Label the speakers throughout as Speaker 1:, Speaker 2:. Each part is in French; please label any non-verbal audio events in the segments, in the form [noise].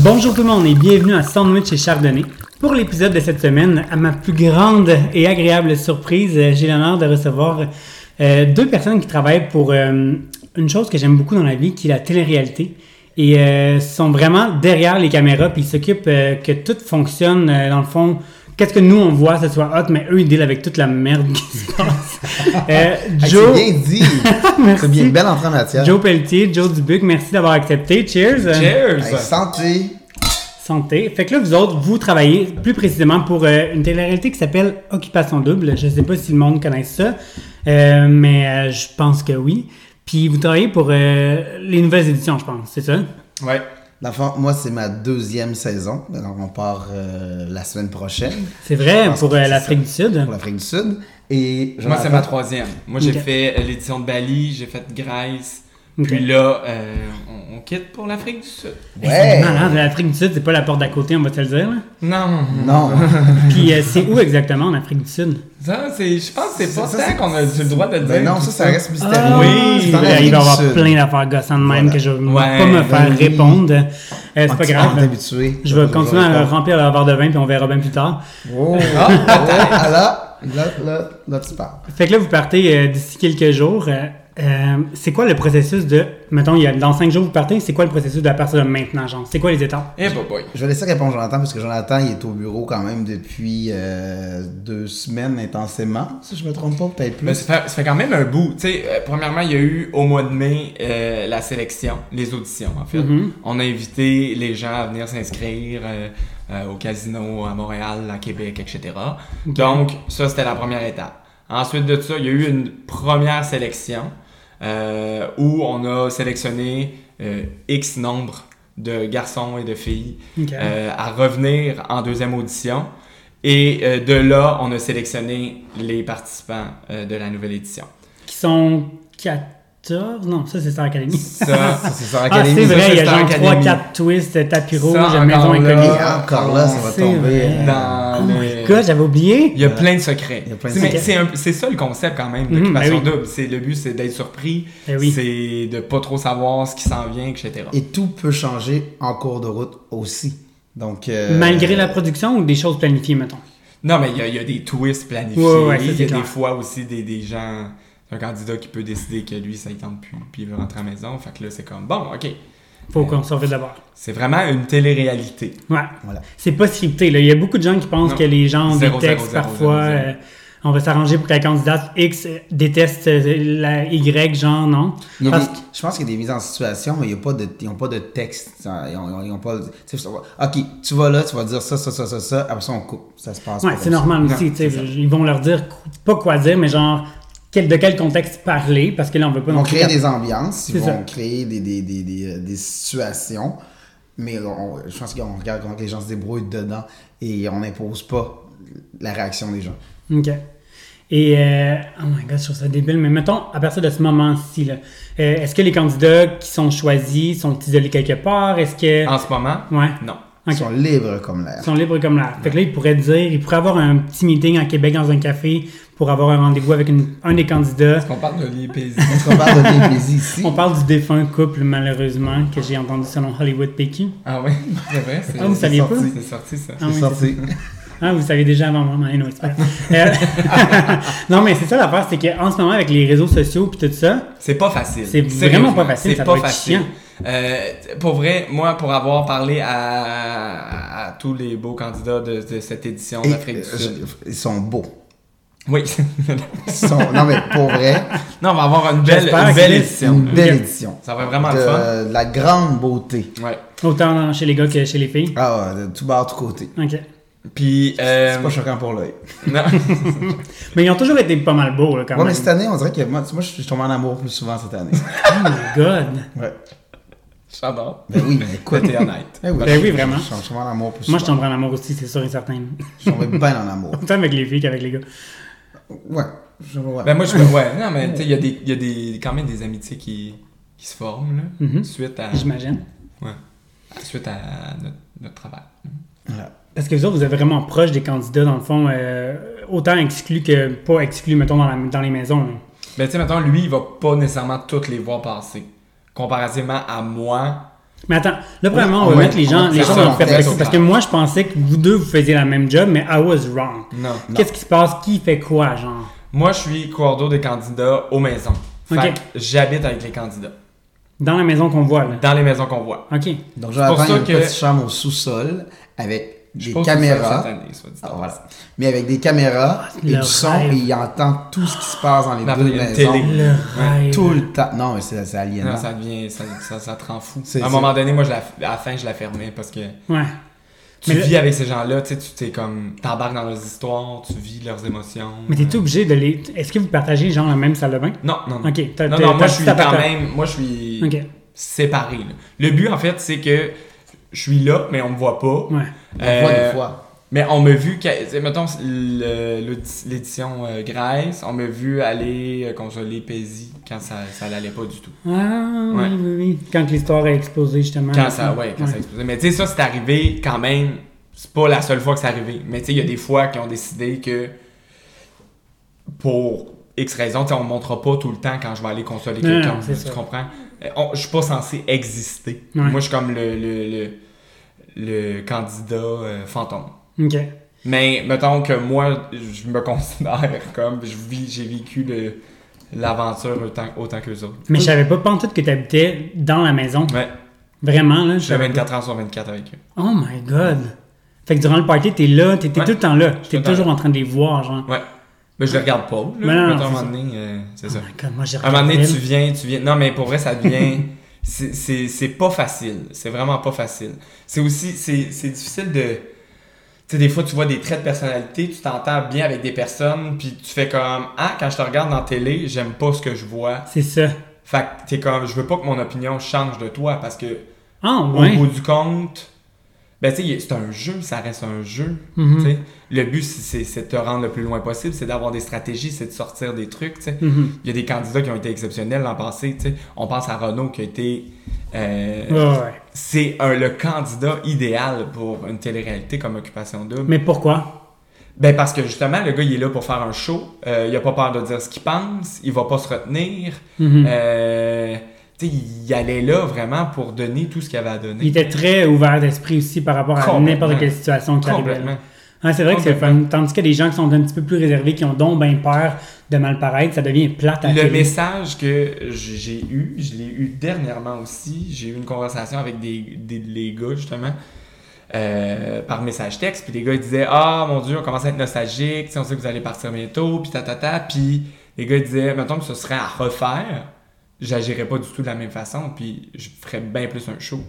Speaker 1: Bonjour tout le monde et bienvenue à Sandwich et Chardonnay. Pour l'épisode de cette semaine, à ma plus grande et agréable surprise, euh, j'ai l'honneur de recevoir euh, deux personnes qui travaillent pour euh, une chose que j'aime beaucoup dans la vie, qui est la télé-réalité. Et euh, sont vraiment derrière les caméras, puis ils s'occupent euh, que tout fonctionne, euh, dans le fond, qu'est-ce que nous on voit, ce soit hot, mais eux ils dealent avec toute la merde qui se
Speaker 2: [laughs]
Speaker 1: passe. Euh,
Speaker 2: Hey,
Speaker 1: Joe,
Speaker 2: C'est bien dit.
Speaker 1: [laughs] merci.
Speaker 2: C'est bien belle hein? entrée en matière.
Speaker 1: Joe Pelletier, Joe Dubuc, merci d'avoir accepté. Cheers.
Speaker 3: Cheers!
Speaker 2: Hey, santé.
Speaker 1: Santé. Fait que là, vous autres, vous travaillez plus précisément pour euh, une télé-réalité qui s'appelle Occupation Double. Je sais pas si le monde connaît ça, euh, mais euh, je pense que oui. Puis vous travaillez pour euh, les nouvelles éditions, je pense, c'est ça?
Speaker 3: Ouais.
Speaker 2: Dans le fond, moi, c'est ma deuxième saison. Alors, on part euh, la semaine prochaine
Speaker 1: C'est vrai,
Speaker 2: Je pense
Speaker 1: pour
Speaker 2: que
Speaker 1: euh,
Speaker 2: c'est
Speaker 1: l'Afrique du Sud.
Speaker 2: pour l'Afrique du Sud. Et
Speaker 3: Moi, c'est ma
Speaker 2: Jonathan-
Speaker 3: troisième. Moi, j'ai
Speaker 1: Ok.
Speaker 3: fait euh, l'édition de Bali, j'ai fait Grèce.
Speaker 1: Ok.
Speaker 3: Puis là, euh, on, on quitte pour l'Afrique du Sud.
Speaker 1: C'est
Speaker 2: Ouais.
Speaker 1: malade, hein, L'Afrique du Sud, c'est pas la porte d'à côté, on va te le dire. là.
Speaker 3: Non.
Speaker 2: Non.
Speaker 3: [laughs]
Speaker 1: Puis euh, c'est où exactement en Afrique du Sud?
Speaker 3: Ça, c'est, je pense que c'est
Speaker 2: Ça,
Speaker 3: pas ça,
Speaker 2: ça, c'est-
Speaker 3: qu'on a le droit de dire.
Speaker 2: Ben non,
Speaker 3: tout
Speaker 2: ça, ça reste mystérieux.
Speaker 1: Ah,
Speaker 3: Oui,
Speaker 1: c'est
Speaker 2: c'est en
Speaker 1: vrai, il va
Speaker 2: Amérique
Speaker 1: y
Speaker 2: du
Speaker 1: avoir
Speaker 2: Sud.
Speaker 1: plein d'affaires gossantes de même
Speaker 2: Voilà.
Speaker 1: que je vais
Speaker 3: Ouais,
Speaker 1: pas me faire
Speaker 2: ben oui.
Speaker 1: répondre. Euh, c'est
Speaker 2: On
Speaker 1: pas
Speaker 2: est
Speaker 1: grave.
Speaker 2: habitué.
Speaker 1: Je vais continuer à remplir le verre de vin, puis on verra bien plus tard.
Speaker 2: Oh, ah, ah, là, là, là, là, tu parles.
Speaker 1: Fait que là, vous partez euh, d'ici quelques jours. Euh, euh, c'est quoi le processus de. Mettons, il y a, dans cinq jours, vous partez. C'est quoi le processus de à partir de maintenant, genre C'est quoi les étapes
Speaker 3: Eh, bah, boy.
Speaker 2: Je vais laisser répondre Jonathan, parce que Jonathan, il est au bureau quand même depuis euh, deux semaines intensément, si je me trompe pas, peut-être
Speaker 3: Mais
Speaker 2: plus.
Speaker 3: Ben, ça, fait, ça fait quand même un bout. Tu sais, euh, premièrement, il y a eu au mois de mai euh, la sélection, les auditions en fait.
Speaker 1: Mhm.
Speaker 3: On a invité les gens à venir s'inscrire euh, euh, au casino à Montréal, à Québec, etc. Donc, ça, c'était la première étape. Ensuite de ça, il y a eu une première sélection euh, où on a sélectionné euh, X nombre de garçons et de filles
Speaker 1: Ok.
Speaker 3: euh, à revenir en deuxième audition. Et euh, de là, on a sélectionné les participants euh, de la nouvelle édition.
Speaker 1: Qui sont 14 Non, ça, c'est Star Academy. [laughs]
Speaker 3: Ça,
Speaker 2: Ça, c'est sur
Speaker 1: Ah, c'est
Speaker 2: Académie.
Speaker 3: ça,
Speaker 1: vrai, il y a
Speaker 3: c'est Star
Speaker 1: genre
Speaker 3: Academy.
Speaker 1: 3-4 twists, euh, tapis rouge,
Speaker 3: Ça,
Speaker 1: maison
Speaker 3: encore là.
Speaker 1: inconnue.
Speaker 2: Et encore là, ça va
Speaker 1: Ah, C'est
Speaker 2: tomber.
Speaker 1: vrai.
Speaker 2: euh,
Speaker 3: dans
Speaker 1: Oh
Speaker 3: le-
Speaker 1: my god, j'avais oublié.
Speaker 3: Il y a plein de secrets.
Speaker 2: Il y a plein de
Speaker 3: Tu sais, mais
Speaker 1: secrets.
Speaker 3: C'est un- c'est ça le concept quand même
Speaker 1: Mhm,
Speaker 3: d'occupation
Speaker 1: ben oui.
Speaker 3: double. C'est le but, c'est d'être surpris,
Speaker 1: Ben oui.
Speaker 3: c'est de pas trop savoir ce qui s'en vient, etc.
Speaker 2: Et tout peut changer en cours de route aussi. Donc, euh,
Speaker 1: Malgré la production ou des choses planifiées, mettons.
Speaker 3: Non, mais il y, a- il y a des twists planifiés.
Speaker 1: Ouais, ouais, ça,
Speaker 3: il
Speaker 1: c'est
Speaker 3: y a
Speaker 1: clair.
Speaker 3: des fois aussi des, des gens, un candidat qui peut décider que lui ça ne tente plus, puis il veut rentrer à la maison. Fait que là c'est comme bon, ok.
Speaker 1: Faut qu'on s'en fait d'abord.
Speaker 3: C'est vraiment une télé-réalité.
Speaker 1: Ouais.
Speaker 2: Voilà.
Speaker 1: C'est pas scripté. Là. Il y a beaucoup de gens qui pensent
Speaker 3: Non.
Speaker 1: que les gens
Speaker 3: Zéro,
Speaker 1: détestent
Speaker 3: zéro, zéro,
Speaker 1: parfois.
Speaker 3: zéro, zéro.
Speaker 1: euh, on va s'arranger pour que la candidate X déteste euh, la Y, genre, non?
Speaker 2: il y a
Speaker 1: Parce
Speaker 2: des- je pense qu'il y a des mises en situation, mais il y a pas de, ils n'ont pas de texte. Ils ont, ils ont- ils ont pas. tu sais, Ok, tu vas là, tu vas dire ça, ça, ça, ça, ça. Après ça, on coupe. Ça se passe.
Speaker 1: que- ouais,
Speaker 2: pas
Speaker 1: c'est
Speaker 2: comme ça.
Speaker 1: normal
Speaker 3: Non,
Speaker 1: aussi. tu sais,
Speaker 3: c'est ça.
Speaker 1: Ils vont leur dire qu- pas quoi dire, mais genre quel, de quel contexte parler, parce que là, on veut pas
Speaker 2: Ils
Speaker 1: non
Speaker 2: vont
Speaker 1: plus
Speaker 2: créer
Speaker 1: faire-
Speaker 2: des ambiances, ils
Speaker 1: C'est ça.
Speaker 2: vont créer des, des, des, des, euh, des situations, mais on- je pense qu'on regarde comment les gens se débrouillent dedans et on n'impose pas la réaction des gens.
Speaker 1: OK. Et, euh, oh my god, je trouve ça débile, mais mettons, à partir de ce moment-ci, là, euh, est-ce que les candidats qui sont choisis sont isolés quelque part? Est-ce que.
Speaker 3: En ce moment,
Speaker 1: Ouais.
Speaker 3: non.
Speaker 2: Ils
Speaker 1: OK.
Speaker 2: sont libres comme l'air.
Speaker 1: Ils sont libres comme l'air. Fait que là, ils pourraient dire, ils pourraient avoir un petit meeting à Québec dans un café pour avoir un rendez-vous avec une- un des candidats.
Speaker 3: On parle de l'épée.
Speaker 2: Est-ce qu'on parle de télévisie ici?
Speaker 1: On parle du défunt couple, malheureusement, que j'ai entendu selon Hollywood PQ.
Speaker 3: ah ouais, c'est vrai. c'est-
Speaker 1: Ah, vous
Speaker 3: c'est
Speaker 1: saviez
Speaker 3: sorti,
Speaker 1: pas?
Speaker 3: C'est sorti ça.
Speaker 1: Ah, oui,
Speaker 2: C'est
Speaker 1: c'est
Speaker 2: sorti.
Speaker 1: Ah, vous savez déjà avant moi, mais anyway, c'est pas grave. Euh, [laughs] non, mais c'est ça l'affaire, c'est qu'en ce moment, avec les réseaux sociaux puis tout ça,
Speaker 3: C'est pas facile.
Speaker 1: C'est vraiment
Speaker 3: Sérieusement,
Speaker 1: pas facile, ça
Speaker 3: C'est pas
Speaker 1: doit être
Speaker 3: facile.
Speaker 1: chiant.
Speaker 3: Euh, pour vrai, moi, pour avoir parlé à, à tous les beaux candidats de, de cette édition
Speaker 2: Et,
Speaker 3: d'Afrique du
Speaker 2: euh,
Speaker 3: Sud.
Speaker 2: je- ils sont beaux.
Speaker 3: Oui. [laughs]
Speaker 2: Ils sont- non, mais pour vrai,
Speaker 3: non, on va avoir une belle,
Speaker 1: J'espère
Speaker 3: une belle
Speaker 1: que-
Speaker 2: c'est
Speaker 3: édition.
Speaker 2: une belle
Speaker 1: Ok.
Speaker 2: édition.
Speaker 3: Ça va être vraiment le fun.
Speaker 2: De, de la grande beauté.
Speaker 3: Ouais.
Speaker 1: autant chez les gars que chez les filles.
Speaker 2: Ah, ouais, de tout bas, tout côté.
Speaker 1: OK.
Speaker 3: Puis, euh,
Speaker 2: C'est pas choquant pour l'œil.
Speaker 3: non. [laughs]
Speaker 1: Mais ils ont toujours été pas mal beaux, là, quand
Speaker 2: Ouais, mais
Speaker 1: même.
Speaker 2: cette année, on dirait que moi, tu- moi, je suis tombé en amour plus souvent cette année.
Speaker 1: Oh my god.
Speaker 2: Ouais.
Speaker 3: j'adore.
Speaker 2: Ben oui, mais écoute.
Speaker 3: Côté honnête.
Speaker 2: Ben oui,
Speaker 1: Ben oui, vraiment.
Speaker 2: Je suis tombé en amour plus
Speaker 1: Moi, je
Speaker 2: souvent.
Speaker 1: tomberais en amour aussi, c'est sûr et certain.
Speaker 2: Je suis tombé bien en amour.
Speaker 1: Autant avec les filles qu'avec les gars.
Speaker 2: Ouais. Je vois.
Speaker 3: Ben moi, je me... Ouais, non, mais tu sais, il y a, des, il y a des, quand même des amitiés qui, qui se forment, là,
Speaker 1: Mhm.
Speaker 3: suite, à,
Speaker 1: J'imagine.
Speaker 3: ouais, suite à notre, notre travail.
Speaker 2: Voilà.
Speaker 1: Parce que vous autres, vous êtes vraiment proche des candidats, dans le fond, euh, autant exclus que pas exclus, mettons, dans, la- dans les maisons. là.
Speaker 3: Ben, tu sais, maintenant, lui, il va pas nécessairement toutes les voir passer. Comparativement à moi,
Speaker 1: Mais attends, là, premièrement, on va
Speaker 2: Ouais,
Speaker 1: mettre les gens,
Speaker 2: on-
Speaker 1: les
Speaker 2: c'est
Speaker 1: gens
Speaker 2: ça,
Speaker 1: dans
Speaker 2: on
Speaker 1: le
Speaker 2: fait
Speaker 1: perspective.
Speaker 2: ça.
Speaker 1: Parce que moi, je pensais que vous deux, vous faisiez la même job, mais I was wrong.
Speaker 3: Non. non.
Speaker 1: Qu'est-ce qui se passe? Qui fait quoi, genre?
Speaker 3: Moi, je suis coordo des candidats aux maisons. Fait
Speaker 1: Ok.
Speaker 3: que j'habite avec les candidats,
Speaker 1: Dans la maison qu'on voit, là.
Speaker 3: dans les maisons qu'on voit.
Speaker 1: OK.
Speaker 2: Donc, Jonathan, il y
Speaker 3: pour
Speaker 2: a
Speaker 3: ça
Speaker 2: une
Speaker 3: que-
Speaker 2: petite chambre au sous-sol avec
Speaker 3: Je
Speaker 2: des
Speaker 3: pose tout ça
Speaker 2: caméras.
Speaker 3: cette année, soit dit
Speaker 2: Ah,
Speaker 3: en
Speaker 2: voilà. Mais avec des caméras
Speaker 1: Ah,
Speaker 2: et
Speaker 1: le
Speaker 2: du son,
Speaker 1: rêve. Ah,
Speaker 2: et il entend tout ce qui se passe dans les
Speaker 3: Non,
Speaker 2: deux
Speaker 3: il y a une
Speaker 2: maisons.
Speaker 3: télé.
Speaker 1: Le rêve.
Speaker 2: Tout le temps. Non, mais c'est c'est
Speaker 3: Non,
Speaker 2: aliénant.
Speaker 3: ça devient. Ça, ça, ça te rend fou.
Speaker 2: C'est-
Speaker 3: À un
Speaker 2: c'est-
Speaker 3: moment donné, moi, je la, à la fin, je la fermais parce que
Speaker 1: Ouais.
Speaker 3: tu
Speaker 1: Mais le-
Speaker 3: vis avec ces gens-là, tu sais, tu t'es comme. T'embarques dans leurs histoires, tu vis leurs émotions.
Speaker 1: Mais t'es obligé de les... Est-ce que vous partagez, genre, la même salle de bain?
Speaker 3: Non, non, non.
Speaker 1: OK. t'as-
Speaker 3: Non,
Speaker 1: t'as-
Speaker 3: non, moi,
Speaker 1: t'as
Speaker 3: je
Speaker 1: tout
Speaker 3: suis
Speaker 1: à part-
Speaker 3: quand même. Moi, je suis
Speaker 1: OK.
Speaker 3: séparé. là. Le but, en fait, c'est que je suis là, mais on me voit pas.
Speaker 1: Ouais.
Speaker 2: On voit
Speaker 3: Euh,
Speaker 2: des fois.
Speaker 3: Mais on m'a vu, que- tu sais, mettons, le- l'audi- l'édition euh, Grèce, on m'a vu aller euh, consoler Paisy quand ça, ça l'allait pas du tout.
Speaker 1: Ah,
Speaker 3: Ouais.
Speaker 1: oui, oui, oui. Quand l'histoire a explosé, justement.
Speaker 3: Quand ça, ouais, quand
Speaker 1: Mm-hmm.
Speaker 3: ça
Speaker 1: Ouais.
Speaker 3: explosait. Mais tu sais, ça, c'est arrivé quand même. C'est pas la seule fois que c'est arrivé. Mais tu sais, il y a des fois qui ont décidé que pour X raison, tu sais, on me montrera pas tout le temps quand je vais aller consoler
Speaker 1: Non,
Speaker 3: quelqu'un.
Speaker 1: non, c'est
Speaker 3: Tu
Speaker 1: ça.
Speaker 3: comprends? Euh, on- Je suis pas censé exister.
Speaker 1: Ouais.
Speaker 3: Moi, je suis comme le, le, le, le candidat euh, fantôme.
Speaker 1: OK.
Speaker 3: Mais mettons que moi, je me considère [laughs] comme je vis, j'ai vécu le- l'aventure autant, autant que les autres.
Speaker 1: Mais je savais pas pantoute que t'habitais dans la maison.
Speaker 3: Ouais,
Speaker 1: Vraiment, là. je
Speaker 3: j'ai
Speaker 1: savais pas.
Speaker 3: 24 ans sur 24 avec eux.
Speaker 1: Oh my god! Fait que durant le party, t'es là, t'es t'es
Speaker 3: Ouais.
Speaker 1: tout le temps là.
Speaker 3: suis
Speaker 1: T'es
Speaker 3: tout le temps
Speaker 1: toujours en train de les voir, genre.
Speaker 3: Ouais. Mais je les regarde pas. Là,
Speaker 1: Mais non, non,
Speaker 3: Mettons, à un
Speaker 1: c'est
Speaker 3: moment donné, euh, c'est ça.
Speaker 1: Oh my god, moi j'ai
Speaker 3: À un moment donné,
Speaker 1: regardé
Speaker 3: tu viens, tu viens. Non, mais pour vrai, ça devient. [laughs] c'est- c'est c'est pas facile. C'est vraiment pas facile. C'est aussi. C'est c'est difficile de. Tu sais, des fois, tu vois des traits de personnalité, tu t'entends bien avec des personnes, puis tu fais comme Ah, quand je te regarde dans la télé, j'aime pas ce que je vois.
Speaker 1: C'est ça.
Speaker 3: Fait que t'es comme, je veux pas que mon opinion change de toi parce que,
Speaker 1: Ah, ouais.
Speaker 3: au bout du compte, ben tu sais, c'est un jeu, ça reste un jeu.
Speaker 1: Mhm.
Speaker 3: tu sais. Le but, c'est- c'est c'est de te rendre le plus loin possible, c'est d'avoir des stratégies, c'est de sortir des trucs. tu sais.
Speaker 1: Mhm.
Speaker 3: Il y a des candidats qui ont été exceptionnels l'an passé. tu sais. On pense à Renault qui a été. euh,
Speaker 1: Ouais, ouais, ouais.
Speaker 3: C'est un- le candidat idéal pour une télé-réalité comme Occupation Double.
Speaker 1: Mais pourquoi?
Speaker 3: Ben parce que justement, le gars, il est là pour faire un show. Euh, il a pas peur de dire ce qu'il pense. Il va pas se retenir.
Speaker 1: Mhm.
Speaker 3: Euh, tu sais, il allait là vraiment pour donner tout ce qu'il avait à donner.
Speaker 1: Il était très ouvert d'esprit aussi par rapport à
Speaker 3: Complètement.
Speaker 1: n'importe quelle situation qui arrivait.
Speaker 3: Complètement.
Speaker 1: Ah, c'est vrai que c'est le fun. Tandis que les gens qui sont un petit peu plus réservés, qui ont donc bien peur de mal paraître, ça devient plate à la
Speaker 3: Le
Speaker 1: télé.
Speaker 3: message que j- j'ai eu, je l'ai eu dernièrement aussi. J'ai eu une conversation avec des, des les gars, justement, euh, par message texte. Puis les gars, ils disaient Ah, mon Dieu, on commence à être nostalgique. tu sais, On sait que vous allez partir bientôt. Puis tatata. Puis les gars, ils disaient Mettons que ce serait à refaire, j'agirais pas du tout de la même façon. Puis je ferais bien plus un show.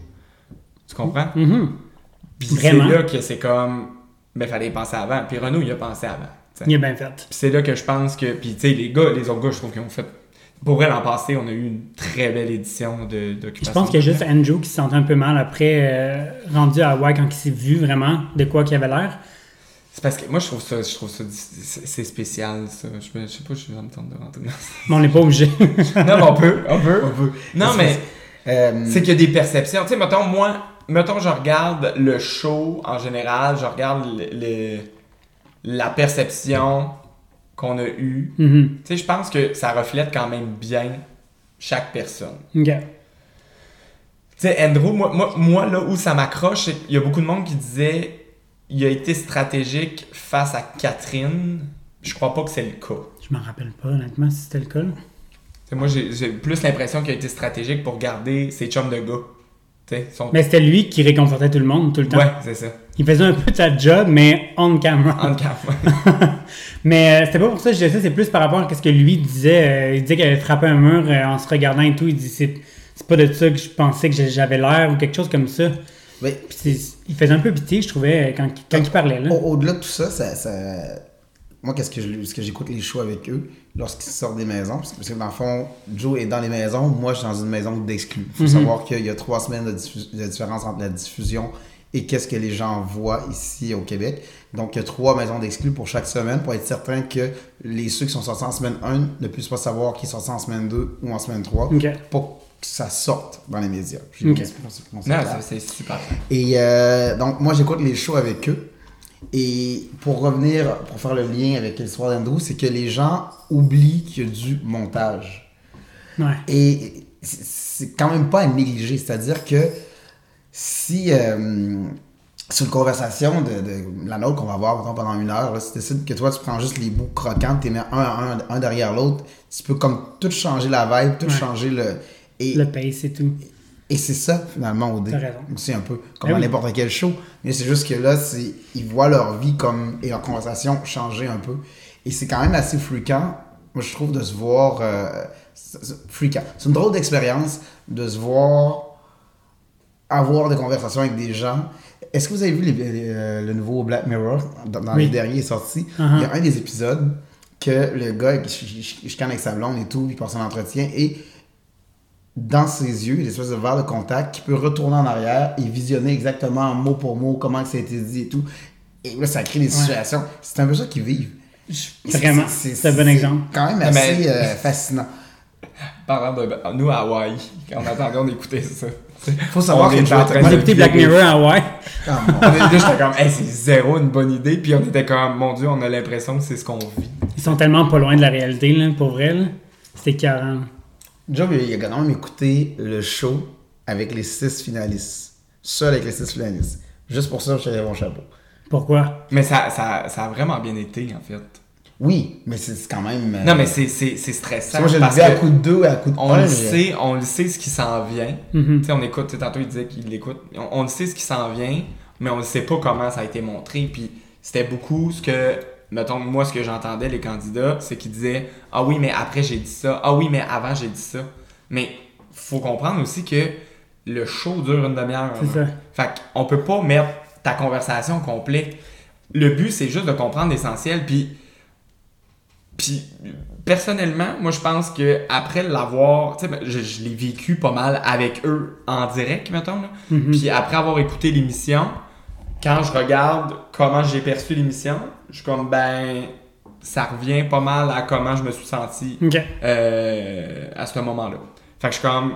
Speaker 3: Tu comprends
Speaker 1: Mhm.
Speaker 3: Puis c'est
Speaker 1: Vraiment.
Speaker 3: là que c'est comme, mais fallait y penser avant. Puis Renaud, il a pensé avant. t'sais.
Speaker 1: Il
Speaker 3: Puis
Speaker 1: est bien fait.
Speaker 3: c'est là que je pense que, puis tu sais, les gars, les autres gars, je trouve qu'ils ont fait. Pour vrai, l'an passé, on a eu une très belle édition de
Speaker 1: Je
Speaker 3: d'Occupation.
Speaker 1: pense qu'il y a juste
Speaker 3: Double.
Speaker 1: Andrew qui se sentait un peu mal après, euh, rendu à Hawaii quand il s'est vu vraiment de quoi qu'il avait l'air.
Speaker 3: C'est parce que moi, je trouve ça, je trouve ça, c'est c'est spécial, ça. Je, me- je sais pas, je suis en train de rentrer dans ça.
Speaker 1: Mais on n'est pas obligé.
Speaker 3: non, mais on peut, on peut. Non,
Speaker 2: Parce que
Speaker 3: mais
Speaker 2: Euh,
Speaker 3: c'est qu'il y a des perceptions. Tu sais, mettons, moi, mettons, je regarde le show en général, je regarde le- le- la perception qu'on a eue.
Speaker 1: Mhm.
Speaker 3: Tu sais, je pense que ça reflète quand même bien chaque personne.
Speaker 1: OK.
Speaker 3: Tu sais, Andrew, moi, moi, moi, là où ça m'accroche, c'est qu'il y a beaucoup de monde qui disait il a été stratégique face à Catherine. Je crois pas que c'est le cas.
Speaker 1: Je m'en rappelle pas, honnêtement, si c'était le cas. là.
Speaker 3: Tu sais, moi, j'ai j'ai plus l'impression qu'il a été stratégique pour garder ses chums de gars. Tu sais, son...
Speaker 1: Mais c'était lui qui réconfortait tout le monde tout le temps.
Speaker 3: Ouais, c'est ça.
Speaker 1: Il faisait un peu de sa job, mais on camera.
Speaker 3: En tout cas,
Speaker 1: mais euh, c'était pas pour ça que je disais ça, c'est plus par rapport à ce que lui disait. euh, il disait qu'il avait frappé un mur euh, en se regardant et tout. Il dit c'est c'est pas de ça que je pensais que j'ai- j'avais l'air ou quelque chose comme ça.
Speaker 2: mais
Speaker 1: Puis c'est- il faisait un peu pitié, je trouvais, euh, quand, quand il parlait. Là.
Speaker 2: au- au-delà de tout ça, ça, ça- moi, qu'est-ce que je- ce que j'écoute les shows avec eux lorsqu'ils sortent des maisons? Parce que- Parce que dans le fond, Joe est dans les maisons, moi, je suis dans une maison d'exclus. Il faut
Speaker 1: Mhm.
Speaker 2: savoir qu'il y a trois semaines de, diffu- de différence entre la diffusion et qu'est-ce que les gens voient ici au Québec. Donc, il y a trois maisons d'exclus pour chaque semaine pour être certain que les ceux qui sont sortis en semaine 1 ne puissent pas savoir qui sont sortis en semaine 2 ou en semaine 3
Speaker 1: Ok.
Speaker 2: pour que ça sorte dans les médias. Je
Speaker 1: Ok.
Speaker 2: m'explique, on s'est- on s'est
Speaker 3: non,
Speaker 2: clair.
Speaker 3: c'est- c'est super.
Speaker 2: Et euh, donc, moi, j'écoute les shows avec eux. Et pour revenir, pour faire le lien avec l'histoire d'Andrew, c'est que les gens oublient qu'il y a du montage.
Speaker 1: Ouais.
Speaker 2: Et c'est- c'est quand même pas à négliger. C'est-à-dire que si euh, sur une conversation de, de la nôtre qu'on va avoir mettons, pendant une heure, là, si tu décides que toi tu prends juste les bouts croquants, tu les mets un, à un, un derrière l'autre, tu peux comme tout changer la vibe, tout
Speaker 1: Ouais.
Speaker 2: changer le. Et,
Speaker 1: Le pace et tout.
Speaker 2: et c'est ça finalement au dé.
Speaker 1: T'as raison.
Speaker 2: C'est un peu comme
Speaker 1: Ben
Speaker 2: à
Speaker 1: oui.
Speaker 2: n'importe quel show. Mais c'est juste que là, c'est- ils voient leur vie comme et leur conversation changer un peu. Et c'est quand même assez fréquent, moi je trouve, de se voir. Euh, c'est- c'est fréquent. C'est une drôle d'expérience de se voir avoir des conversations avec des gens. Est-ce que vous avez vu les- les- euh, le nouveau Black Mirror dans, dans
Speaker 1: Oui.
Speaker 2: les derniers est sorti
Speaker 1: Uh-huh.
Speaker 2: Il y a un des épisodes que le gars, je, je, je canne avec sa blonde et tout, il passe un entretien et dans ses yeux, une espèce de verre de contact qui peut retourner en arrière et visionner exactement mot pour mot comment que ça a été dit et tout. Et là, ça crée des situations. C'est un peu ça qu'ils vivent.
Speaker 1: Je- Vraiment,
Speaker 2: C'est-
Speaker 1: c'est un bon exemple.
Speaker 2: Quand même
Speaker 3: Ah, mais-
Speaker 2: assez euh, fascinant.
Speaker 3: Parlant de nous à Hawaï, quand on attendait, on écoutait ça.
Speaker 2: Faut savoir
Speaker 3: On
Speaker 2: que
Speaker 3: était en train
Speaker 1: On
Speaker 3: de
Speaker 1: a écouté Black
Speaker 3: virer.
Speaker 1: Mirror à Hawaii.
Speaker 2: Ah, mon-
Speaker 3: On était- J'étais comme, hey, c'est zéro une bonne idée. Puis on était comme, mon Dieu, on a l'impression que c'est ce qu'on vit.
Speaker 1: Ils sont tellement pas loin de la réalité, là, pour vrai. là. C'était 40.
Speaker 2: [laughs] Job, il a quand même écouté le show avec les six finalistes. Seul avec les six finalistes. Juste pour ça, je te lève mon chapeau.
Speaker 1: Pourquoi?
Speaker 3: Mais ça, ça, ça a vraiment bien été, en fait.
Speaker 2: Oui, mais c'est c'est quand même. euh,
Speaker 3: Non, mais c'est c'est- c'est stressant.
Speaker 2: Moi, je le
Speaker 3: parce
Speaker 2: dis à
Speaker 3: que-
Speaker 2: coup de deux et à coup de
Speaker 3: on
Speaker 2: un,
Speaker 3: le
Speaker 2: mais-
Speaker 3: sait, on le sait ce qui s'en vient.
Speaker 1: Mhm.
Speaker 3: Tu sais, on écoute, tu sais, tantôt il disait qu'il l'écoute. On, on le sait ce qui s'en vient, mais on ne sait pas comment ça a été montré. Puis c'était beaucoup ce que, mettons, moi, ce que j'entendais les candidats, c'est qu'ils disaient Ah oui, mais après j'ai dit ça. Ah oui, mais avant j'ai dit ça. Mais faut comprendre aussi que le show dure une demi-heure.
Speaker 1: C'est
Speaker 3: là.
Speaker 1: ça.
Speaker 3: Fait qu'on peut pas mettre ta conversation au complet. Le but, c'est juste de comprendre l'essentiel. Puis puis personnellement, moi je pense que après l'avoir, tu sais, ben, je, je l'ai vécu pas mal avec eux en direct, mettons. là. Puis après avoir écouté l'émission, quand je regarde comment j'ai perçu l'émission, je suis comme ben ça revient pas mal à comment je me suis senti
Speaker 1: OK.
Speaker 3: euh, à ce moment-là. Fait que je suis comme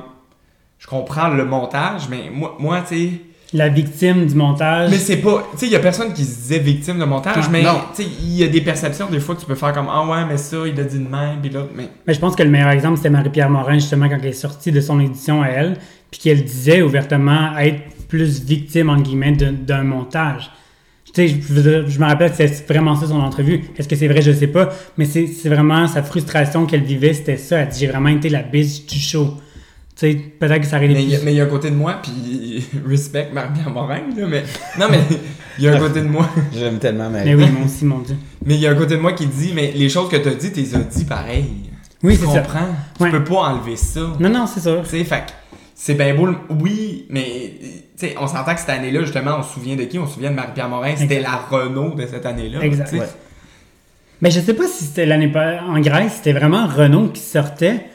Speaker 3: je comprends le montage, mais moi, moi tu sais.
Speaker 1: La victime du montage.
Speaker 3: Mais c'est pas. Tu sais, il y a personne qui se disait victime de montage,
Speaker 1: Ah,
Speaker 3: mais
Speaker 2: non.
Speaker 3: tu sais, il y a des perceptions des fois que tu peux faire comme Ah ouais, mais ça, il a dit de même, puis l'autre, mais.
Speaker 1: Mais je pense que le meilleur exemple, c'était Marie-Pierre Morin, justement, quand elle est sortie de son édition à elle, puis qu'elle disait ouvertement être plus victime, entre guillemets, d'un- d'un montage. Tu sais, je, veux dire, je me rappelle, c'est vraiment ça son entrevue. Est-ce que c'est vrai? Je sais pas. Mais c'est c'est vraiment sa frustration qu'elle vivait, c'était ça. Elle dit, j'ai vraiment été la bitch du show. Tu sais, peut-être que ça aurait été
Speaker 3: Mais il y a-
Speaker 1: plus-
Speaker 3: mais il y a un côté de moi, puis [laughs] respect Marie-Pierre Morin, là, mais. Non, mais il y a un côté de moi.
Speaker 2: J'aime tellement ma
Speaker 1: Mais oui, moi aussi, mon Dieu.
Speaker 3: Mais il y a un côté de moi qui dit Mais les choses que t'as dit, t'es as dit pareil.
Speaker 1: Oui,
Speaker 3: tu
Speaker 1: c'est ça.
Speaker 3: comprends. Tu
Speaker 1: Ouais.
Speaker 3: peux pas enlever ça.
Speaker 1: Non, non, c'est sûr.
Speaker 3: Tu sais, fait que c'est bien beau, le- oui, mais tu sais, on s'entend que cette année-là, justement, on se souvient de qui On se souvient de Marie-Pierre Morin, c'était la Renault de cette année-là.
Speaker 1: Exact.
Speaker 3: tu sais.
Speaker 2: Ouais.
Speaker 1: Mais je sais pas si c'était l'année pas en Grèce, c'était vraiment Renault qui sortait.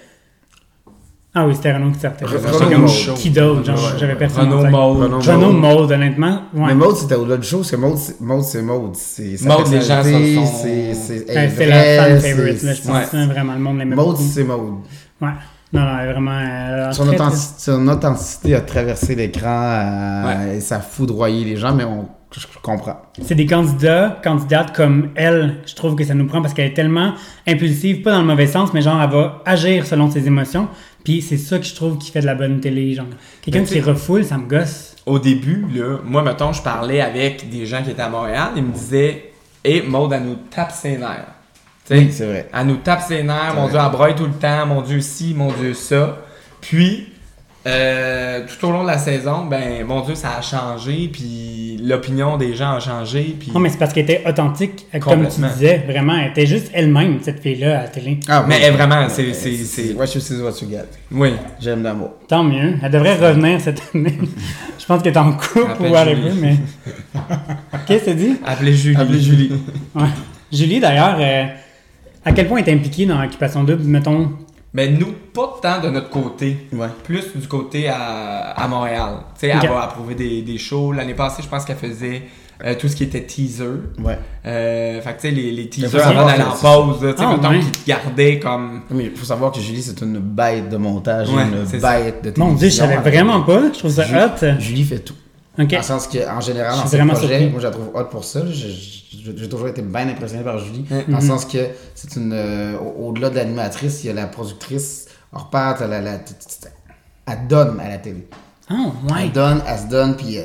Speaker 1: Ah oui, c'était Renault qui sortait.
Speaker 2: Re-
Speaker 1: Je sais
Speaker 2: Renault
Speaker 1: comme
Speaker 2: Mode.
Speaker 1: Qui d'autre, genre,
Speaker 2: Ouais,
Speaker 1: j'avais
Speaker 2: ouais.
Speaker 1: personne. en
Speaker 3: Renault
Speaker 1: tête.
Speaker 3: Mode.
Speaker 2: Renault
Speaker 1: Renault
Speaker 2: Mode.
Speaker 1: Mode, honnêtement. Ouais.
Speaker 2: Mais Maud, c'était au-delà du show, parce que Maud, c'est Maud, c'est Maud. C'est sa
Speaker 3: Maud, les gens
Speaker 2: personnalité,
Speaker 3: sont- sont-
Speaker 2: C'est, c'est, elle
Speaker 1: Ouais,
Speaker 2: est
Speaker 1: c'est la
Speaker 2: vraie,
Speaker 1: fan
Speaker 2: c'est-
Speaker 1: favorite, là, je pense.
Speaker 3: ouais.
Speaker 1: hein, Vraiment, le monde l'aimait
Speaker 2: Maud,
Speaker 1: beaucoup.
Speaker 2: c'est Maud.
Speaker 1: Ouais. Non, non, elle est vraiment. euh,
Speaker 2: Son,
Speaker 1: très, très-
Speaker 2: authenticité, son authenticité a traversé l'écran euh, et ça a foudroyé les gens, mais on, je, je comprends.
Speaker 1: C'est des candidats, candidates comme elle, je trouve que ça nous prend parce qu'elle est tellement impulsive, pas dans le mauvais sens, mais genre elle va agir selon ses émotions. Puis c'est ça que je trouve qui fait de la bonne télé, genre. Quelqu'un
Speaker 3: Mais tu
Speaker 1: qui
Speaker 3: sais-
Speaker 1: refoule, ça me gosse.
Speaker 3: Au début, là, moi, mettons, je parlais avec des gens qui étaient à Montréal, ils me disaient Hé, Maud, elle nous tape ses nerfs. Tu sais,
Speaker 2: Oui, c'est vrai.
Speaker 3: Elle nous tape ses nerfs, mon
Speaker 2: vrai.
Speaker 3: Dieu, elle broye tout le temps, mon Dieu, ci, mon Dieu, ça. Puis, euh, tout au long de la saison, ben, mon Dieu, ça a changé, puis l'opinion des gens a changé, puis.
Speaker 1: Non, mais c'est parce qu'elle était authentique, comme tu
Speaker 3: Complètement.
Speaker 1: disais, vraiment. Elle était juste elle-même, cette fille-là, à la télé.
Speaker 2: Ah,
Speaker 3: Mais
Speaker 2: oui.
Speaker 3: elle, vraiment, c'est-
Speaker 2: Ouais,
Speaker 3: c'est- c'est-
Speaker 2: What you see is what you get.
Speaker 3: Oui.
Speaker 2: J'aime l'amour.
Speaker 1: Tant mieux. Elle devrait revenir cette année. [laughs] Je pense qu'elle est en couple
Speaker 3: Appelle
Speaker 1: ou whatever,
Speaker 3: Julie. [laughs]
Speaker 1: mais. Qu'est-ce que tu dis?
Speaker 3: Appelez Julie.
Speaker 2: Appelez Julie.
Speaker 1: Ouais. Julie, d'ailleurs, euh, à quel point elle est impliquée dans Occupation Double, mettons?
Speaker 3: [laughs] Mais nous, pas tant de notre côté.
Speaker 2: Ouais.
Speaker 3: Plus du côté à, à Montréal. Tu sais,
Speaker 1: Ok.
Speaker 3: elle va approuver des, des shows. L'année passée, je pense qu'elle faisait euh, tout ce qui était teaser.
Speaker 2: Ouais.
Speaker 3: Euh, fait que tu sais, les, les
Speaker 2: Mais faut
Speaker 3: teasers avant
Speaker 2: savoir
Speaker 3: d'aller
Speaker 2: que
Speaker 3: en
Speaker 2: c'est-
Speaker 3: pause, là, tu sais,
Speaker 1: Ah,
Speaker 3: mettons
Speaker 1: ouais.
Speaker 3: qu'ils te gardaient comme.
Speaker 2: Mais il faut savoir que Julie, c'est une bête de montage,
Speaker 3: Ouais,
Speaker 2: une
Speaker 3: c'est
Speaker 2: bête
Speaker 3: ça.
Speaker 2: de télévision.
Speaker 1: Mon Dieu, je savais vraiment pas. Je trouve ça hot.
Speaker 2: Julie, Julie fait tout.
Speaker 1: Ok.
Speaker 3: Ah,
Speaker 2: Dans le sens qu'en général,
Speaker 1: Je suis
Speaker 2: dans ses
Speaker 1: vraiment
Speaker 2: projets,
Speaker 1: surpris.
Speaker 2: moi je la trouve hot pour ça. Je- je- J'ai toujours été bien impressionné par Julie. Dans le
Speaker 1: Mm-hmm.
Speaker 2: sens que c'est une. euh, au- Au-delà de l'animatrice, il y a la productrice. Hors patte, elle, elle, elle- elle donne à la télé.
Speaker 1: Oh, ouais.
Speaker 2: Elle donne, elle se donne, puis euh,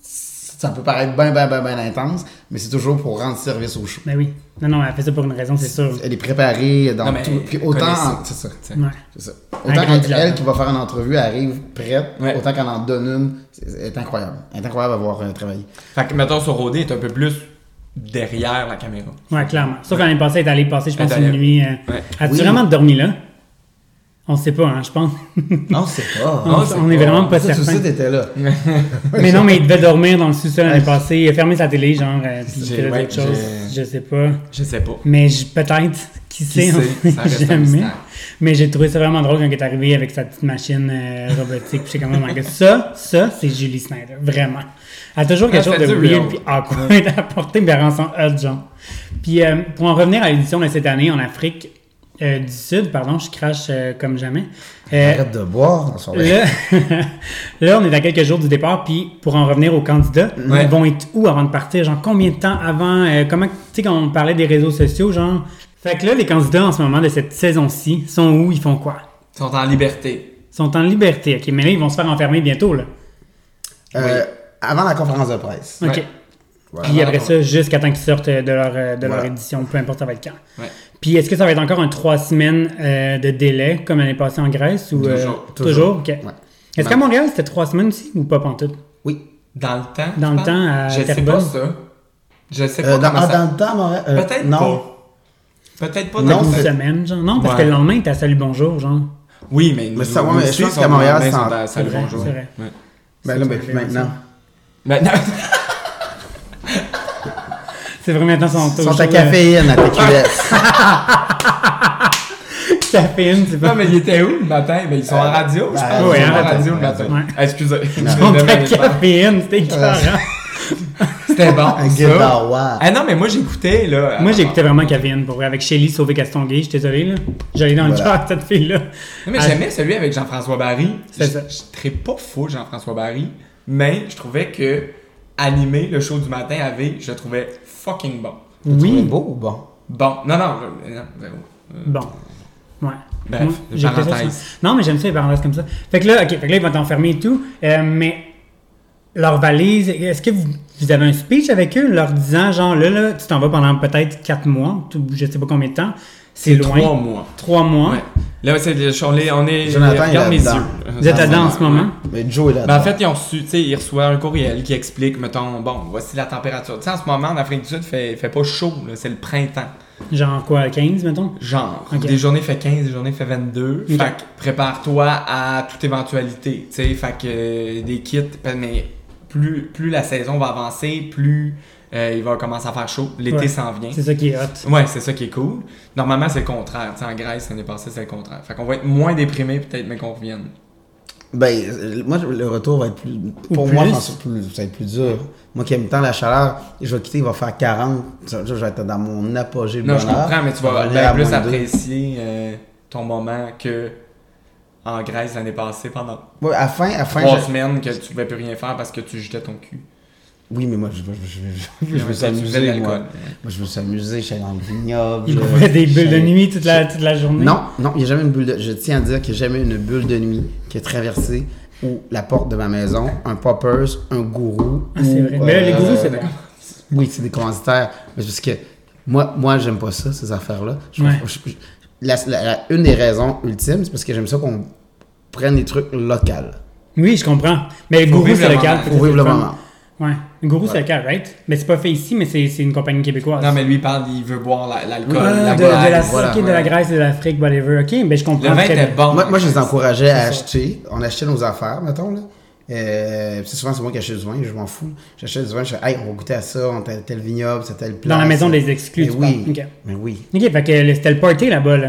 Speaker 2: ça peut paraître bien, bien, bien, bien intense, mais c'est toujours pour rendre service au show.
Speaker 1: Ben oui. Non, non, elle fait ça pour une raison, c'est sûr.
Speaker 2: Elle est préparée dans
Speaker 3: Non, mais
Speaker 2: tout. Puis
Speaker 3: elle connaît ça.
Speaker 2: autant. C'est ça.
Speaker 3: t'sais.
Speaker 1: Ouais.
Speaker 2: C'est ça. Autant
Speaker 1: grand
Speaker 2: qu'elle
Speaker 1: pilote.
Speaker 2: elle qui va faire une entrevue, elle arrive prête,
Speaker 3: Ouais.
Speaker 2: autant qu'elle en donne une, c'est- c'est- elle est incroyable. Elle est incroyable à voir euh, travailler.
Speaker 3: Fait que, mettons, sur Rodé, est un peu plus derrière la caméra.
Speaker 1: Ouais, clairement. Ça, quand elle est passée, elle est allée passer, je pense,
Speaker 3: Elle est
Speaker 1: une
Speaker 3: allée-
Speaker 1: nuit. euh,
Speaker 3: Ouais.
Speaker 1: As-tu
Speaker 2: Oui.
Speaker 1: vraiment dormi là? On sait pas, hein, je pense. [laughs]
Speaker 2: Non, c'est pas.
Speaker 1: on
Speaker 3: Ah, c'est
Speaker 1: on est
Speaker 3: pas-
Speaker 1: vraiment pas
Speaker 2: ça, tout ça,
Speaker 1: certain.
Speaker 2: t'étais là.
Speaker 1: Mais non, mais il devait dormir dans le sous-sol l'année passée. Il a fermé sa télé, genre, euh, puis il
Speaker 3: Ah, J'ai-
Speaker 1: faisait
Speaker 3: ouais,
Speaker 1: d'autres choses.
Speaker 3: j'ai-
Speaker 1: Je sais pas.
Speaker 3: Je sais pas.
Speaker 1: Mais j- peut-être, qui sait, on
Speaker 3: sait, ça reste un
Speaker 1: sait jamais.
Speaker 3: mystère.
Speaker 1: Mais j'ai trouvé ça vraiment drôle quand il est arrivé avec sa petite machine euh, robotique. Puis j'ai quand même remarqué, ça, ça, c'est Julie Snyder, vraiment. Elle a toujours quelque
Speaker 3: Ah,
Speaker 1: chose
Speaker 3: c'est
Speaker 1: de
Speaker 3: du
Speaker 1: weird
Speaker 3: real.
Speaker 1: puis awkward à porter, mais elle rend son hot, genre. Puis euh, pour en revenir à l'édition de cette année en Afrique euh, du Sud, pardon, je crache euh, comme jamais. Euh,
Speaker 2: Arrête de boire dans son
Speaker 3: Ah
Speaker 1: Là, [laughs] là, on est à quelques jours du départ, puis pour en revenir aux candidats,
Speaker 3: Ouais.
Speaker 1: ils vont être où avant de partir? Genre, combien de temps avant? euh, comment, tu sais, quand on parlait des réseaux sociaux, genre. Fait que là, les candidats en ce moment de cette saison-ci sont où? Ils font quoi?
Speaker 3: Ils sont en liberté.
Speaker 1: Ils sont en liberté, ok, mais là, ils vont se faire enfermer bientôt, là.
Speaker 2: Euh, Avant la conférence de presse.
Speaker 1: Ok.
Speaker 3: Ouais.
Speaker 2: Voilà.
Speaker 1: Puis
Speaker 3: Avant
Speaker 1: après ça,
Speaker 3: la
Speaker 1: jusqu'à temps qu'ils sortent euh, de leur, euh, de leur
Speaker 2: Voilà.
Speaker 1: édition, peu importe ça va être quand.
Speaker 3: Ouais.
Speaker 1: Puis est-ce que ça va être encore un trois semaines euh, de délai, comme l'année passée en Grèce? Ou, euh,
Speaker 3: Toujours, Ben,
Speaker 1: toujours.
Speaker 2: toujours.
Speaker 1: ok.
Speaker 2: Ouais.
Speaker 1: Est-ce qu'à Montréal, c'était trois semaines aussi ou pas pantoute?
Speaker 2: Oui.
Speaker 3: Dans le temps.
Speaker 1: Dans le
Speaker 3: tu parles?
Speaker 1: temps, à
Speaker 3: Je sais
Speaker 1: Terrebonne.
Speaker 3: pas ça. Je sais pas
Speaker 2: Euh, dans,
Speaker 3: comment
Speaker 2: ah,
Speaker 3: ça.
Speaker 2: dans le temps, Montréal. euh,
Speaker 3: Peut-être
Speaker 2: non.
Speaker 3: pas. Peut-être pas
Speaker 2: Non,
Speaker 3: dans
Speaker 1: une
Speaker 3: le
Speaker 2: c'est-
Speaker 3: temps.
Speaker 1: semaine, genre. Non, parce
Speaker 3: Ouais.
Speaker 1: que le lendemain, t'as salut bonjour, genre.
Speaker 3: Oui, mais.
Speaker 2: Mais ça, ouais, mais je pense qu'à Montréal, c'est en-
Speaker 3: ça
Speaker 1: c'est vrai,
Speaker 3: bonjour.
Speaker 1: c'est vrai.
Speaker 3: Ouais.
Speaker 2: Ben là,
Speaker 1: Ça,
Speaker 2: ben,
Speaker 1: ça
Speaker 2: puis
Speaker 1: fait
Speaker 2: maintenant.
Speaker 3: Maintenant.
Speaker 1: C'est vrai, maintenant, son
Speaker 2: Ils sont à
Speaker 3: [laughs]
Speaker 2: caféine, à
Speaker 3: Ah,
Speaker 2: TQS.
Speaker 1: Caféine, c'est
Speaker 3: [laughs] Non,
Speaker 1: pas.
Speaker 3: mais ils étaient où le matin? Ben, ils sont en radio, je
Speaker 2: ben,
Speaker 3: pense.
Speaker 1: ouais,
Speaker 3: ils
Speaker 1: en
Speaker 3: sont en
Speaker 1: radio,
Speaker 3: radio le
Speaker 2: en
Speaker 3: matin.
Speaker 1: radio.
Speaker 3: Ah, Excusez. [laughs] Je
Speaker 1: Ils
Speaker 3: devais
Speaker 1: sont à
Speaker 3: aller faire-
Speaker 1: caféine, c'était écœurant.
Speaker 3: C'était bon.
Speaker 2: Un
Speaker 3: ça.
Speaker 2: guitare, wow.
Speaker 3: Ah non, mais moi j'écoutais là. euh,
Speaker 1: Moi, j'écoutais vraiment caféine, pour vrai. Avec Shelly, Sauvé Castonguay, je suis désolé, là. J'allais dans le
Speaker 2: Voilà.
Speaker 1: chat, cette fille-là.
Speaker 3: Non, mais j'aimais celui avec Jean-François Barry.
Speaker 1: Ah. C'est
Speaker 3: Je
Speaker 1: ça.
Speaker 3: je traite pas faux Jean-François Barry, mais je trouvais que animer le show du matin avait, je trouvais fucking bon.
Speaker 2: C'est
Speaker 1: Oui,
Speaker 2: beau ou bon?
Speaker 3: Bon, non, non, je- non, zéro. Euh,
Speaker 1: Ah, bon. Ouais.
Speaker 3: Bref,
Speaker 1: Moi, j'ai écouté ça
Speaker 3: parenthèse.
Speaker 1: souvent. Non, mais j'aime ça, les parenthèses comme ça. Fait que là, OK, fait que là, ils vont t'enfermer et tout. euh, mais leur valise, est-ce que vous, vous avez un speech avec eux, leur disant, genre, là, là, tu t'en vas pendant peut-être quatre mois, tout- je sais pas combien de temps. C'est loin.
Speaker 3: Trois mois.
Speaker 1: Trois mois.
Speaker 3: Ouais. Là, c'est le Charlie, on est.
Speaker 2: Jonathan, il est
Speaker 3: regarde mes
Speaker 2: là-dedans.
Speaker 3: yeux.
Speaker 1: Vous êtes là-dedans en ce moment.
Speaker 2: Mais Joe est là.
Speaker 3: Ben, en fait, ils ont reçu, tu sais, ils reçoivent un courriel qui explique, mettons, bon, voici la température. Tu sais, en ce moment, en Afrique du Sud, fait, fait pas chaud, là, c'est le printemps.
Speaker 1: Genre quoi, 15, mettons?
Speaker 3: Genre,
Speaker 1: Ok.
Speaker 3: des journées fait 15, des journées fait 22.
Speaker 1: Ok.
Speaker 3: Fait que prépare-toi à toute éventualité. Tu sais, fait que euh, des kits, mais plus, plus la saison va avancer, plus euh, il va commencer à faire chaud. L'été
Speaker 1: Ouais.
Speaker 3: s'en vient.
Speaker 1: C'est ça qui est hot.
Speaker 3: Ouais, c'est ça qui est cool. Normalement, c'est le contraire. Tu sais, en Grèce, l'année passée, c'est le contraire. Fait qu'on va être moins déprimé, peut-être, mais qu'on revienne.
Speaker 2: Ben, euh, moi, le retour va être plus.
Speaker 1: Ou
Speaker 2: Pour moi,
Speaker 1: plus.
Speaker 2: je pense que c'est plus- ça va être plus dur. Moi qui aime tant la chaleur, je vais quitter, il va faire 40. Ça veut dire que Je vais être dans mon apogée de
Speaker 3: Non, je
Speaker 2: bonheur.
Speaker 3: comprends, mais tu
Speaker 2: Ça
Speaker 3: vas
Speaker 2: venir
Speaker 3: bien
Speaker 2: à
Speaker 3: plus
Speaker 2: moins deux.
Speaker 3: apprécier euh, ton moment que en Grèce l'année passée pendant
Speaker 2: Ouais, à la fin, à la fin.
Speaker 3: trois
Speaker 2: je-
Speaker 3: semaines que tu pouvais plus rien faire parce que tu jetais ton cul.
Speaker 2: Oui, mais moi, je, je- je- je- je
Speaker 3: Ouais,
Speaker 2: me suis
Speaker 3: tu faisais de
Speaker 2: amusé, moi.
Speaker 3: l'alcool.
Speaker 2: Moi, je me suis amusé, j'étais dans le vignoble.
Speaker 1: Il
Speaker 2: je-
Speaker 1: fait des bulles de
Speaker 2: j'allais-
Speaker 1: nuit toute la, toute la journée.
Speaker 2: Non, non, il n'y a jamais une bulle de... Je tiens à dire qu'il n'y a jamais une bulle de nuit qui a traversé ou la porte de ma maison, un poppers, un gourou.
Speaker 1: Ah, c'est
Speaker 2: ou,
Speaker 1: vrai. Mais là, les
Speaker 2: euh,
Speaker 1: gourous, c'est bon.
Speaker 2: Oui, c'est des commanditaires. Mais c'est parce que moi, moi j'aime pas ça, ces affaires-là. Je-
Speaker 1: Ouais.
Speaker 2: je- je- la- la- la- une des raisons ultimes, c'est parce que j'aime ça qu'on prenne des trucs locaux.
Speaker 1: Oui, je comprends. Mais le
Speaker 3: Faut
Speaker 1: gourou,
Speaker 3: vivre
Speaker 1: c'est
Speaker 3: le
Speaker 1: local.
Speaker 3: moment.
Speaker 1: fait que
Speaker 2: Faut
Speaker 1: c'est
Speaker 2: vivre le
Speaker 1: fun.
Speaker 2: moment.
Speaker 1: Ouais. Le gourou, c'est local, right? Mais c'est pas fait ici, mais c'est c'est une compagnie québécoise.
Speaker 3: Non, mais lui, il parle, il veut boire la- l'alcool.
Speaker 1: Ah,
Speaker 3: la
Speaker 1: de,
Speaker 3: boire,
Speaker 1: de la,
Speaker 2: voilà,
Speaker 1: ok, de
Speaker 3: ouais.
Speaker 1: la Grèce, de l'Afrique, whatever. Ok, ben je comprends.
Speaker 3: Le vin
Speaker 1: très
Speaker 3: était
Speaker 1: bien.
Speaker 3: bon.
Speaker 2: Moi, moi, je les
Speaker 3: en
Speaker 2: encourageais à
Speaker 1: ça.
Speaker 2: acheter. On achetait nos affaires, mettons. Là. Euh, puis souvent, c'est moi qui achète du vin, je m'en fous. J'achetais du vin, je disais, hey, on va goûter à ça, on tel, tel vignoble, c'est tel place.
Speaker 1: Dans la maison des exclus,
Speaker 2: Mais
Speaker 1: tu
Speaker 2: oui.
Speaker 1: parles. Ok.
Speaker 2: Mais oui.
Speaker 1: Ok, fait que le- c'était le party là-bas, là.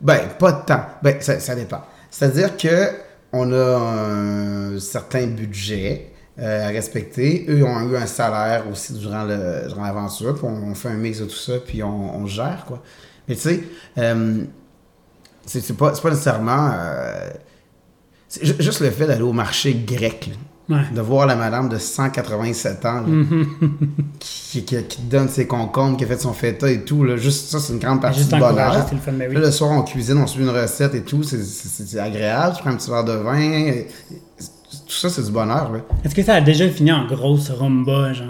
Speaker 2: Ben, pas de temps. Ben, ça, ça dépend. C'est-à-dire que on a un certain budget euh, à respecter. Eux ont eu un salaire aussi durant le durant l'aventure. Puis on, on fait un mix de tout ça, puis on, on gère, quoi. Mais tu sais, euh, c'est c'est pas, c'est pas nécessairement. euh, c'est ju- juste le fait d'aller au marché grec. là.
Speaker 1: Ouais.
Speaker 2: de voir la madame de 187 ans là,
Speaker 1: [laughs]
Speaker 2: qui, qui- qui donne ses concombres, qui a fait son feta et tout. là. Juste ça, c'est une grande partie
Speaker 1: Juste
Speaker 2: du
Speaker 1: encourager,
Speaker 2: bonheur.
Speaker 1: c'est le fun, mais oui.
Speaker 2: Là, le soir, on cuisine, on suit une recette et tout. C'est- C'est c'est- c'est agréable. Tu prends un petit verre de vin. et- Tout ça, c'est du bonheur. là.
Speaker 1: Est-ce que ça a déjà fini en grosse rumba, genre?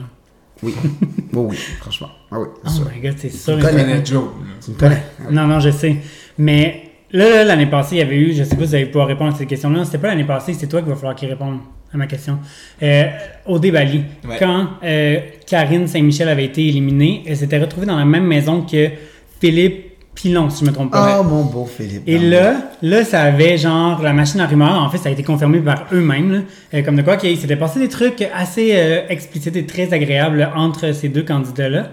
Speaker 2: Oui. oui, oui, franchement. Ah oui, c'est
Speaker 1: Oh
Speaker 2: sûr.
Speaker 1: my god, c'est sûr.
Speaker 2: connais-
Speaker 3: connais Joe. là.
Speaker 2: Tu me connais.
Speaker 1: Non, non, je sais. Mais là, là, l'année passée, il y avait eu, je sais pas si vous allez pouvoir répondre à cette question-là. C'était pas l'année passée, c'est toi qui va falloir qu'il réponde à ma question. Euh, au Débali,
Speaker 3: Ouais.
Speaker 1: quand euh, Karine Saint-Michel avait été éliminée, elle s'était retrouvée dans la même maison que Philippe Pilon, si je me trompe pas.
Speaker 2: Ah, mon beau Philippe.
Speaker 1: Et là, là, ça avait genre la machine à rumeurs. En fait, ça a été confirmé par eux-mêmes. là. Euh, comme de quoi, qu'il s'était passé des trucs assez euh, explicites et très agréables entre ces deux candidats-là.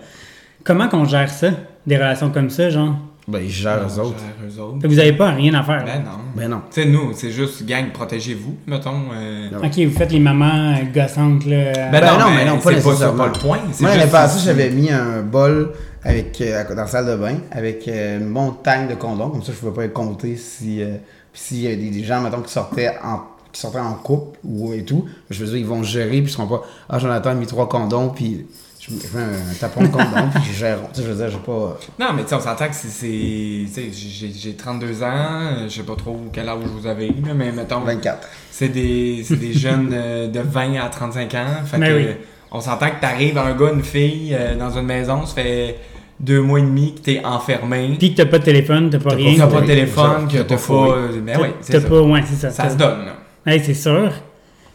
Speaker 1: Comment qu'on gère ça, des relations comme ça, genre
Speaker 2: Ben, ils gèrent eux
Speaker 3: Non,
Speaker 2: autres.
Speaker 3: gère eux autres.
Speaker 1: Vous n'avez pas rien à faire. là.
Speaker 3: Ben non.
Speaker 2: Ben non.
Speaker 3: Tu sais, nous, c'est juste gang, protégez-vous, mettons. euh,
Speaker 2: Non.
Speaker 1: Ok, vous faites les mamans euh, gossantes, là.
Speaker 3: Ben- non, mais c'est pas ça,
Speaker 2: nécessairement.
Speaker 3: pas le point, c'est
Speaker 2: Moi, l'année
Speaker 3: juste
Speaker 2: passée,
Speaker 3: ici.
Speaker 2: j'avais mis un bol avec, euh, à- dans la salle de bain avec euh, une montagne de condoms. Comme ça, je ne pouvais pas compter si, euh, puis s'il y a des, des gens, mettons, qui sortaient en qui sortaient en couple ou et tout, je veux dire, ils vont gérer, puis ils seront pas « Ah, Jonathan a mis trois condoms, puis je me fais un, tapon de condoms, [laughs] puis ils géreront. » Tu sais, je veux dire, j'ai pas...
Speaker 3: Non, mais tu sais, on s'entend que c'est. c'est- Tu sais, j'ai- j'ai 32 ans, euh, je sais pas trop quel âge vous avez, là, mais mettons.
Speaker 2: 24.
Speaker 3: C'est des,
Speaker 1: [laughs]
Speaker 3: c'est des jeunes euh, de 20 à 35 ans. Fait
Speaker 1: Mais
Speaker 3: que,
Speaker 1: Ben oui.
Speaker 3: euh, On s'entend que t'arrives un gars, une fille, euh, dans une maison, ça fait deux mois et demi que t'es enfermé.
Speaker 1: Puis que t'as pas de téléphone, t'as pas
Speaker 2: T'as
Speaker 1: rien.
Speaker 3: T'as pas de
Speaker 2: fourré,
Speaker 3: téléphone,
Speaker 2: ça,
Speaker 3: que
Speaker 2: t'as
Speaker 3: t'as
Speaker 2: pas fourré.
Speaker 3: pas. Mais oui,
Speaker 1: T'as
Speaker 3: c'est ça.
Speaker 1: pas, ouais, c'est ça.
Speaker 3: Ça se donne, là.
Speaker 1: Ouais, c'est sûr.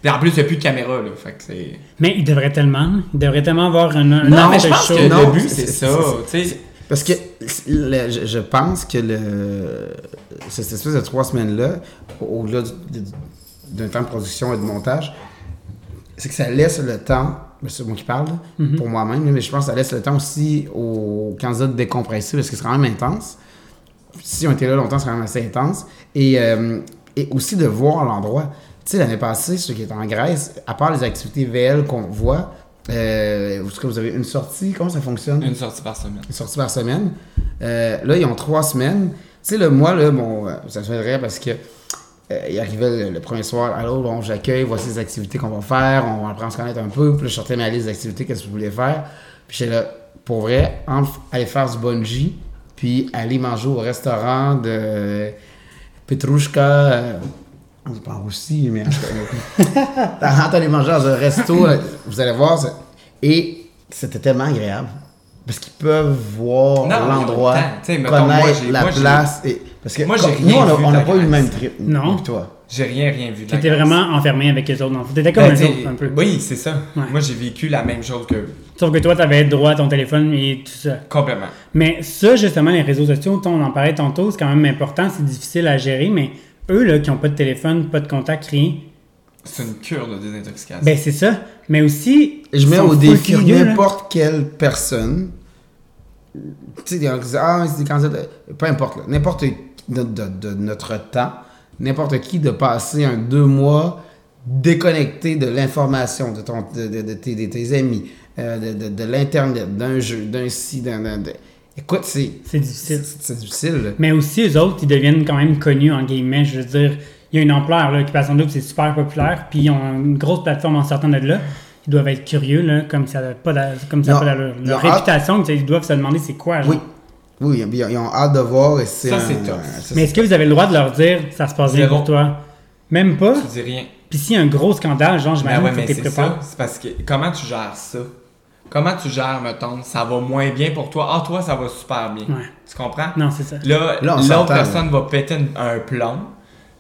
Speaker 3: Puis en plus, y a plus de caméra, là. Fait que c'est.
Speaker 1: Mais il devrait tellement, il devrait tellement avoir un, un
Speaker 2: Non,
Speaker 1: after
Speaker 3: mais je pense
Speaker 1: show.
Speaker 3: que
Speaker 2: Non,
Speaker 3: le but,
Speaker 2: c'est-
Speaker 3: c'est
Speaker 2: c'est-
Speaker 3: ça.
Speaker 2: c'est-
Speaker 3: tu sais.
Speaker 2: Parce que le- je, je pense que le, cette espèce de trois semaines-là, au- au-delà du- du- d'un temps de production et de montage, c'est que ça laisse le temps, ben, c'est moi qui parle, là, pour moi-même, mais je pense que ça laisse le temps aussi aux candidats de décompresser parce que c'est quand même intense. Si on était là longtemps, c'est quand même assez intense. Et, euh, et aussi de voir l'endroit. Tu sais, l'année passée, ceux qui étaient en Grèce, à part les activités VL qu'on voit, euh, est-ce que vous avez une sortie? Comment ça fonctionne?
Speaker 3: Une sortie par semaine.
Speaker 2: une sortie par semaine. Euh, là, ils ont trois semaines. Tu sais, le mois, là, bon, euh, ça me fait rire parce que euh, il arrivait le, le premier soir, allô, bon, j'accueille, voici les activités qu'on va faire, on apprend à se connaître un peu. Puis là, je sortais ma liste d'activités, qu'est-ce que je voulais faire. Puis j'étais là, pour vrai, entre aller faire du bungee, puis aller manger au restaurant de Petrushka. euh, on se parle aussi, mais [laughs] en tout cas, quand t'allais manger dans un resto, là, vous allez voir, c'est- et c'était tellement agréable. Parce qu'ils peuvent voir
Speaker 3: Non, ils ont
Speaker 2: l'endroit,
Speaker 3: le temps. Tu sais, mettons,
Speaker 2: connaître
Speaker 3: moi, j'ai-
Speaker 2: la
Speaker 3: moi, j'ai-
Speaker 2: place. Et... Parce que
Speaker 3: Moi,
Speaker 2: quand-
Speaker 3: j'ai
Speaker 2: nous,
Speaker 3: rien
Speaker 2: on a-
Speaker 3: vu
Speaker 2: on
Speaker 3: de
Speaker 2: n'a
Speaker 3: la
Speaker 2: pas eu le
Speaker 3: Grèce.
Speaker 2: même trip.
Speaker 1: Non.
Speaker 2: que toi.
Speaker 3: J'ai rien, rien vu de la
Speaker 1: T'étais
Speaker 3: Grèce.
Speaker 1: vraiment enfermé avec eux autres. dans le fond. T'étais comme
Speaker 3: Ben,
Speaker 1: eux
Speaker 3: t'sais,
Speaker 1: autres, un peu.
Speaker 3: Oui, c'est ça.
Speaker 1: Ouais.
Speaker 3: Moi, j'ai vécu la même chose que eux.
Speaker 1: Sauf que toi, t'avais droit à ton téléphone et tout ça.
Speaker 3: Complètement.
Speaker 1: Mais ça, justement, les réseaux sociaux, on en parlait tantôt, c'est quand même important, c'est difficile à gérer, mais eux, là, qui n'ont pas de téléphone, pas de contact, rien,
Speaker 3: C'est une cure de désintoxication.
Speaker 1: ben c'est ça. Mais aussi,
Speaker 2: Je
Speaker 1: ils
Speaker 2: mets
Speaker 1: sont hein.
Speaker 2: au
Speaker 1: full
Speaker 2: défi
Speaker 1: curieux, là.
Speaker 2: n'importe quelle personne. Tu sais, des gens qui disent, ah, c'est des candidats. Peu importe, là, n'importe de, de- de notre temps, n'importe qui de passer un deux mois déconnecté de l'information, de, ton- de, de- de tes, de tes amis, euh, de, de- de l'Internet, d'un jeu, d'un ci, d'un. d'un- d'un- Écoute, c'est.
Speaker 1: C'est difficile.
Speaker 2: c'est- C'est difficile. là.
Speaker 1: Mais aussi, eux autres, ils deviennent quand même connus, en guillemets. Je veux dire, il y a une ampleur, là, qui passe en double, c'est super populaire, puis ils ont une grosse plateforme en sortant de là. Ils doivent être curieux, là, comme ça n'a pas d'a- comme ça a
Speaker 2: Non.
Speaker 1: pas d'allure. Leur
Speaker 2: Ils ont
Speaker 1: réputation, tu sais, ils doivent se demander c'est quoi, genre.
Speaker 2: Oui. Oui, ils ont- ils ont, ils ont hâte de voir et c'est.
Speaker 3: Ça,
Speaker 2: un-
Speaker 3: c'est tough.
Speaker 2: un- ça,
Speaker 1: Mais est-ce que vous avez le droit de leur dire ça se passe bien
Speaker 3: Zéro.
Speaker 1: pour toi? Même pas?
Speaker 3: Tu dis rien.
Speaker 1: Puis s'il y a un gros scandale, genre,
Speaker 3: Ben
Speaker 1: j'imagine
Speaker 3: ouais,
Speaker 1: que
Speaker 3: mais
Speaker 1: t'es
Speaker 3: c'est ça.
Speaker 1: préparé.
Speaker 3: C'est parce que comment tu gères ça? Comment tu gères, mettons, ça va moins bien pour toi? Ah, toi, ça va super bien.
Speaker 1: Ouais.
Speaker 3: Tu comprends?
Speaker 1: Non, c'est ça.
Speaker 3: Là,
Speaker 2: Là, on
Speaker 3: l'autre
Speaker 2: s'entend,
Speaker 3: personne va péter une- un plomb.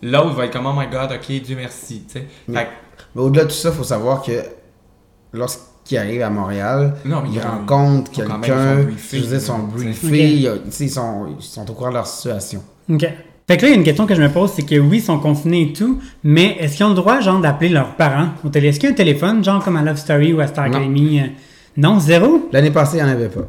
Speaker 3: L'autre va être comme, oh my god, ok, Dieu merci. tu sais. Fait que-
Speaker 2: Mais au-delà de tout ça, il faut savoir que lorsqu'ils arrivent à Montréal,
Speaker 3: Non, mais
Speaker 2: ils
Speaker 3: ils ont-
Speaker 2: rencontrent
Speaker 3: ils ont quand même-
Speaker 2: quelqu'un,
Speaker 3: ils sont briefés,
Speaker 2: je veux dire, ils sont
Speaker 3: là, tu sais.
Speaker 2: briefés,
Speaker 1: Ok.
Speaker 2: ils, tu sais, ils sont, ils sont au courant de leur situation.
Speaker 1: OK. Fait que là, il y a une question que je me pose, c'est que oui, ils sont confinés et tout, mais est-ce qu'ils ont le droit, genre, d'appeler leurs parents au télé? Est-ce qu'il y a un téléphone, genre, comme à Love Story ou à Star
Speaker 2: Non.
Speaker 1: Academy? euh, Non, zéro?
Speaker 2: L'année passée, il n'y en avait pas.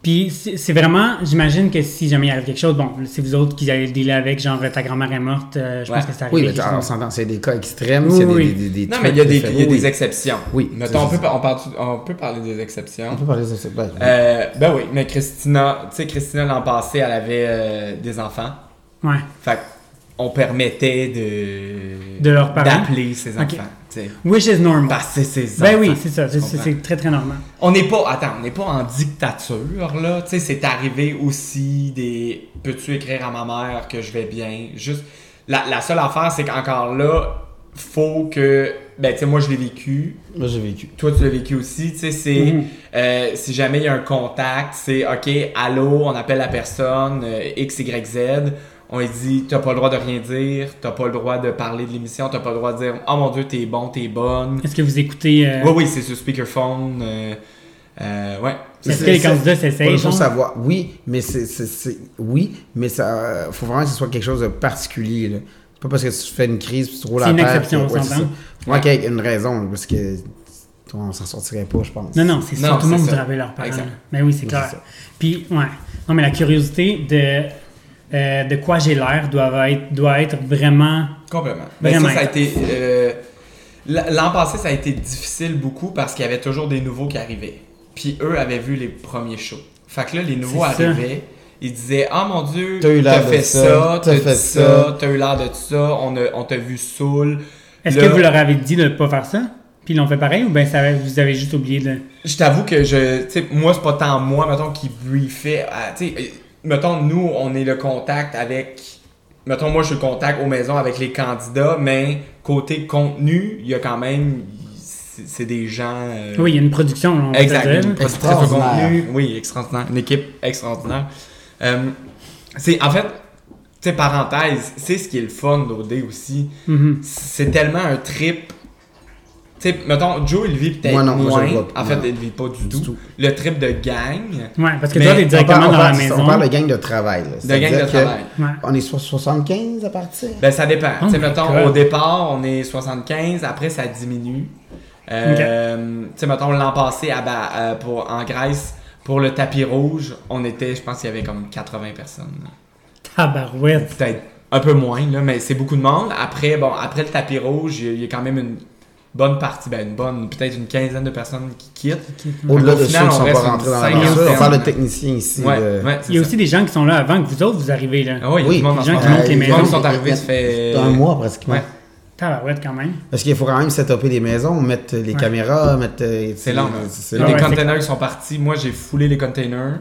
Speaker 1: Puis c'est c'est vraiment, j'imagine que si jamais il arrive quelque chose, bon, c'est vous autres qui allez le dealer avec, genre, ta grand-mère est morte, euh, je
Speaker 3: Ouais.
Speaker 1: pense que c'est
Speaker 2: Oui,
Speaker 1: arrivé.
Speaker 2: mais alors, on s'entend, c'est des cas extrêmes,
Speaker 1: Oui,
Speaker 2: c'est des,
Speaker 1: oui.
Speaker 2: des- des- des
Speaker 3: Non,
Speaker 2: trucs
Speaker 3: mais il y a des,
Speaker 2: différents.
Speaker 3: il y a des
Speaker 2: Oui.
Speaker 3: exceptions.
Speaker 2: Oui,
Speaker 3: Mettons, on
Speaker 2: c'est
Speaker 3: peut, on, parle- on peut parler des exceptions.
Speaker 2: On peut parler de ça. ben, oui.
Speaker 3: Euh, ben oui, mais Christina, tu sais, Christina l'an passé, elle avait euh, des enfants.
Speaker 1: Ouais.
Speaker 3: Fait qu'on permettait de.
Speaker 1: De leurs parents?
Speaker 3: D'appeler ses
Speaker 1: Ok.
Speaker 3: enfants. tu sais.
Speaker 1: Which is normal.
Speaker 3: Parce que Bah, c'est ses
Speaker 1: ben oui,
Speaker 3: enfants,
Speaker 1: c'est ça.
Speaker 3: tu
Speaker 1: C'est- C'est
Speaker 3: comprends?
Speaker 1: c'est très, très normal.
Speaker 3: On n'est pas, attends, on n'est pas en dictature, là. Tu sais, c'est arrivé aussi des peux-tu écrire à ma mère que je vais bien? Juste, la, la seule affaire, c'est qu'encore là, faut que, ben, tu sais, moi, je l'ai vécu.
Speaker 2: Moi, j'ai vécu.
Speaker 3: Toi, tu l'as vécu aussi. Tu sais, c'est,
Speaker 1: Mhm.
Speaker 3: euh, si jamais il y a un contact, c'est, OK, allô, on appelle la personne, euh, X, Y, Z. On lui dit, t'as pas le droit de rien dire, t'as pas le droit de parler de l'émission, t'as pas le droit de dire, oh mon dieu, t'es bon, t'es bonne.
Speaker 1: Est-ce que vous écoutez. euh,
Speaker 3: Oui, oui, c'est sur speakerphone. Euh, euh, ouais.
Speaker 1: Est-ce
Speaker 2: C'est-
Speaker 1: que les
Speaker 2: c'est-
Speaker 1: candidats
Speaker 2: Pour,
Speaker 1: s'essayent?
Speaker 2: pour
Speaker 1: genre?
Speaker 2: savoir, oui, mais c'est, c'est- c'est- oui, mais ça, euh, faut vraiment que ce soit quelque chose de particulier. là. Pas parce que tu fais une crise, puis tu roules
Speaker 1: C'est
Speaker 2: la
Speaker 1: une
Speaker 2: terre,
Speaker 1: exception,
Speaker 2: puis- ouais,
Speaker 1: on
Speaker 2: c'est
Speaker 1: s'entend.
Speaker 2: ça. Faut vraiment qu'il y ait une raison, parce que on s'en sortirait pas, je pense.
Speaker 1: Non, non, c'est ça.
Speaker 3: Non,
Speaker 1: Tout le
Speaker 3: c'est
Speaker 1: monde
Speaker 3: ça.
Speaker 1: voudrait appeler leurs parents.
Speaker 3: Exact.
Speaker 1: Mais Ben oui, c'est clair.
Speaker 2: c'est ça.
Speaker 1: Puis, ouais. Non, mais la curiosité de, euh, de quoi j'ai l'air doit être, doit être vraiment.
Speaker 3: Complètement. Mais
Speaker 1: Vraiment.
Speaker 3: ça, ça a été. euh, l- L'an passé, ça a été difficile beaucoup parce qu'il y avait toujours des nouveaux qui arrivaient. Puis eux avaient vu les premiers shows. Fait que là, les nouveaux
Speaker 1: C'est ça.
Speaker 3: arrivaient. Ils disaient Ah mon Dieu,
Speaker 2: T'as eu
Speaker 3: t'as
Speaker 2: l'air de
Speaker 3: fait
Speaker 2: ça,
Speaker 3: ça,
Speaker 2: t'as
Speaker 3: t'as
Speaker 2: fait
Speaker 3: dit ça,
Speaker 2: ça.
Speaker 3: t'as eu l'air de ça, on a- on t'a vu saoul.
Speaker 1: Est-ce
Speaker 3: Là-
Speaker 1: que vous leur avez dit de ne pas faire ça? Puis ils l'ont fait pareil ou bien ça, vous avez juste oublié de.
Speaker 3: Je t'avoue que je. Tu sais, moi, c'est pas tant moi, mettons, qui briefait. à- Tu sais, euh, mettons, nous, on est le contact avec. Mettons, moi, je suis le contact aux maisons avec les candidats, mais côté contenu, il y a quand même. C'est c'est des gens. euh,
Speaker 1: Oui, il y a une production. là, on va
Speaker 3: Exact.
Speaker 1: dire.
Speaker 3: Une productrice de contenu. Oui, extraordinaire. Une équipe extraordinaire. Euh, c'est en fait, tu sais, parenthèse, c'est ce qui est le fun d'OD aussi.
Speaker 1: Mhm.
Speaker 3: C'est tellement un trip. Tu sais, mettons, Joe, il le vit peut-être
Speaker 2: Moi, non, moi, je
Speaker 3: moins.
Speaker 2: le vois pas.
Speaker 3: en fait,
Speaker 2: Non.
Speaker 3: il le vit pas du,
Speaker 2: Du
Speaker 3: tout.
Speaker 2: tout.
Speaker 3: Le trip de gang.
Speaker 1: Ouais, parce que
Speaker 3: Mais
Speaker 1: toi, t'es
Speaker 3: on
Speaker 1: directement
Speaker 2: on
Speaker 1: dans
Speaker 2: parle,
Speaker 1: la maison.
Speaker 2: On parle de gang de travail. là.
Speaker 3: De gang
Speaker 2: C'est-à-dire
Speaker 3: de
Speaker 2: que
Speaker 3: travail.
Speaker 1: Ouais.
Speaker 2: On est sur 75 à partir.
Speaker 3: Ben, ça dépend.
Speaker 1: Oh
Speaker 3: tu sais,
Speaker 1: my
Speaker 3: mettons,
Speaker 1: God.
Speaker 3: au départ, on est 75, après, ça diminue. Euh, Tu sais, mettons, l'an passé, à Ba- euh, pour, en Grèce, pour le tapis rouge, on était, je pense qu'il y avait comme 80 personnes.
Speaker 1: Tabarouette.
Speaker 3: peut-être un peu moins, là, mais c'est beaucoup de monde. Après, bon, après le tapis rouge, il y a- il y, a quand même une bonne partie, ben une bonne, peut-être une quinzaine de personnes qui quittent.
Speaker 2: Au-delà
Speaker 3: Ben, Au
Speaker 2: de
Speaker 3: final,
Speaker 2: ceux qui
Speaker 3: on
Speaker 2: sont
Speaker 3: reste
Speaker 2: pas rentrés dans la
Speaker 3: une
Speaker 2: mesure, on parle
Speaker 3: cinquantaine.
Speaker 2: de techniciens ici. là.
Speaker 3: Ouais, ouais,
Speaker 1: Il y a
Speaker 3: c'est ça.
Speaker 1: aussi des gens qui sont là avant que vous autres vous arrivez là.
Speaker 3: Ah oui, il y a
Speaker 2: Oui,
Speaker 3: du monde en
Speaker 1: des
Speaker 3: ce
Speaker 1: gens qui
Speaker 3: moment.
Speaker 1: montent les
Speaker 3: Les gens
Speaker 1: maisons.
Speaker 3: qui sont arrivés, ça fait.
Speaker 2: Dans un mois, pratiquement.
Speaker 3: Ouais.
Speaker 1: Tabarouette quand même.
Speaker 2: Parce qu'il faut quand même setuper les maisons, mettre les
Speaker 1: Ouais.
Speaker 2: caméras, mettre. euh,
Speaker 3: C'est lent.
Speaker 2: euh,
Speaker 3: hein.
Speaker 2: C'est
Speaker 1: Ah
Speaker 3: Les
Speaker 2: lent.
Speaker 1: ouais, c'est
Speaker 3: containers qui sont partis. Moi, j'ai foulé les containers.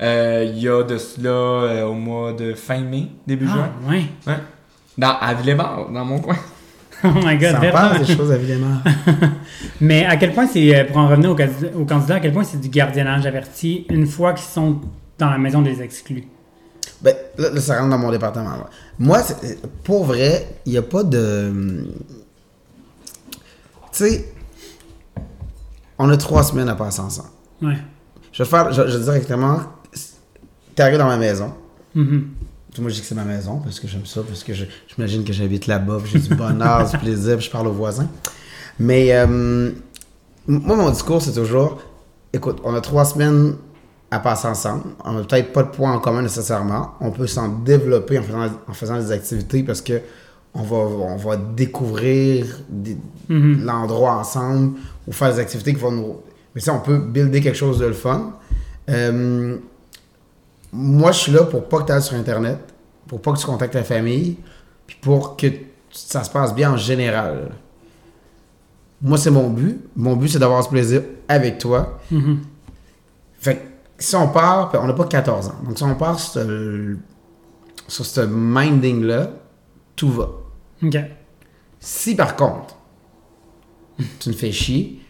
Speaker 3: Euh, Il y a de cela euh, au mois de fin mai, début
Speaker 1: Ah,
Speaker 3: juin.
Speaker 1: ouais. [laughs]
Speaker 3: Ouais. Dans, à Villemort, dans mon coin.
Speaker 1: Oh my god,
Speaker 2: Ça en
Speaker 1: vraiment.
Speaker 2: parle des choses,
Speaker 1: [laughs]
Speaker 2: évidemment.
Speaker 1: Mais à quel point c'est, euh, pour en revenir aux candidats, aux candidats, à quel point c'est du gardiennage averti une fois qu'ils sont dans la maison des exclus?
Speaker 2: Ben, là, là, ça rentre dans mon département. là. Moi, c'est- pour vrai, il n'y a pas de. Tu sais, on a trois semaines à passer ensemble.
Speaker 1: Ouais.
Speaker 2: Je vais faire, je, je vais dire directement, t'arrives dans ma maison.
Speaker 1: Mhm.
Speaker 2: Puis Moi, je dis que c'est ma maison parce que j'aime ça, parce que je- j'imagine que j'habite là-bas, puis j'ai du bonheur, du plaisir, puis je parle aux voisins. Mais euh, m- moi, mon discours, c'est toujours écoute, on a trois semaines à passer ensemble. On n'a peut-être pas de points en commun nécessairement. On peut s'en développer en faisant, en faisant des activités parce que on va, on va découvrir des-
Speaker 1: Mhm.
Speaker 2: l'endroit ensemble ou faire des activités qui vont nous. Mais ça, on peut builder quelque chose de le fun. Euh, moi, je suis là pour pas que tu ailles sur Internet, pour pas que tu contactes ta famille, puis pour que t- ça se passe bien en général. Moi, c'est mon but. Mon but, c'est d'avoir ce plaisir avec toi.
Speaker 1: Mhm.
Speaker 2: Fait que si on part, puis on n'a pas 14 ans. Donc, si on part sur, ce- sur ce minding-là, tout va.
Speaker 1: OK.
Speaker 2: Si par contre, tu me fais chier,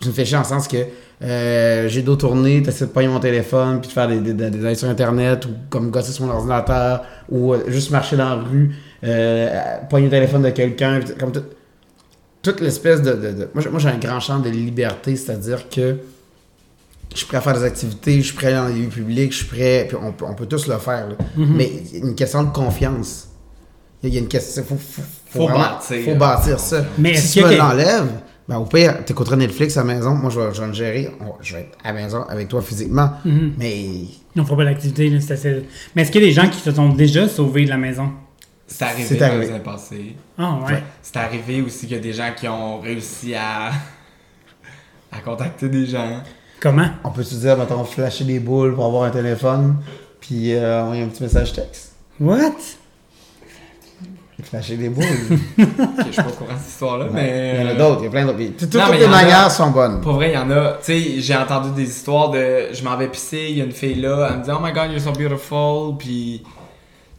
Speaker 2: tu me fais chier en le sens que euh, j'ai dos tourné, t'essaies de pogner mon téléphone, puis de faire des, des, des- des lives sur Internet, ou comme gosser sur mon ordinateur, ou euh, juste marcher dans la rue, euh, pogner le téléphone de quelqu'un, puis comme tout- toute l'espèce de... de- de- Moi, j'ai- moi, j'ai un grand champ de liberté, c'est-à-dire que je suis prêt à faire des activités, je suis prêt à aller dans les lieux publics, je suis prêt... Puis on, peut- on peut tous le faire, là. mais il y a une question de confiance. Il y a une question... Faut, faut, faut
Speaker 3: Faut
Speaker 2: vraiment-
Speaker 3: bâtir.
Speaker 2: Faut bâtir ça.
Speaker 1: Mais est-ce
Speaker 2: si tu
Speaker 1: que-
Speaker 2: me l'enlèves, ben au pire, t'écouteras Netflix à la maison. Moi, je vais, je vais le gérer. On- je vais être à la maison avec toi physiquement.
Speaker 1: Mhm.
Speaker 2: Mais
Speaker 1: On fera pas d'activité, là, c'est assez- Mais est-ce qu'il y a des gens qui se sont déjà sauvés de la maison?
Speaker 3: C'est arrivé
Speaker 2: C'est
Speaker 3: dans
Speaker 2: arrivé.
Speaker 3: les années passées.
Speaker 1: Ah, ouais.
Speaker 2: Ouais.
Speaker 3: C'est arrivé aussi qu'il y a des gens qui ont réussi à, à contacter des gens.
Speaker 1: Comment?
Speaker 2: on peut se dire, mettons, flasher des boules pour avoir un téléphone, puis euh, envoyer un petit message texte.
Speaker 1: What?
Speaker 2: Flasher des
Speaker 3: [laughs]
Speaker 2: boules. Ben,
Speaker 3: Ok, je suis pas au courant de cette histoire-là, mais.
Speaker 2: Il y en a
Speaker 3: euh,
Speaker 2: d'autres, il y a plein d'autres. Puis tout-
Speaker 3: Non, mais
Speaker 2: Toutes
Speaker 3: il y
Speaker 2: les
Speaker 3: en a-
Speaker 2: manières sont bonnes.
Speaker 3: Pour vrai, il y en a. Tu sais, j'ai entendu des histoires de. Je m'en vais pisser, il y a une fille là, elle me dit Oh my god, you're so beautiful. Puis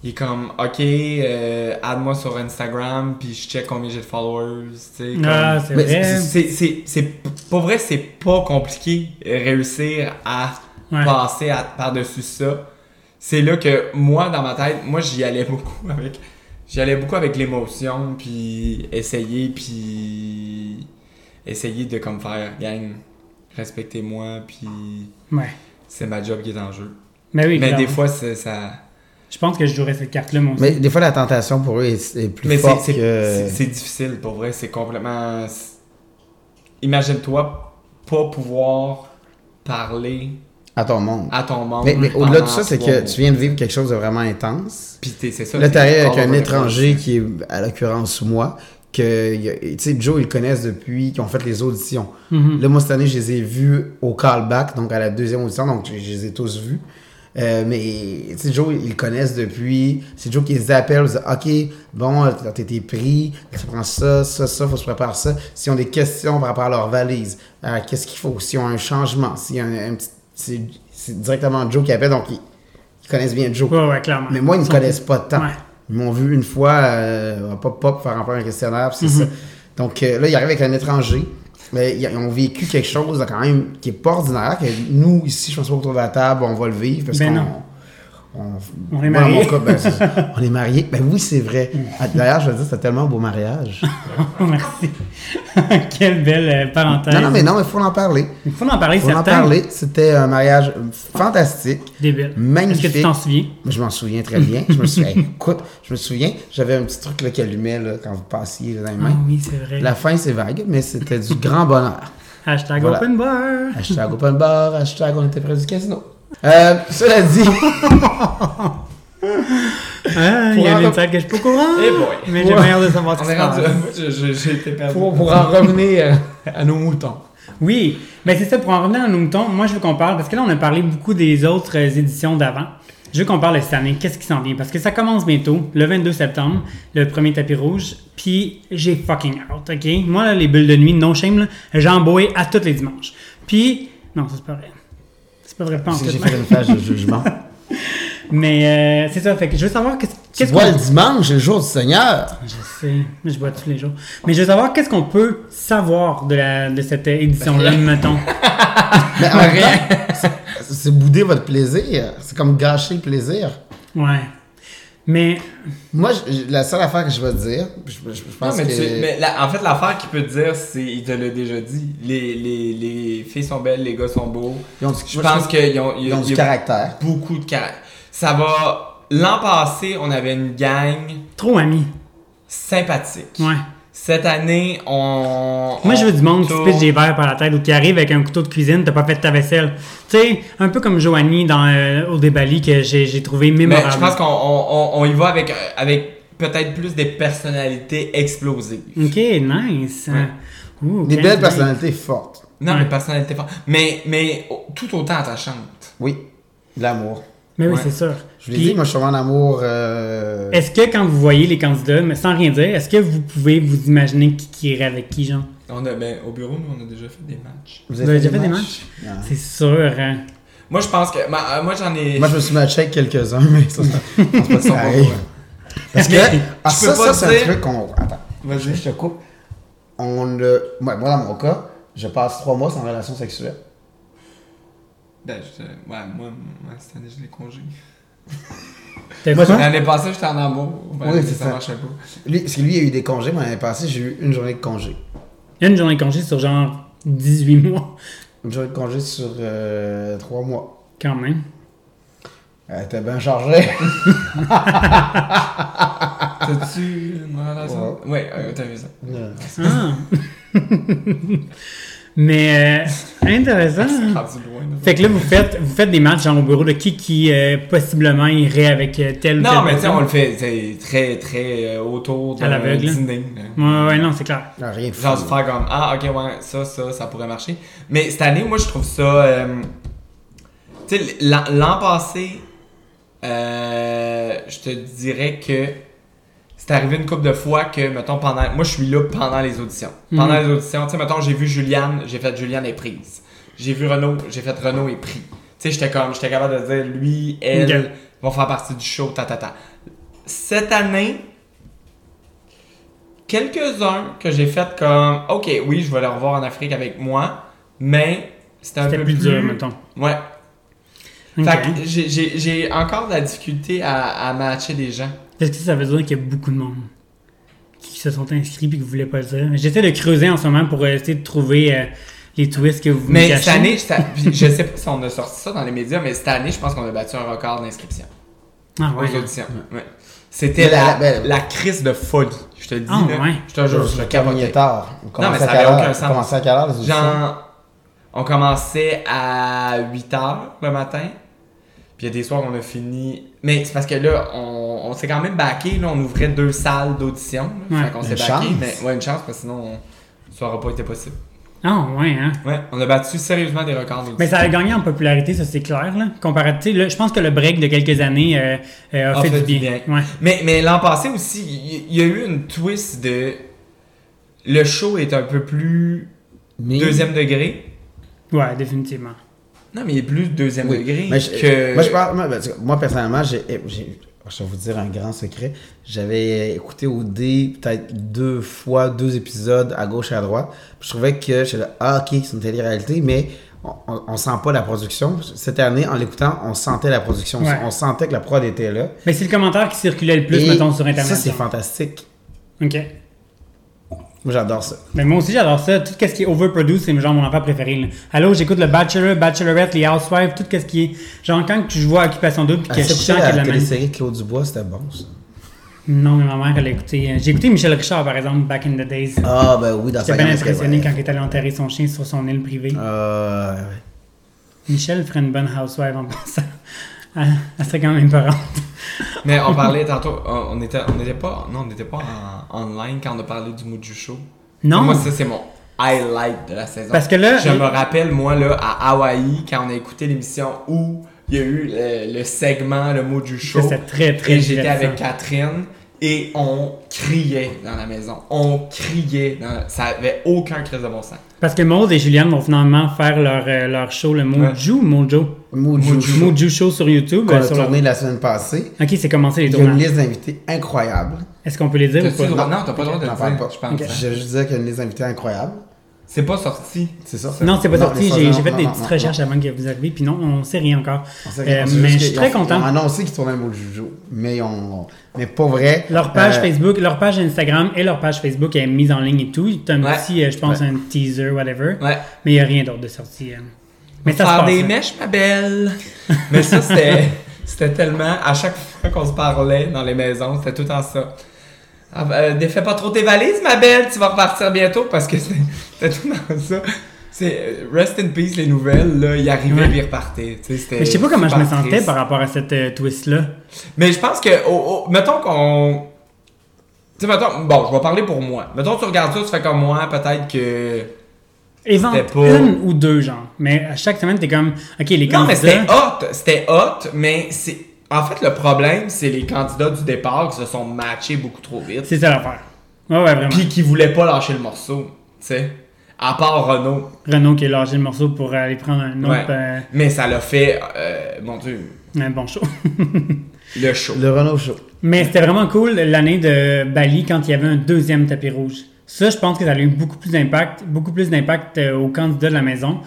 Speaker 3: il est comme Ok, euh, add-moi sur Instagram, puis je check combien j'ai de followers. Tu sais, comme-
Speaker 1: Ah, c'est
Speaker 2: Mais
Speaker 1: vrai.
Speaker 3: C'est- c'est- c'est- Pour vrai, c'est pas compliqué euh, réussir à
Speaker 1: Ouais.
Speaker 3: passer à- par-dessus ça. C'est là que moi, dans ma tête, moi j'y allais beaucoup avec. J'y allais beaucoup avec l'émotion, puis essayer, puis essayer de comme faire gang, respectez-moi, puis
Speaker 1: Ouais.
Speaker 3: c'est ma job qui est en jeu.
Speaker 1: Mais oui,
Speaker 3: Mais des
Speaker 1: clairement.
Speaker 3: fois, c'est- ça.
Speaker 1: je pense que je jouerais cette carte-là, moi aussi.
Speaker 2: Mais des fois, la tentation pour eux est, est plus
Speaker 3: Mais c'est-
Speaker 2: forte
Speaker 3: c'est
Speaker 2: que.
Speaker 3: c'est- c'est difficile, pour vrai. C'est complètement. c'est- Imagine-toi pas pouvoir parler
Speaker 2: à ton monde.
Speaker 3: à ton monde.
Speaker 2: mais mais au-delà de
Speaker 3: pendant
Speaker 2: ça, c'est
Speaker 3: trois
Speaker 2: que
Speaker 3: mois.
Speaker 2: tu viens de vivre quelque chose de vraiment intense.
Speaker 3: Puis t'es- c'est ça.
Speaker 2: Là,
Speaker 3: c'est-
Speaker 2: t'arrives avec
Speaker 3: all
Speaker 2: un
Speaker 3: over the
Speaker 2: étranger
Speaker 3: place.
Speaker 2: qui est, à l'occurrence, moi, que, y a- tu sais, Joe, ils le connaissent depuis qu'ils ont fait les auditions.
Speaker 1: Mhm.
Speaker 2: Là, moi, cette année, je les ai vus au callback, donc à la deuxième audition, donc je, je les ai tous vus. Euh, mais, tu sais, Joe, ils le connaissent depuis. C'est Joe qui les appelle, ils disent, OK, bon, euh, t'as été pris, tu prends ça, ça, ça, faut se préparer ça. S'ils ont des questions par rapport à leur valise, euh, qu'est-ce qu'il faut? S'ils ont un changement, s'il y a un, un petit. C'est c'est directement Joe qui appelle, donc ils, ils connaissent bien Joe.
Speaker 1: Ouais, ouais, clairement.
Speaker 2: Mais moi, ils me
Speaker 1: Sont-
Speaker 2: connaissent pas tant.
Speaker 1: Ouais.
Speaker 2: Ils m'ont vu une fois, euh, pop pop, faire remplir un questionnaire, puis
Speaker 1: Mhm.
Speaker 2: c'est ça. Donc euh, là, ils arrivent avec un étranger. Mais ils ont vécu quelque chose de quand même qui est pas ordinaire, que nous, ici, je pense pas autour de la table, on va le vivre parce
Speaker 1: Ben
Speaker 2: qu'on.
Speaker 1: non.
Speaker 2: On,
Speaker 1: On est
Speaker 2: moi, dans mon
Speaker 1: mariés. Mm.
Speaker 2: cas, ben,
Speaker 1: [laughs]
Speaker 2: c'est ça. on est mariés. Ben oui, c'est vrai. Ah, D'ailleurs, je veux dire, c'était tellement un beau mariage.
Speaker 1: [laughs] Merci. [laughs] Quelle belle euh, parenthèse.
Speaker 2: non, non, mais non, il faut en parler.
Speaker 1: Il faut en parler,
Speaker 2: Il faut en
Speaker 1: certains.
Speaker 2: parler. C'était un mariage fantastique.
Speaker 1: Débile.
Speaker 2: Magnifique.
Speaker 1: Est-ce que tu t'en souviens?
Speaker 2: Mais Je m'en souviens très bien. Je me souviens, [laughs] écoute, je me souviens, j'avais un petit truc là, qui allumait là, quand vous passiez là, dans les
Speaker 1: Ah
Speaker 2: mains.
Speaker 1: oui, c'est vrai.
Speaker 2: La fin, c'est vague, mais c'était du grand bonheur.
Speaker 1: Hashtag
Speaker 2: Voilà.
Speaker 1: open bar.
Speaker 2: Hashtag open bar, hashtag on était près du casino. Euh, cela dit,
Speaker 1: Ah, il y a
Speaker 2: Pour
Speaker 1: une
Speaker 2: en-
Speaker 1: insight que je suis pas au courant.
Speaker 3: Eh boy.
Speaker 1: Mais j'ai
Speaker 2: Ouais.
Speaker 1: meilleur de savoir ce
Speaker 3: [laughs] On
Speaker 1: qui se
Speaker 3: est rendu.
Speaker 1: passe.
Speaker 3: Moi, [laughs] je- je- J'ai été perdu.
Speaker 2: pour, pour en revenir à nos moutons.
Speaker 1: Oui, mais c'est ça, pour en revenir à nos moutons, moi je veux qu'on parle, parce que là on a parlé beaucoup des autres euh, éditions d'avant. Je veux qu'on parle de cette année, qu'est-ce qui s'en vient? Parce que ça commence bientôt, le 22 septembre, le premier tapis rouge, puis j'ai fucking out, ok? Moi, là, les bulles de nuit, no shame, là, j'en bois à tous les dimanches. Puis, non, ça c'est pas vrai. C'est pas vrai, pas en
Speaker 2: Si
Speaker 1: tout.
Speaker 2: J'ai fait une page de jugement.
Speaker 1: Mais euh, c'est ça, fait que je veux savoir qu'est-ce
Speaker 2: Tu
Speaker 1: qu'est-ce
Speaker 2: vois,
Speaker 1: qu'on-
Speaker 2: le dimanche, c'est le jour du Seigneur.
Speaker 1: Je sais, mais je bois tous les jours. Mais je veux savoir qu'est-ce qu'on peut savoir de, la, de cette édition-là,
Speaker 2: Ben,
Speaker 1: mettons.
Speaker 2: Mais en même temps, c'est- c'est bouder votre plaisir. C'est comme gâcher le plaisir.
Speaker 1: Ouais. Mais
Speaker 2: Moi, je- la seule affaire que je vais te dire, je, je- je
Speaker 3: Non,
Speaker 2: pense
Speaker 3: mais,
Speaker 2: que...
Speaker 3: tu- mais la- en fait, l'affaire qu'il peut te dire, c'est, il te l'a déjà dit, les, les, les filles sont belles, les gars sont beaux.
Speaker 2: Ils ont du-
Speaker 3: je
Speaker 2: moi, je trouve
Speaker 3: pense qu'ils ont, il y
Speaker 2: Ils
Speaker 3: a-
Speaker 2: ont
Speaker 3: il
Speaker 2: du
Speaker 3: y a
Speaker 2: caractère.
Speaker 3: beaucoup de caractère. Ça va. L'an passé, on avait une gang
Speaker 1: trop ami.
Speaker 3: sympathique.
Speaker 1: Ouais.
Speaker 3: Cette année, on.
Speaker 1: Moi, je veux du monde qui se
Speaker 3: tourne-
Speaker 1: pisse des verres par la tête ou qui arrive avec un couteau de cuisine, t'as pas fait ta vaisselle. Tu sais, un peu comme Joanie dans euh, Au Débali que j'ai j'ai trouvé
Speaker 3: Mais
Speaker 1: mémorable.
Speaker 3: je pense qu'on on, on- on y va avec, euh, avec peut-être plus des personnalités explosives.
Speaker 1: Ok, nice. Ouh,
Speaker 2: Des
Speaker 1: quelle
Speaker 2: belles
Speaker 1: idée.
Speaker 2: personnalités fortes.
Speaker 3: Non,
Speaker 1: Ouais.
Speaker 3: mais personnalités fortes. Mais, mais tout autant attachantes.
Speaker 2: Oui. De L'amour.
Speaker 1: Mais oui,
Speaker 3: Ouais.
Speaker 1: c'est sûr.
Speaker 2: Je vous l'ai
Speaker 1: Puis,
Speaker 2: dit, moi, je suis vraiment en amour. euh,
Speaker 1: Est-ce que quand vous voyez les candidats, mais sans rien dire, est-ce que vous pouvez vous imaginer qui, qui irait avec qui, genre?
Speaker 3: On a, ben, au bureau, nous, on a déjà fait des matchs.
Speaker 1: Vous avez déjà fait des
Speaker 2: Non.
Speaker 1: C'est sûr, hein?
Speaker 3: Moi, je pense que. ma- euh, moi, j'en ai.
Speaker 2: Moi, je me suis matché avec quelques-uns, mais ça,
Speaker 3: [laughs]
Speaker 2: ça, je pense pas que ça arrive. Parce que,
Speaker 3: Mais,
Speaker 2: ah,
Speaker 3: je peux
Speaker 2: ça,
Speaker 3: pas
Speaker 2: ça, c'est
Speaker 3: dire-
Speaker 2: un truc qu'on. Attends,
Speaker 3: Vas-y.
Speaker 2: je te coupe. On le. Moi, moi, dans mon cas, je passe trois mois sans relation sexuelle.
Speaker 3: Ben, je, ouais, moi, moi, cette année, je l'ai congé.
Speaker 1: T'as
Speaker 2: Moi,
Speaker 1: quoi?
Speaker 3: Hein? L'année passée, j'étais en amour. Ben,
Speaker 2: Oui, c'est
Speaker 3: ça.
Speaker 2: ça.
Speaker 3: marchait pas.
Speaker 2: Lui, parce que lui, il a eu des congés, mais l'année passée, j'ai eu une journée de congé.
Speaker 1: Une journée de congé sur genre 18 mois,
Speaker 2: Une journée de congé sur euh, trois mois.
Speaker 1: quand
Speaker 3: [laughs]
Speaker 1: même.
Speaker 2: Elle était bien chargée.
Speaker 3: T'as-tu euh, une relation? Oui, euh, t'as vu ça.
Speaker 1: Ah. [laughs] Mais euh, intéressant.
Speaker 3: C'est
Speaker 1: hein?
Speaker 3: rendu loin. là.
Speaker 1: Fait que là, vous faites, vous faites des matchs genre, au bureau de qui qui euh, possiblement irait avec euh, tel ou tel.
Speaker 3: Non, mais tu sais,
Speaker 1: personne.
Speaker 3: on le fait c'est très, très euh, autour
Speaker 1: À
Speaker 3: d'un
Speaker 1: l'aveugle.
Speaker 3: dîner. là.
Speaker 1: Ouais, ouais, non, c'est clair.
Speaker 2: Non, rien de
Speaker 3: Genre,
Speaker 2: fou.
Speaker 3: de faire comme Ah, ok, ouais, ça, ça, ça pourrait marcher. Mais cette année, moi, je trouve ça. euh, tu sais, l'an l'an passé, euh, je te dirais que c'est arrivé une couple de fois que, mettons, pendant. Moi, je suis là pendant les auditions.
Speaker 2: Mhm.
Speaker 3: Pendant les auditions, tu sais, mettons, j'ai vu Juliane, j'ai fait Juliane est prise. J'ai vu Renaud, j'ai fait Renaud est pris. Tu sais, j'étais comme, j'étais capable de dire lui, elle,
Speaker 1: Ok.
Speaker 3: vont faire partie du show, ta, ta, ta. Cette année, quelques-uns que j'ai fait comme, ok, oui, je vais le revoir en Afrique avec moi, mais c'était un
Speaker 1: C'était
Speaker 3: peu
Speaker 1: plus dur, mettons.
Speaker 3: Ouais.
Speaker 1: Ok.
Speaker 3: Fait que j'ai- j'ai j'ai encore de la difficulté à, à matcher des gens.
Speaker 1: Est-ce que ça veut dire qu'il y a beaucoup de monde qui se sont inscrits et qui voulaient pas le dire? J'essaie de creuser en ce moment pour euh, essayer de trouver euh, les twists que vous me
Speaker 3: Mais
Speaker 1: cachez.
Speaker 3: cette année, je t'a- puis je sais pas si on a sorti ça dans les médias, mais cette année, je pense qu'on a battu un record d'inscription
Speaker 1: Ah ouais.
Speaker 3: aux auditions. Ouais. C'était
Speaker 2: Mais la-
Speaker 3: la,
Speaker 2: ben-
Speaker 3: la crise de folie, je te le dis.
Speaker 1: Ah,
Speaker 3: là.
Speaker 1: ouais.
Speaker 3: Je te jure, je
Speaker 2: le
Speaker 3: le capotais.
Speaker 2: terminais tard. On commençait
Speaker 3: ça
Speaker 2: à quelle
Speaker 3: avait
Speaker 2: heure?
Speaker 3: aucun sens.
Speaker 2: On commençait à quelle heure, les auditions?
Speaker 3: Genre, on commençait à 8 h le matin. Puis il y a des soirs, on a fini. Mais c'est parce que là, on, on s'est quand même baqué. Là, on ouvrait deux salles d'audition. là.
Speaker 1: Ouais.
Speaker 3: Fait qu'on s'est
Speaker 2: Une
Speaker 3: baqué.
Speaker 2: chance.
Speaker 3: Mais, ouais, une chance, parce que sinon, on- ça aurait pas été possible.
Speaker 1: Ah ouais, hein?
Speaker 3: Ouais, on a battu sérieusement des records d'audition.
Speaker 1: Mais ça a gagné en popularité, ça c'est clair. Là. Comparatif, là, je pense que le break de quelques années euh, euh, a
Speaker 3: A
Speaker 1: fait,
Speaker 3: fait
Speaker 1: du
Speaker 3: du
Speaker 1: bien.
Speaker 3: bien.
Speaker 1: Ouais.
Speaker 3: Mais, mais l'an passé aussi, il- il y, a eu une twist de. Le show est un peu plus
Speaker 2: Mais-
Speaker 3: deuxième degré.
Speaker 1: ouais, définitivement.
Speaker 3: Non, mais il est plus deuxième
Speaker 2: Oui.
Speaker 3: degré.
Speaker 2: Mais je-
Speaker 3: que...
Speaker 2: Moi, je parle- moi, ben, tu- moi, personnellement, j'ai, eh, j'ai- je vais vous dire un grand secret. J'avais écouté au D peut-être deux fois, deux épisodes à gauche et à droite. Puis je trouvais que j'étais là, ah, ok, c'est une télé-réalité, mais on, on, on sent pas la production. Cette année, en l'écoutant, on sentait la production.
Speaker 1: Ouais.
Speaker 2: On sentait que la prod était là.
Speaker 1: Mais c'est le commentaire qui circulait le plus,
Speaker 2: Et
Speaker 1: mettons, sur Internet.
Speaker 2: Ça, c'est
Speaker 1: là.
Speaker 2: fantastique.
Speaker 1: OK.
Speaker 2: Moi, j'adore ça.
Speaker 1: Mais moi aussi, j'adore ça. Tout ce qui est overproduced, c'est genre mon affaire préférée. là. Allô, j'écoute le Bachelor, Bachelorette, les Housewives, tout ce qui est. Genre, quand je vois Occupation Double, puis que
Speaker 2: Ah,
Speaker 1: je
Speaker 2: c'est
Speaker 1: sens qu'il
Speaker 2: ça,
Speaker 1: y a de la
Speaker 2: la
Speaker 1: même.
Speaker 2: télésérie Claude Dubois, c'était bon, ça.
Speaker 1: Non, mais ma mère, elle a écouté. euh, J'ai écouté Michel Richard, par exemple, Back in the Days.
Speaker 2: Ah, ben oui, dans sa
Speaker 1: J'étais bien
Speaker 2: gamme, c'était-
Speaker 1: impressionné
Speaker 2: ouais.
Speaker 1: quand il est allé enterrer son chien sur son île privée.
Speaker 2: Ah, ouais, ouais.
Speaker 1: Michel ferait une bonne housewife en passant. [laughs] Elle, elle serait quand même parente.
Speaker 3: Mais on parlait tantôt, on on était, on était pas, non, on n'était pas en, online quand on a parlé du Mojo Show.
Speaker 1: Non.
Speaker 3: Moi, ça, c'est mon highlight de la saison.
Speaker 1: Parce que là,
Speaker 3: Je
Speaker 1: il-
Speaker 3: me rappelle, moi, là, à Hawaï, quand on a écouté l'émission où il y a eu le, le segment, le Mojo Show.
Speaker 1: C'était très, très
Speaker 3: Et j'étais
Speaker 1: divertissant.
Speaker 3: avec Catherine et on criait dans la maison. On criait. dans la- Ça avait aucun crise de bon sens.
Speaker 1: Parce que Maud et Juliane vont finalement faire leur, euh, leur show, le Mojo, Mojo.
Speaker 2: Mojo.
Speaker 1: Mojo Show sur YouTube.
Speaker 2: Qu'on
Speaker 1: euh,
Speaker 2: a
Speaker 1: sur leur-
Speaker 2: tourné la semaine passée.
Speaker 1: Ok, c'est commencé les
Speaker 2: Il y a une
Speaker 1: tournages.
Speaker 2: liste d'invités incroyable.
Speaker 1: Est-ce qu'on peut les dire ou
Speaker 3: T'as-tu
Speaker 1: pas?
Speaker 3: le droit- Non, t'as pas le droit de
Speaker 2: J'en
Speaker 3: le
Speaker 2: parle
Speaker 3: dire,
Speaker 2: pas.
Speaker 3: je pense. hein.
Speaker 1: Ok.
Speaker 2: Je hein. veux juste dire qu'il y a une liste d'invités incroyable.
Speaker 3: C'est pas sorti.
Speaker 2: C'est ça?
Speaker 1: Non, c'est pas sorti.
Speaker 2: les
Speaker 1: J'ai
Speaker 2: choses-
Speaker 1: j'ai fait
Speaker 2: non,
Speaker 1: des
Speaker 2: non,
Speaker 1: petites
Speaker 2: non,
Speaker 1: recherches avant que vous arriviez, puis non, on sait rien encore.
Speaker 2: non. On sait-
Speaker 1: Euh,
Speaker 2: on sait
Speaker 1: mais
Speaker 2: juste
Speaker 1: je suis
Speaker 2: qu'ils
Speaker 1: très
Speaker 2: ont-
Speaker 1: content.
Speaker 2: Ils ont annoncé qu'ils tournaient un mot Jojo. Mais on. Mais pas vrai.
Speaker 1: Leur page
Speaker 2: Euh,
Speaker 1: Facebook, leur page Instagram et leur page Facebook est mise en ligne et tout. T'as un
Speaker 3: Ouais.
Speaker 1: petit, euh, je pense, un teaser, whatever.
Speaker 3: Ouais.
Speaker 1: Mais il n'y a rien d'autre de sorti. euh. Mais ça se
Speaker 3: Faire
Speaker 1: passe.
Speaker 3: des
Speaker 1: hein.
Speaker 3: mèches, ma belle! [laughs] Mais ça, c'était, c'était tellement. À chaque fois qu'on se parlait dans les maisons, c'était tout le temps ça. Ah, euh, défais pas trop tes valises, ma belle, tu vas repartir bientôt parce que [laughs] c'était, c'était tout le temps ça. C'est euh, rest in peace les nouvelles, là, ils arrivaient
Speaker 1: Ouais.
Speaker 3: puis ils repartaient. Tu sais, c'était
Speaker 1: Mais je sais pas comment je me
Speaker 3: super
Speaker 1: sentais
Speaker 3: triste.
Speaker 1: par rapport à cette euh, twist-là.
Speaker 3: Mais je pense que, au- au- mettons qu'on. Tu sais, mettons, bon, je vais parler pour moi. Mettons, tu regardes ça, tu fais comme moi, peut-être que.
Speaker 1: Évent
Speaker 3: C'était pas-
Speaker 1: une ou deux, genre. Mais à chaque semaine, t'es comme, OK, les
Speaker 3: Non, mais c'était
Speaker 1: candidats.
Speaker 3: hot, c'était hot, mais c'est. En fait, le problème, c'est les candidats du départ qui se sont matchés beaucoup trop vite.
Speaker 1: C'est ça l'affaire. Ouais, ouais, vraiment.
Speaker 3: Puis qui voulaient pas lâcher le morceau, tu sais. À part Renault.
Speaker 1: Renaud qui a lâché le morceau pour aller prendre un autre,
Speaker 3: Ouais.
Speaker 1: euh,
Speaker 3: Mais ça l'a fait, euh, mon Dieu,
Speaker 1: un bon show. [laughs]
Speaker 3: le show.
Speaker 2: Le Renault Show.
Speaker 1: mais c'était vraiment cool l'année de Bali quand il y avait un deuxième tapis rouge. Ça, je pense que ça a eu beaucoup plus d'impact, beaucoup plus d'impact euh, aux candidats de la maison.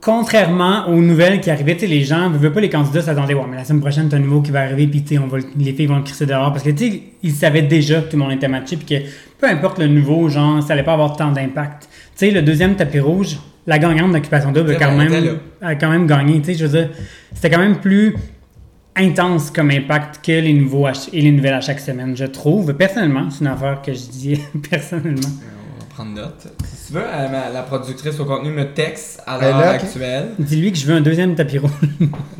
Speaker 1: Contrairement aux nouvelles qui arrivaient, tu sais, les gens ne veulent pas les candidats s'attendaient, ouais, mais la semaine prochaine, t'as un nouveau qui va arriver, puis tu sais, on va le- les filles vont le crisser dehors. Parce que, tu sais, ils savaient déjà que tout le monde était matché, puis que peu importe le nouveau, genre, ça allait pas avoir tant d'impact. Tu sais, le deuxième tapis rouge, la gagnante d'Occupation Double a
Speaker 3: C'est
Speaker 1: quand,
Speaker 3: vrai, elle était là.
Speaker 1: même, a quand même gagné. Tu sais, je veux dire, c'était quand même plus intense comme impact que les nouveaux à ch- et les nouvelles à chaque semaine, je trouve. Personnellement, c'est une affaire que je dis [laughs] personnellement.
Speaker 3: On va prendre note. Si tu veux, euh, ma- la productrice au contenu me texte à
Speaker 2: Elle est
Speaker 3: l'heure
Speaker 2: là, ok.
Speaker 3: actuelle.
Speaker 1: Dis-lui que je veux un deuxième tapis rouge.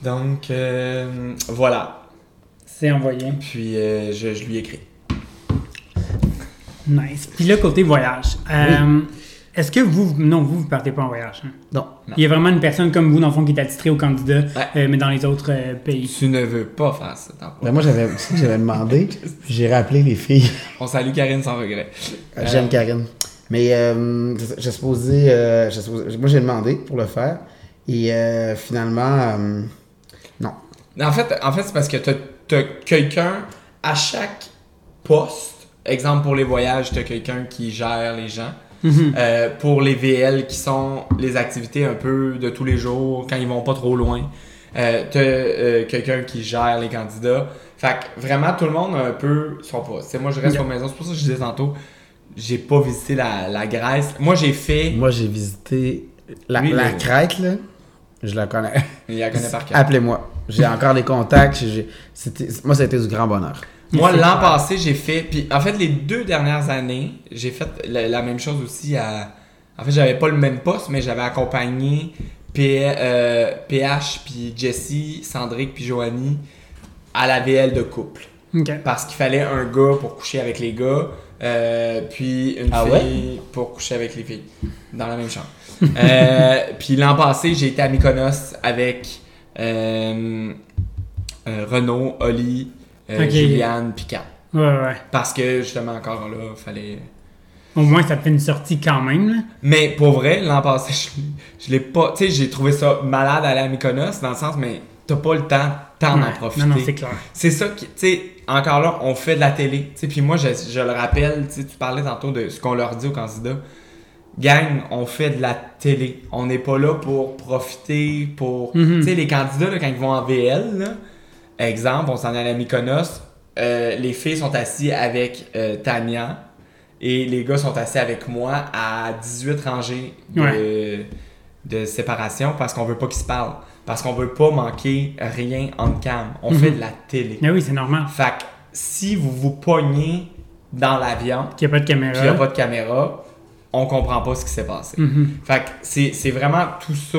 Speaker 3: Donc, euh, voilà.
Speaker 1: c'est envoyé.
Speaker 3: Puis, euh, je, je lui écris.
Speaker 1: Nice. Puis le côté voyage. Euh, Est-ce que vous, non, vous, vous partez pas en voyage? hein?
Speaker 2: Non.
Speaker 1: Il y a vraiment une personne comme vous, dans le fond, qui est attitrée au candidat,
Speaker 3: Ouais.
Speaker 1: euh, mais dans les autres euh, pays.
Speaker 3: Tu ne veux pas faire ça. t'en
Speaker 2: Ben, moi, j'avais tu sais, j'avais [laughs] demandé, puis j'ai rappelé les filles.
Speaker 3: On salue Karine sans regret.
Speaker 2: Euh, J'aime Karine. Mais euh, j'ai supposé, euh, j'ai supposé- Moi, j'ai demandé pour le faire. Et euh, finalement, euh, non.
Speaker 3: En fait, en fait c'est parce que t'as t'as quelqu'un à chaque poste. Exemple pour les voyages, t'as quelqu'un qui gère les gens. Euh, pour les VL qui sont les activités un peu de tous les jours, quand ils vont pas trop loin, euh, t'as euh, quelqu'un qui gère les candidats. Fait que vraiment tout le monde a un peu son poste. C'est moi je reste
Speaker 1: Yeah.
Speaker 3: aux maisons. C'est pour ça que je disais tantôt, j'ai pas visité la, la Grèce. Moi j'ai fait.
Speaker 2: Moi, j'ai visité la,
Speaker 3: Oui,
Speaker 2: la
Speaker 3: mais-
Speaker 2: Crète, là. Je la connais.
Speaker 3: Il la connaît par cœur.
Speaker 2: Appelez-moi. J'ai encore des contacts. j'ai- c'était- Moi, ça a été du grand bonheur.
Speaker 3: Moi,
Speaker 1: C'est
Speaker 3: l'an
Speaker 1: clair.
Speaker 3: passé, j'ai fait. Puis, en fait, les deux dernières années, j'ai fait la, la même chose aussi à. En fait, j'avais pas le même poste, mais j'avais accompagné P- euh, PH, puis Jessie, Sandrick, puis Joanie à la VL de couple.
Speaker 1: OK.
Speaker 3: Parce qu'il fallait un gars pour coucher avec les gars, euh, puis une
Speaker 2: Ah
Speaker 3: fille pour coucher avec les filles, dans la même chambre. Euh, puis l'an passé, j'ai été à Mykonos avec euh, euh, Renaud, Oli, euh,
Speaker 1: Ok.
Speaker 3: Juliane, puis Kat.
Speaker 1: Ouais, ouais, ouais.
Speaker 3: Parce que justement, encore là, fallait.
Speaker 1: Au moins, ça te fait une sortie quand même, là.
Speaker 3: Mais pour vrai, l'an passé, je, je l'ai pas. Tu sais, j'ai trouvé ça malade d'aller à Mykonos, dans le sens, mais t'as pas le temps, tant d'en
Speaker 1: Ouais.
Speaker 3: profiter.
Speaker 1: Non, non, c'est clair.
Speaker 3: C'est ça qui, tu sais, encore là, on fait de la télé. Tu sais, puis moi, je, je le rappelle, tu sais, tu parlais tantôt de ce qu'on leur dit aux candidats. Gang, on fait de la télé. On n'est pas là pour profiter, pour.
Speaker 1: Mhm.
Speaker 3: Tu sais, les candidats, là, quand ils vont en VL, là, exemple, on s'en allait à Mykonos, euh, les filles sont assises avec euh, Tania et les gars sont assis avec moi à 18 rangées de, de séparation parce qu'on veut pas qu'ils se parlent. Parce qu'on veut pas manquer rien en cam. On fait de la télé.
Speaker 1: Mais oui, c'est normal.
Speaker 3: Fait que si vous vous pognez dans l'avion,
Speaker 1: Qu'il n'y a pas de caméra.
Speaker 3: puis il n'y a pas de caméra, on comprend pas ce qui s'est passé.
Speaker 1: Mhm.
Speaker 3: Fait que c'est c'est vraiment tout ça,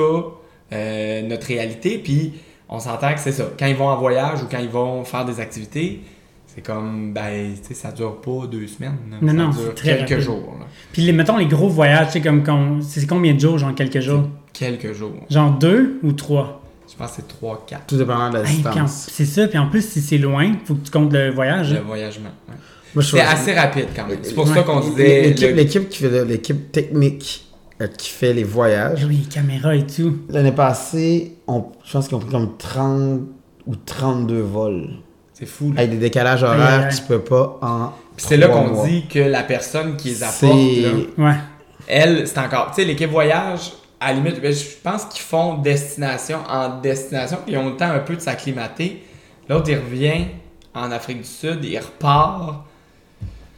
Speaker 3: euh, notre réalité. Puis on s'entend que c'est ça. Quand ils vont en voyage ou quand ils vont faire des activités, c'est comme, ben, tu sais, ça dure pas deux semaines. là.
Speaker 1: Non,
Speaker 3: ça
Speaker 1: non, c'est
Speaker 3: dure
Speaker 1: très
Speaker 3: quelques
Speaker 1: rapide.
Speaker 3: jours. là.
Speaker 1: Puis, les- mettons, les gros voyages, c'est comme... qu'on- C'est combien de jours, genre quelques jours?
Speaker 3: Quelques jours.
Speaker 1: Genre deux ou trois?
Speaker 3: Je pense que c'est trois, quatre.
Speaker 2: Tout dépendant de la
Speaker 1: Hey, quand-
Speaker 2: distance.
Speaker 1: c'est ça. Puis en plus, si c'est loin, faut que tu comptes le voyage.
Speaker 3: Le
Speaker 1: hein.
Speaker 3: voyagement. ouais.
Speaker 2: Moi, je
Speaker 3: C'est
Speaker 2: choisis-
Speaker 3: assez rapide quand même. C'est pour
Speaker 1: Ouais.
Speaker 3: ça qu'on disait.
Speaker 2: L'équipe
Speaker 3: le-
Speaker 2: l'équipe qui fait le- l'équipe technique euh, qui fait les
Speaker 1: Eh
Speaker 2: voyages.
Speaker 1: oui, caméra et tout.
Speaker 2: L'année passée, on, je pense qu'ils ont pris comme 30 ou 32 vols.
Speaker 3: C'est fou. là.
Speaker 2: Avec des décalages
Speaker 1: Aïe, aïe,
Speaker 2: horaires
Speaker 1: aïe.
Speaker 2: que tu peux pas en.
Speaker 3: Puis c'est là
Speaker 2: trois
Speaker 3: qu'on
Speaker 2: mois.
Speaker 3: dit que la personne qui les
Speaker 2: C'est-
Speaker 3: apporte, là,
Speaker 1: Ouais.
Speaker 3: elle, c'est encore. Tu sais, l'équipe voyage, à la limite, ben, je pense qu'ils font destination en destination, puis ils ont le temps un peu de s'acclimater. L'autre, il revient en Afrique du Sud, il repart.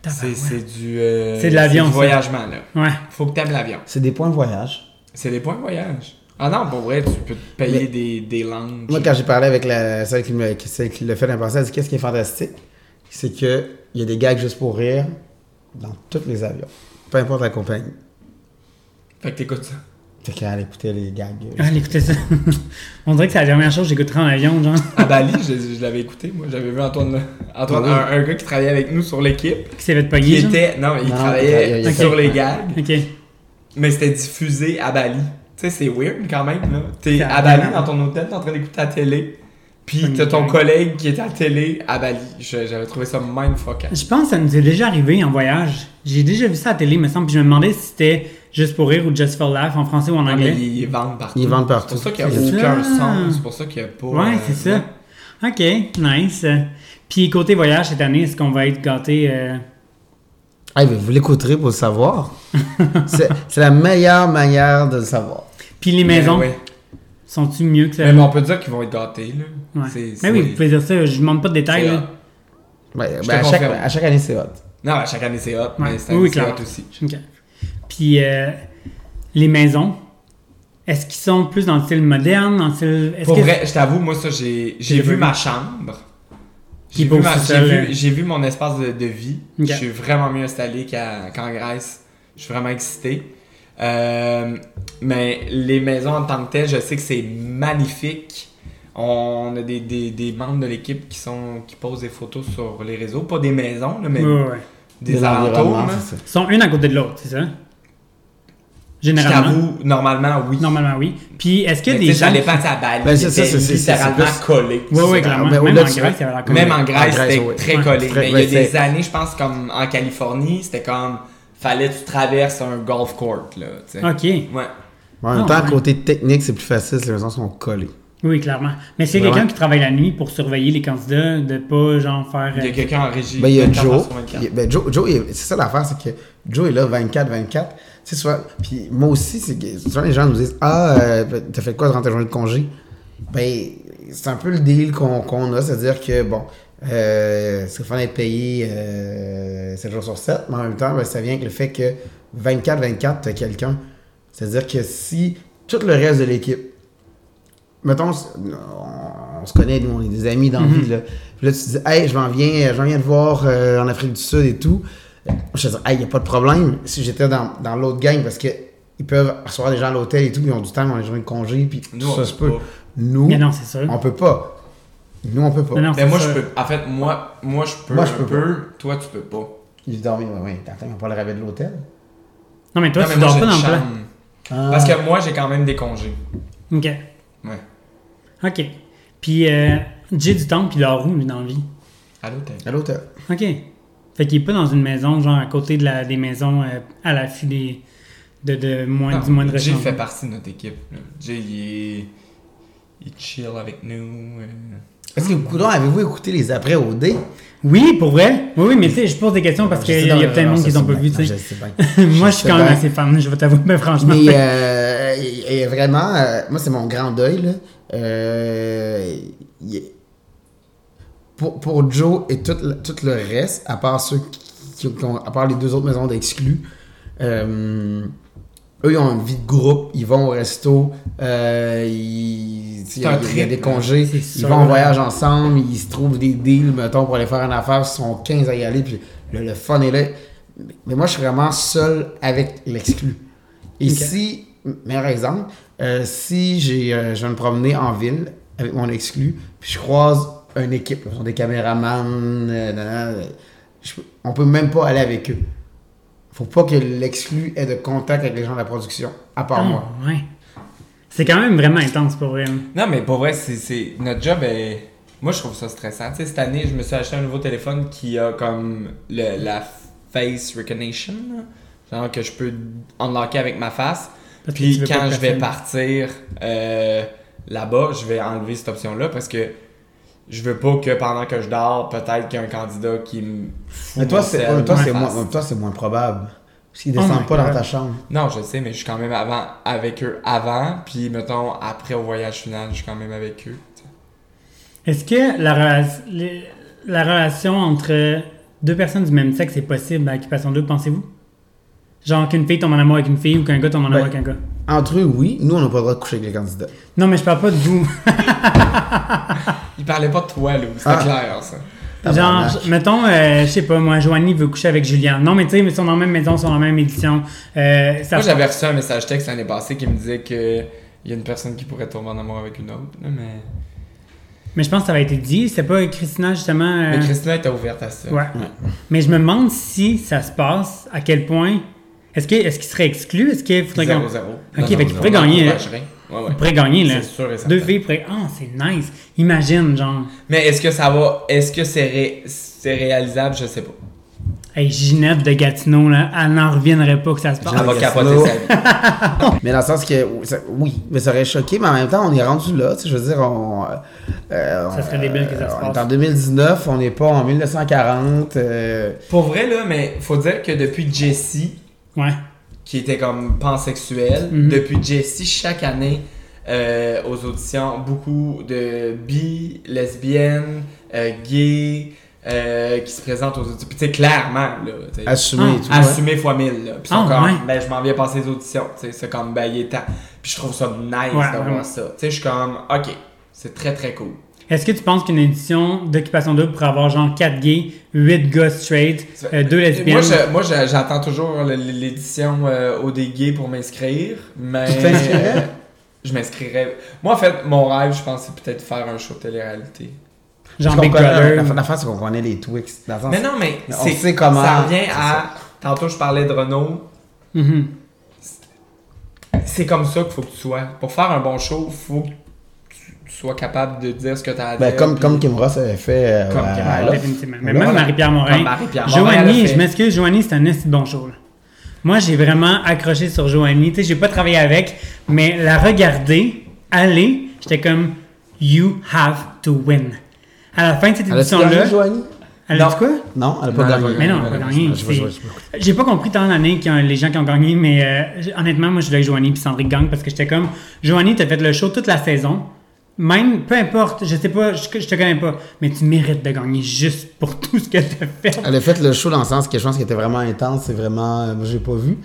Speaker 3: C'est
Speaker 1: Tabarouette.
Speaker 3: c'est du. euh,
Speaker 1: C'est de l'avion,
Speaker 3: c'est du
Speaker 1: ça.
Speaker 3: voyagement, là.
Speaker 1: Ouais.
Speaker 3: Faut que t'aimes l'avion.
Speaker 2: C'est des points de voyage.
Speaker 3: C'est des points de voyage. Ah non, pour vrai, tu peux te payer
Speaker 2: Mais-
Speaker 3: des, des langues.
Speaker 2: Moi, quand j'ai parlé avec la, celle qui me- qui- celle qui l'a fait l'année passée, elle dit qu'est-ce qui est fantastique C'est qu'il y a des gags juste pour rire dans tous les avions. Peu importe la compagnie.
Speaker 3: Fait que t'écoutes ça.
Speaker 2: Fait qu'elle écoutait les gags. euh,
Speaker 1: Allez, écoutez Ah, ça. [laughs] On dirait que c'est la dernière chose que j'écouterai en avion, genre.
Speaker 3: À Bali, je, je l'avais écouté, moi. J'avais vu Antoine, Antoine
Speaker 2: Ah
Speaker 3: un, un gars qui travaillait avec nous sur l'équipe.
Speaker 1: Qui s'est fait
Speaker 3: Qui
Speaker 1: pogner, genre.
Speaker 3: était. Non, il
Speaker 2: Non,
Speaker 3: travaillait
Speaker 2: il- il-
Speaker 3: sur
Speaker 1: ok.
Speaker 3: les gags,
Speaker 1: OK.
Speaker 3: mais c'était diffusé à Bali. Tu sais, c'est weird quand même, là. T'es
Speaker 1: C'est
Speaker 3: à Bali
Speaker 1: aberrant.
Speaker 3: dans ton hôtel, t'es en train d'écouter la télé. Puis
Speaker 1: Une
Speaker 3: t'as ton
Speaker 1: gang.
Speaker 3: collègue qui est à la télé à Bali. Je- J'avais trouvé ça mindfuck.
Speaker 1: Je pense que ça nous est déjà arrivé en voyage. J'ai déjà vu ça à la télé, me semble. Puis je me demandais si c'était juste pour rire ou just for laugh en français ou en
Speaker 3: Non, Ah, mais
Speaker 1: anglais.
Speaker 3: ils, ils vendent partout.
Speaker 2: Ils vendent partout.
Speaker 3: C'est pour ça qu'il n'y a
Speaker 1: C'est
Speaker 3: aucun
Speaker 1: ça.
Speaker 3: sens. C'est pour ça qu'il n'y a pas.
Speaker 1: Ouais,
Speaker 3: euh,
Speaker 1: c'est ça. OK, nice. Puis côté voyage cette année, est-ce qu'on va être gâté euh,
Speaker 2: Ah, mais vous l'écouterez pour le
Speaker 3: [laughs]
Speaker 2: savoir. c'est c'est la meilleure manière de le savoir.
Speaker 1: Puis les
Speaker 3: Mais
Speaker 1: maisons,
Speaker 3: Ben ouais.
Speaker 1: sont-tu mieux que ça?
Speaker 3: Mais on peut dire qu'ils vont être gâtés, là.
Speaker 1: Ouais.
Speaker 3: C'est-
Speaker 1: Mais oui,
Speaker 3: c'est-
Speaker 1: vous pouvez dire ça, je ne demande pas de détails.
Speaker 3: c'est
Speaker 1: là.
Speaker 3: hot.
Speaker 2: Ouais, ben,
Speaker 3: Je te
Speaker 2: à, chaque,
Speaker 3: confirme.
Speaker 2: à chaque année, c'est hot.
Speaker 3: Non, à chaque année c'est hot,
Speaker 1: Ouais.
Speaker 3: mais c'est un
Speaker 1: Oui,
Speaker 3: petit
Speaker 1: clairement.
Speaker 3: hot aussi.
Speaker 1: OK. Puis euh, les maisons, est-ce qu'ils sont plus dans le style moderne, dans le style... est-ce
Speaker 3: Pour
Speaker 1: que-
Speaker 3: vrai, je t'avoue, moi, ça, j'ai, j'ai
Speaker 1: J'ai
Speaker 3: vu
Speaker 1: vu.
Speaker 3: ma chambre.
Speaker 1: Qui
Speaker 3: J'ai vu,
Speaker 1: pose
Speaker 3: ma-
Speaker 1: tout
Speaker 3: j'ai,
Speaker 1: seul,
Speaker 3: vu,
Speaker 1: hein.
Speaker 3: j'ai vu mon espace de, de vie.
Speaker 1: Ok.
Speaker 3: Je suis vraiment mieux installé qu'à- qu'en Grèce. Je suis vraiment excité. Euh, mais les maisons en tant que telles, je sais que c'est magnifique. On a des, des- des membres de l'équipe qui sont qui posent des photos sur les réseaux. Pas des maisons, là, mais
Speaker 1: Ouais, ouais, ouais.
Speaker 3: des alentours.
Speaker 2: environnements,
Speaker 3: là.
Speaker 2: c'est ça.
Speaker 1: Ils sont une à côté de l'autre, c'est ça? Généralement.
Speaker 3: J'avoue, normalement, oui.
Speaker 1: Normalement, oui. Puis, est-ce qu'il y a
Speaker 3: Mais tu
Speaker 1: des
Speaker 3: sais, ça
Speaker 1: gens.
Speaker 3: dépend de sa balle.
Speaker 2: Ben,
Speaker 3: il
Speaker 2: c'est ça,
Speaker 3: était
Speaker 2: c'est- c'est-
Speaker 3: littéralement
Speaker 2: c'est plus-
Speaker 3: collé.
Speaker 1: Oui, oui,
Speaker 2: c'est-
Speaker 1: clairement.
Speaker 2: ben,
Speaker 1: Même
Speaker 2: au-delà
Speaker 1: en
Speaker 2: de ça.
Speaker 1: Grèce, il y avait la
Speaker 2: Comme-
Speaker 3: Même en Grèce,
Speaker 2: Grèce,
Speaker 3: c'était
Speaker 2: ouais.
Speaker 3: très
Speaker 1: Ouais,
Speaker 3: collé.
Speaker 2: très-
Speaker 3: mais
Speaker 2: ouais,
Speaker 3: il y a des
Speaker 2: c'est-
Speaker 3: années, je pense, comme en Californie, c'était comme fallait que tu traverses un golf court. Là, tu sais.
Speaker 1: OK.
Speaker 3: Ouais.
Speaker 2: En
Speaker 1: Ah,
Speaker 2: même temps,
Speaker 1: ouais.
Speaker 2: côté technique, c'est plus facile, les raisons sont collées.
Speaker 1: Oui, clairement. Mais s'il y a
Speaker 2: Vraiment.
Speaker 1: quelqu'un qui travaille la nuit pour surveiller les candidats, de pas, genre, faire.
Speaker 3: Il y a
Speaker 1: euh,
Speaker 3: quelqu'un en régie.
Speaker 2: Ben, il y a
Speaker 3: 24 heures
Speaker 2: Joe.
Speaker 3: sur 24.
Speaker 2: Il- ben, Joe, Joe, il- c'est ça l'affaire, c'est que Joe est là 24-24. Tu sais, souvent, puis moi aussi, c'est que souvent les gens nous disent Ah, euh, ben, t'as fait quoi durant ta journée de congé Ben, c'est un peu le deal qu'on qu'on a, c'est-à-dire que, bon, euh, Stéphane est payé euh, 7 jours sur 7, mais en même temps, ben, ça vient avec le fait que 24-24, t'as quelqu'un. C'est-à-dire que si tout le reste de l'équipe mettons, on, s- on se connaît, nous, on est des amis dans la vie,
Speaker 1: Mhm.
Speaker 2: là. Puis là, tu te dis, hey, je m'en viens, j'en viens de voir euh, en Afrique du Sud et tout. Je te dis, hey, il n'y a pas de problème si j'étais dans, dans l'autre gang parce que ils peuvent recevoir des gens à l'hôtel et tout, ils ont du temps, ils ont des journées de congé, puis
Speaker 3: Nous,
Speaker 2: tout
Speaker 3: on
Speaker 2: ça se
Speaker 3: peut
Speaker 2: peut.
Speaker 3: pas.
Speaker 2: Nous,
Speaker 1: Mais non, c'est sûr.
Speaker 2: on peut pas. Nous, on peut pas.
Speaker 1: Non, non,
Speaker 3: Ben,
Speaker 1: c'est
Speaker 3: moi,
Speaker 1: ça.
Speaker 3: je peux. En fait, moi, moi je peux
Speaker 2: Moi, je
Speaker 3: un
Speaker 2: peux
Speaker 3: peu. Toi, tu peux pas.
Speaker 2: Ils dorment, oui, oui. Attends, ils n'ont pas le rabais de l'hôtel.
Speaker 1: Non, mais toi,
Speaker 3: Non, mais
Speaker 1: tu
Speaker 3: moi,
Speaker 1: dors
Speaker 3: j'ai
Speaker 1: pas dans
Speaker 3: une
Speaker 1: le plan.
Speaker 3: chambre.
Speaker 1: Ah.
Speaker 3: Parce que moi, j'ai quand même des congés.
Speaker 1: OK.
Speaker 3: Ouais.
Speaker 1: OK. Puis, euh, Jay du temps, puis dort où, lui, dans la vie?
Speaker 3: À l'hôtel.
Speaker 2: À l'hôtel.
Speaker 1: OK. Fait qu'il est pas dans une maison, genre, à côté de la, des maisons euh, à l'affût des. De, de moins,
Speaker 3: Non,
Speaker 1: du moindre
Speaker 3: Jay
Speaker 1: échange.
Speaker 3: fait partie de notre équipe. là. Jay, il, est- il chill avec nous. euh.
Speaker 2: Est-ce que, coudon, avez-vous écouté les après-OD?
Speaker 1: Oui, pour vrai. Oui, oui, mais tu sais, je pose des questions parce
Speaker 2: Je
Speaker 1: qu'il
Speaker 2: sais
Speaker 1: y a
Speaker 2: dans-
Speaker 1: peut-être des
Speaker 2: non,
Speaker 1: monde
Speaker 2: ça,
Speaker 1: qui n'ont
Speaker 2: c'est
Speaker 1: pas
Speaker 2: bien.
Speaker 1: vu,
Speaker 2: Non,
Speaker 1: tu
Speaker 2: je
Speaker 1: sais.
Speaker 2: sais bien.
Speaker 1: [laughs] Moi, je
Speaker 2: sais
Speaker 1: suis quand même
Speaker 2: bien.
Speaker 1: assez fan, je vais t'avouer, mais franchement.
Speaker 2: Mais euh, et- et vraiment, euh, moi, c'est mon grand deuil. Là. Euh, il est- pour, pour Joe et tout, le- tout le reste, à part, ceux qui, qui ont- à part les deux autres maisons d'exclus, euh, eux, ils ont une vie de groupe. Ils vont au resto. euh, ils- tu sais, il y a-
Speaker 3: C'est un
Speaker 2: il y a
Speaker 3: trip,
Speaker 2: des
Speaker 3: là.
Speaker 2: congés.
Speaker 1: C'est
Speaker 2: Ils
Speaker 1: sûr,
Speaker 2: vont en
Speaker 1: là.
Speaker 2: voyage ensemble. Ils se trouvent des deals, mettons, pour aller faire une affaire. Ils sont 15 à y aller. Puis le, le fun est là. Mais moi, je suis vraiment seul avec l'exclu. Et
Speaker 1: Ok.
Speaker 2: si, meilleur exemple, euh, si j'ai, euh, je vais me promener en ville avec mon exclu, puis je croise une équipe, là, ce sont des caméramans, euh, nanana, euh, je peux- on peut même pas aller avec eux. Faut pas que l'exclu ait de contact avec les gens de la production, à part
Speaker 1: Ah,
Speaker 2: moi.
Speaker 1: ouais. C'est quand même vraiment intense pour vrai.
Speaker 3: Non, mais pour vrai, c'est, c'est- notre job est. Moi, je trouve ça stressant. Tu sais, cette année, je me suis acheté un nouveau téléphone qui a comme le- la face recognition. là. Genre que je peux unlocker avec ma face.
Speaker 1: Parce que tu
Speaker 3: Puis
Speaker 1: veux pas
Speaker 3: quand
Speaker 1: que
Speaker 3: je vais
Speaker 1: personne-
Speaker 3: partir euh, là-bas, je vais enlever cette option-là parce que je veux pas que pendant que je dors, peut-être qu'il y a un candidat qui me fout
Speaker 2: Mais toi,
Speaker 3: mon
Speaker 2: c'est,
Speaker 3: sel
Speaker 2: euh, toi,
Speaker 3: dans
Speaker 2: c'est
Speaker 3: la face.
Speaker 2: moins, toi, c'est moins probable. Parce qu'ils
Speaker 1: Oh
Speaker 2: descendent
Speaker 1: my
Speaker 2: pas dans
Speaker 1: God.
Speaker 2: ta chambre.
Speaker 3: Non, je sais, mais je suis quand même avant, avec eux avant. Puis mettons, après au voyage final, je suis quand même avec eux. tu sais.
Speaker 1: Est-ce que la, rela- les- la relation entre deux personnes du même sexe est possible à Occupation 2, pensez-vous? Genre qu'une fille tombe en amour avec une fille ou qu'un gars tombe en amour
Speaker 2: Ben-
Speaker 1: avec un gars?
Speaker 2: Entre eux, oui. Nous, on n'a pas le droit de coucher avec les candidats.
Speaker 1: Non, mais je parle pas de vous.
Speaker 3: Il parlait pas de toi, Lou. C'était
Speaker 2: Ah.
Speaker 3: clair, ça.
Speaker 1: Genre,
Speaker 2: Tabarnak.
Speaker 1: je- mettons, euh, je sais pas, moi, Joanie veut coucher avec Julien. Non, mais tu sais, mais ils sont dans la même maison, ils sont dans la même édition. Euh, ça
Speaker 3: Moi, j'avais reçu un message texte l'année passée qui me disait que il y a une personne qui pourrait tomber en amour avec une autre. là, Mais,
Speaker 1: Mais je pense que ça avait été dit. C'était pas Christina, justement. euh,
Speaker 3: mais Christina était ouverte à ça.
Speaker 1: Ouais. Mais je me demande si ça se passe, à quel point. Est-ce que- est-ce qu'il serait exclu? Est-ce qu'il faudrait qu'on-
Speaker 3: 0-0. Ok,
Speaker 1: fait qu'il pourrait gagner, là.
Speaker 3: Ouais, ouais.
Speaker 1: Il pourrait gagner, là.
Speaker 3: C'est sûr et certain.
Speaker 1: Deux filles pourraient. Ah, c'est nice. Imagine, genre.
Speaker 3: Mais est-ce que ça va. Est-ce que c'est ré- c'est réalisable Je sais pas.
Speaker 1: Hey, Ginette de Gatineau, là, elle n'en reviendrait pas que ça se passe.
Speaker 3: Elle va
Speaker 2: Gaston.
Speaker 3: capoter sa vie.
Speaker 2: Mais dans le sens que, oui, ça- oui, mais ça aurait choqué, mais en même temps, on est rendu là. Tu sais, je veux dire, on. euh,
Speaker 1: Ça
Speaker 2: on-
Speaker 1: serait débile que ça se
Speaker 2: on
Speaker 1: passe.
Speaker 2: est en 2019, on n'est pas en 1940. euh,
Speaker 3: Pour vrai, là, mais faut dire que depuis Jessie,
Speaker 1: Ouais.
Speaker 3: qui était comme pansexuel.
Speaker 1: Mhm.
Speaker 3: Depuis Jessie, chaque année, euh, aux auditions, beaucoup de bi, lesbiennes, euh, gays, euh, qui se présentent aux auditions. Puis tu sais, clairement, là, tu sais,
Speaker 2: assumé
Speaker 1: Ah,
Speaker 2: et tout. ouais.
Speaker 3: assumé fois mille, là. Puis ils sont
Speaker 1: Ah,
Speaker 3: comme,
Speaker 1: ouais.
Speaker 3: ben, je m'en viens passer les auditions, tu sais, c'est comme, ben, il est temps. Puis je trouve ça nice
Speaker 1: Ouais,
Speaker 3: de
Speaker 1: vraiment.
Speaker 3: voir ça. Tu sais, je suis comme, ok, c'est très très cool.
Speaker 1: Est-ce que tu penses qu'une édition d'Occupation 2 pourrait avoir genre 4 gays, 8 gars straight, 2 Euh, lesbiennes?
Speaker 3: Moi, je- moi, je- j'attends toujours le- l'édition euh, au dégué pour m'inscrire, mais.
Speaker 2: Tu t'inscrirais?
Speaker 3: Euh, je m'inscrirais. Moi, en fait, mon rêve, je pense, c'est peut-être faire un show de télé-réalité.
Speaker 1: Genre
Speaker 2: Parce
Speaker 1: Big
Speaker 2: qu'on connaît-
Speaker 1: Brother.
Speaker 2: la- L'affaire, c'est qu'on connaît les Twix. Dans le sens-
Speaker 3: Mais non, mais.
Speaker 2: Mais on
Speaker 3: c'est-
Speaker 2: sait comment-
Speaker 3: Ça revient
Speaker 2: c'est
Speaker 1: Mm-hmm.
Speaker 3: à. Tantôt, je parlais de Renault.
Speaker 1: Mhm.
Speaker 3: c'est comme ça qu'il faut que tu sois. Pour faire un bon show, il faut que tu- tu sois capable de dire ce que tu as à dire.
Speaker 2: Ben, comme,
Speaker 3: puis-
Speaker 2: comme Kim Ross avait fait. euh,
Speaker 3: Comme
Speaker 2: à-
Speaker 3: Kim
Speaker 2: à
Speaker 3: Ross,
Speaker 2: Love.
Speaker 1: Ah, Définitivement. Mais
Speaker 2: Là,
Speaker 1: même
Speaker 2: on a-
Speaker 1: Marie-Pierre Morin.
Speaker 3: Comme Marie-Pierre Morin, elle
Speaker 1: Joanie,
Speaker 3: a
Speaker 1: je
Speaker 3: fait-
Speaker 1: m'excuse, Joanie, c'est un esti de bon show. là. Moi, j'ai vraiment accroché sur Joanie. Tu sais, j'ai pas travaillé avec, mais la regarder, aller, j'étais comme You have to win. À la fin de cette
Speaker 2: Elle a-tu
Speaker 1: édition-là.
Speaker 2: gagné, Joanie?
Speaker 1: Elle a dit quoi?
Speaker 2: Non, elle a
Speaker 3: Non,
Speaker 2: pas
Speaker 3: elle a
Speaker 2: gagné.
Speaker 3: pas
Speaker 1: Mais non, on a pas gagné.
Speaker 2: Je vois, je vois,
Speaker 1: C'est-
Speaker 2: je vois.
Speaker 1: J'ai pas compris tant d'années qu'il y a les gens qui ont gagné, mais euh, j- honnêtement, moi, je voulais que Joanie puis Sandrick gagne parce que j'étais comme, Joanie, t'as fait le show toute la saison. Même, peu importe, je sais pas, je, je te connais pas, mais tu mérites de gagner juste pour [laughs] tout ce que t'as fait.
Speaker 2: Elle a fait le show dans le sens que je pense qu'elle était vraiment intense. C'est vraiment. euh, Moi, j'ai pas vu.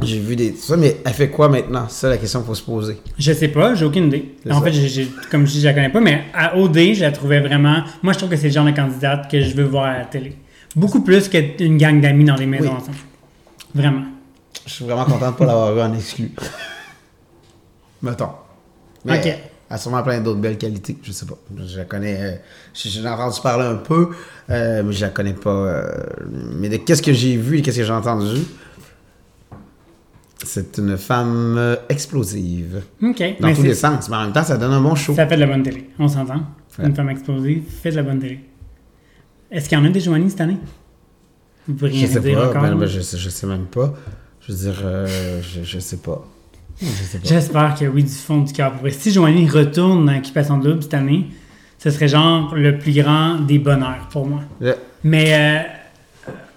Speaker 2: J'ai vu des. tout ça, mais elle fait quoi maintenant? C'est ça la question qu'il faut se poser.
Speaker 1: Je sais pas, j'ai aucune idée.
Speaker 2: C'est
Speaker 1: En
Speaker 2: ça.
Speaker 1: fait, j'ai- j'ai- comme je dis, je la connais pas, mais à OD, je la trouvais vraiment. Moi, je trouve que c'est le genre de candidate que je veux voir à la télé. Beaucoup plus qu'une gang d'amis dans les maisons
Speaker 2: Oui.
Speaker 1: ensemble. Vraiment.
Speaker 2: Je suis vraiment content de pas l'avoir eu en exclu. Mettons. Mais
Speaker 1: Ok.
Speaker 2: elle a sûrement plein d'autres belles qualités. Je sais pas. Je la connais. euh, je- J'en ai entendu parler un peu, euh, mais je la connais pas. euh, mais de qu'est-ce que j'ai vu et qu'est-ce que j'ai entendu? C'est une femme euh, explosive.
Speaker 1: OK.
Speaker 2: Dans
Speaker 1: Mais
Speaker 2: tous
Speaker 1: c'est-
Speaker 2: les sens. Mais en même temps, ça donne un bon show.
Speaker 1: Ça fait de la bonne télé, on s'entend.
Speaker 2: Ouais.
Speaker 1: Une femme explosive fait de la bonne télé. Est-ce qu'il y en a des Joanie cette année? Vous pouvez rien
Speaker 2: Je sais
Speaker 1: dire
Speaker 2: pas,
Speaker 1: encore.
Speaker 2: ben, ben, je, sais, je sais même pas. Je veux dire, euh, je, je sais pas. Je sais pas.
Speaker 1: J'espère que oui, du fond du cœur. Pour vrai. Si Joanie retourne dans Qui passe en double cette année, ce serait genre le plus grand des bonheurs pour moi.
Speaker 2: Le-
Speaker 1: Mais euh,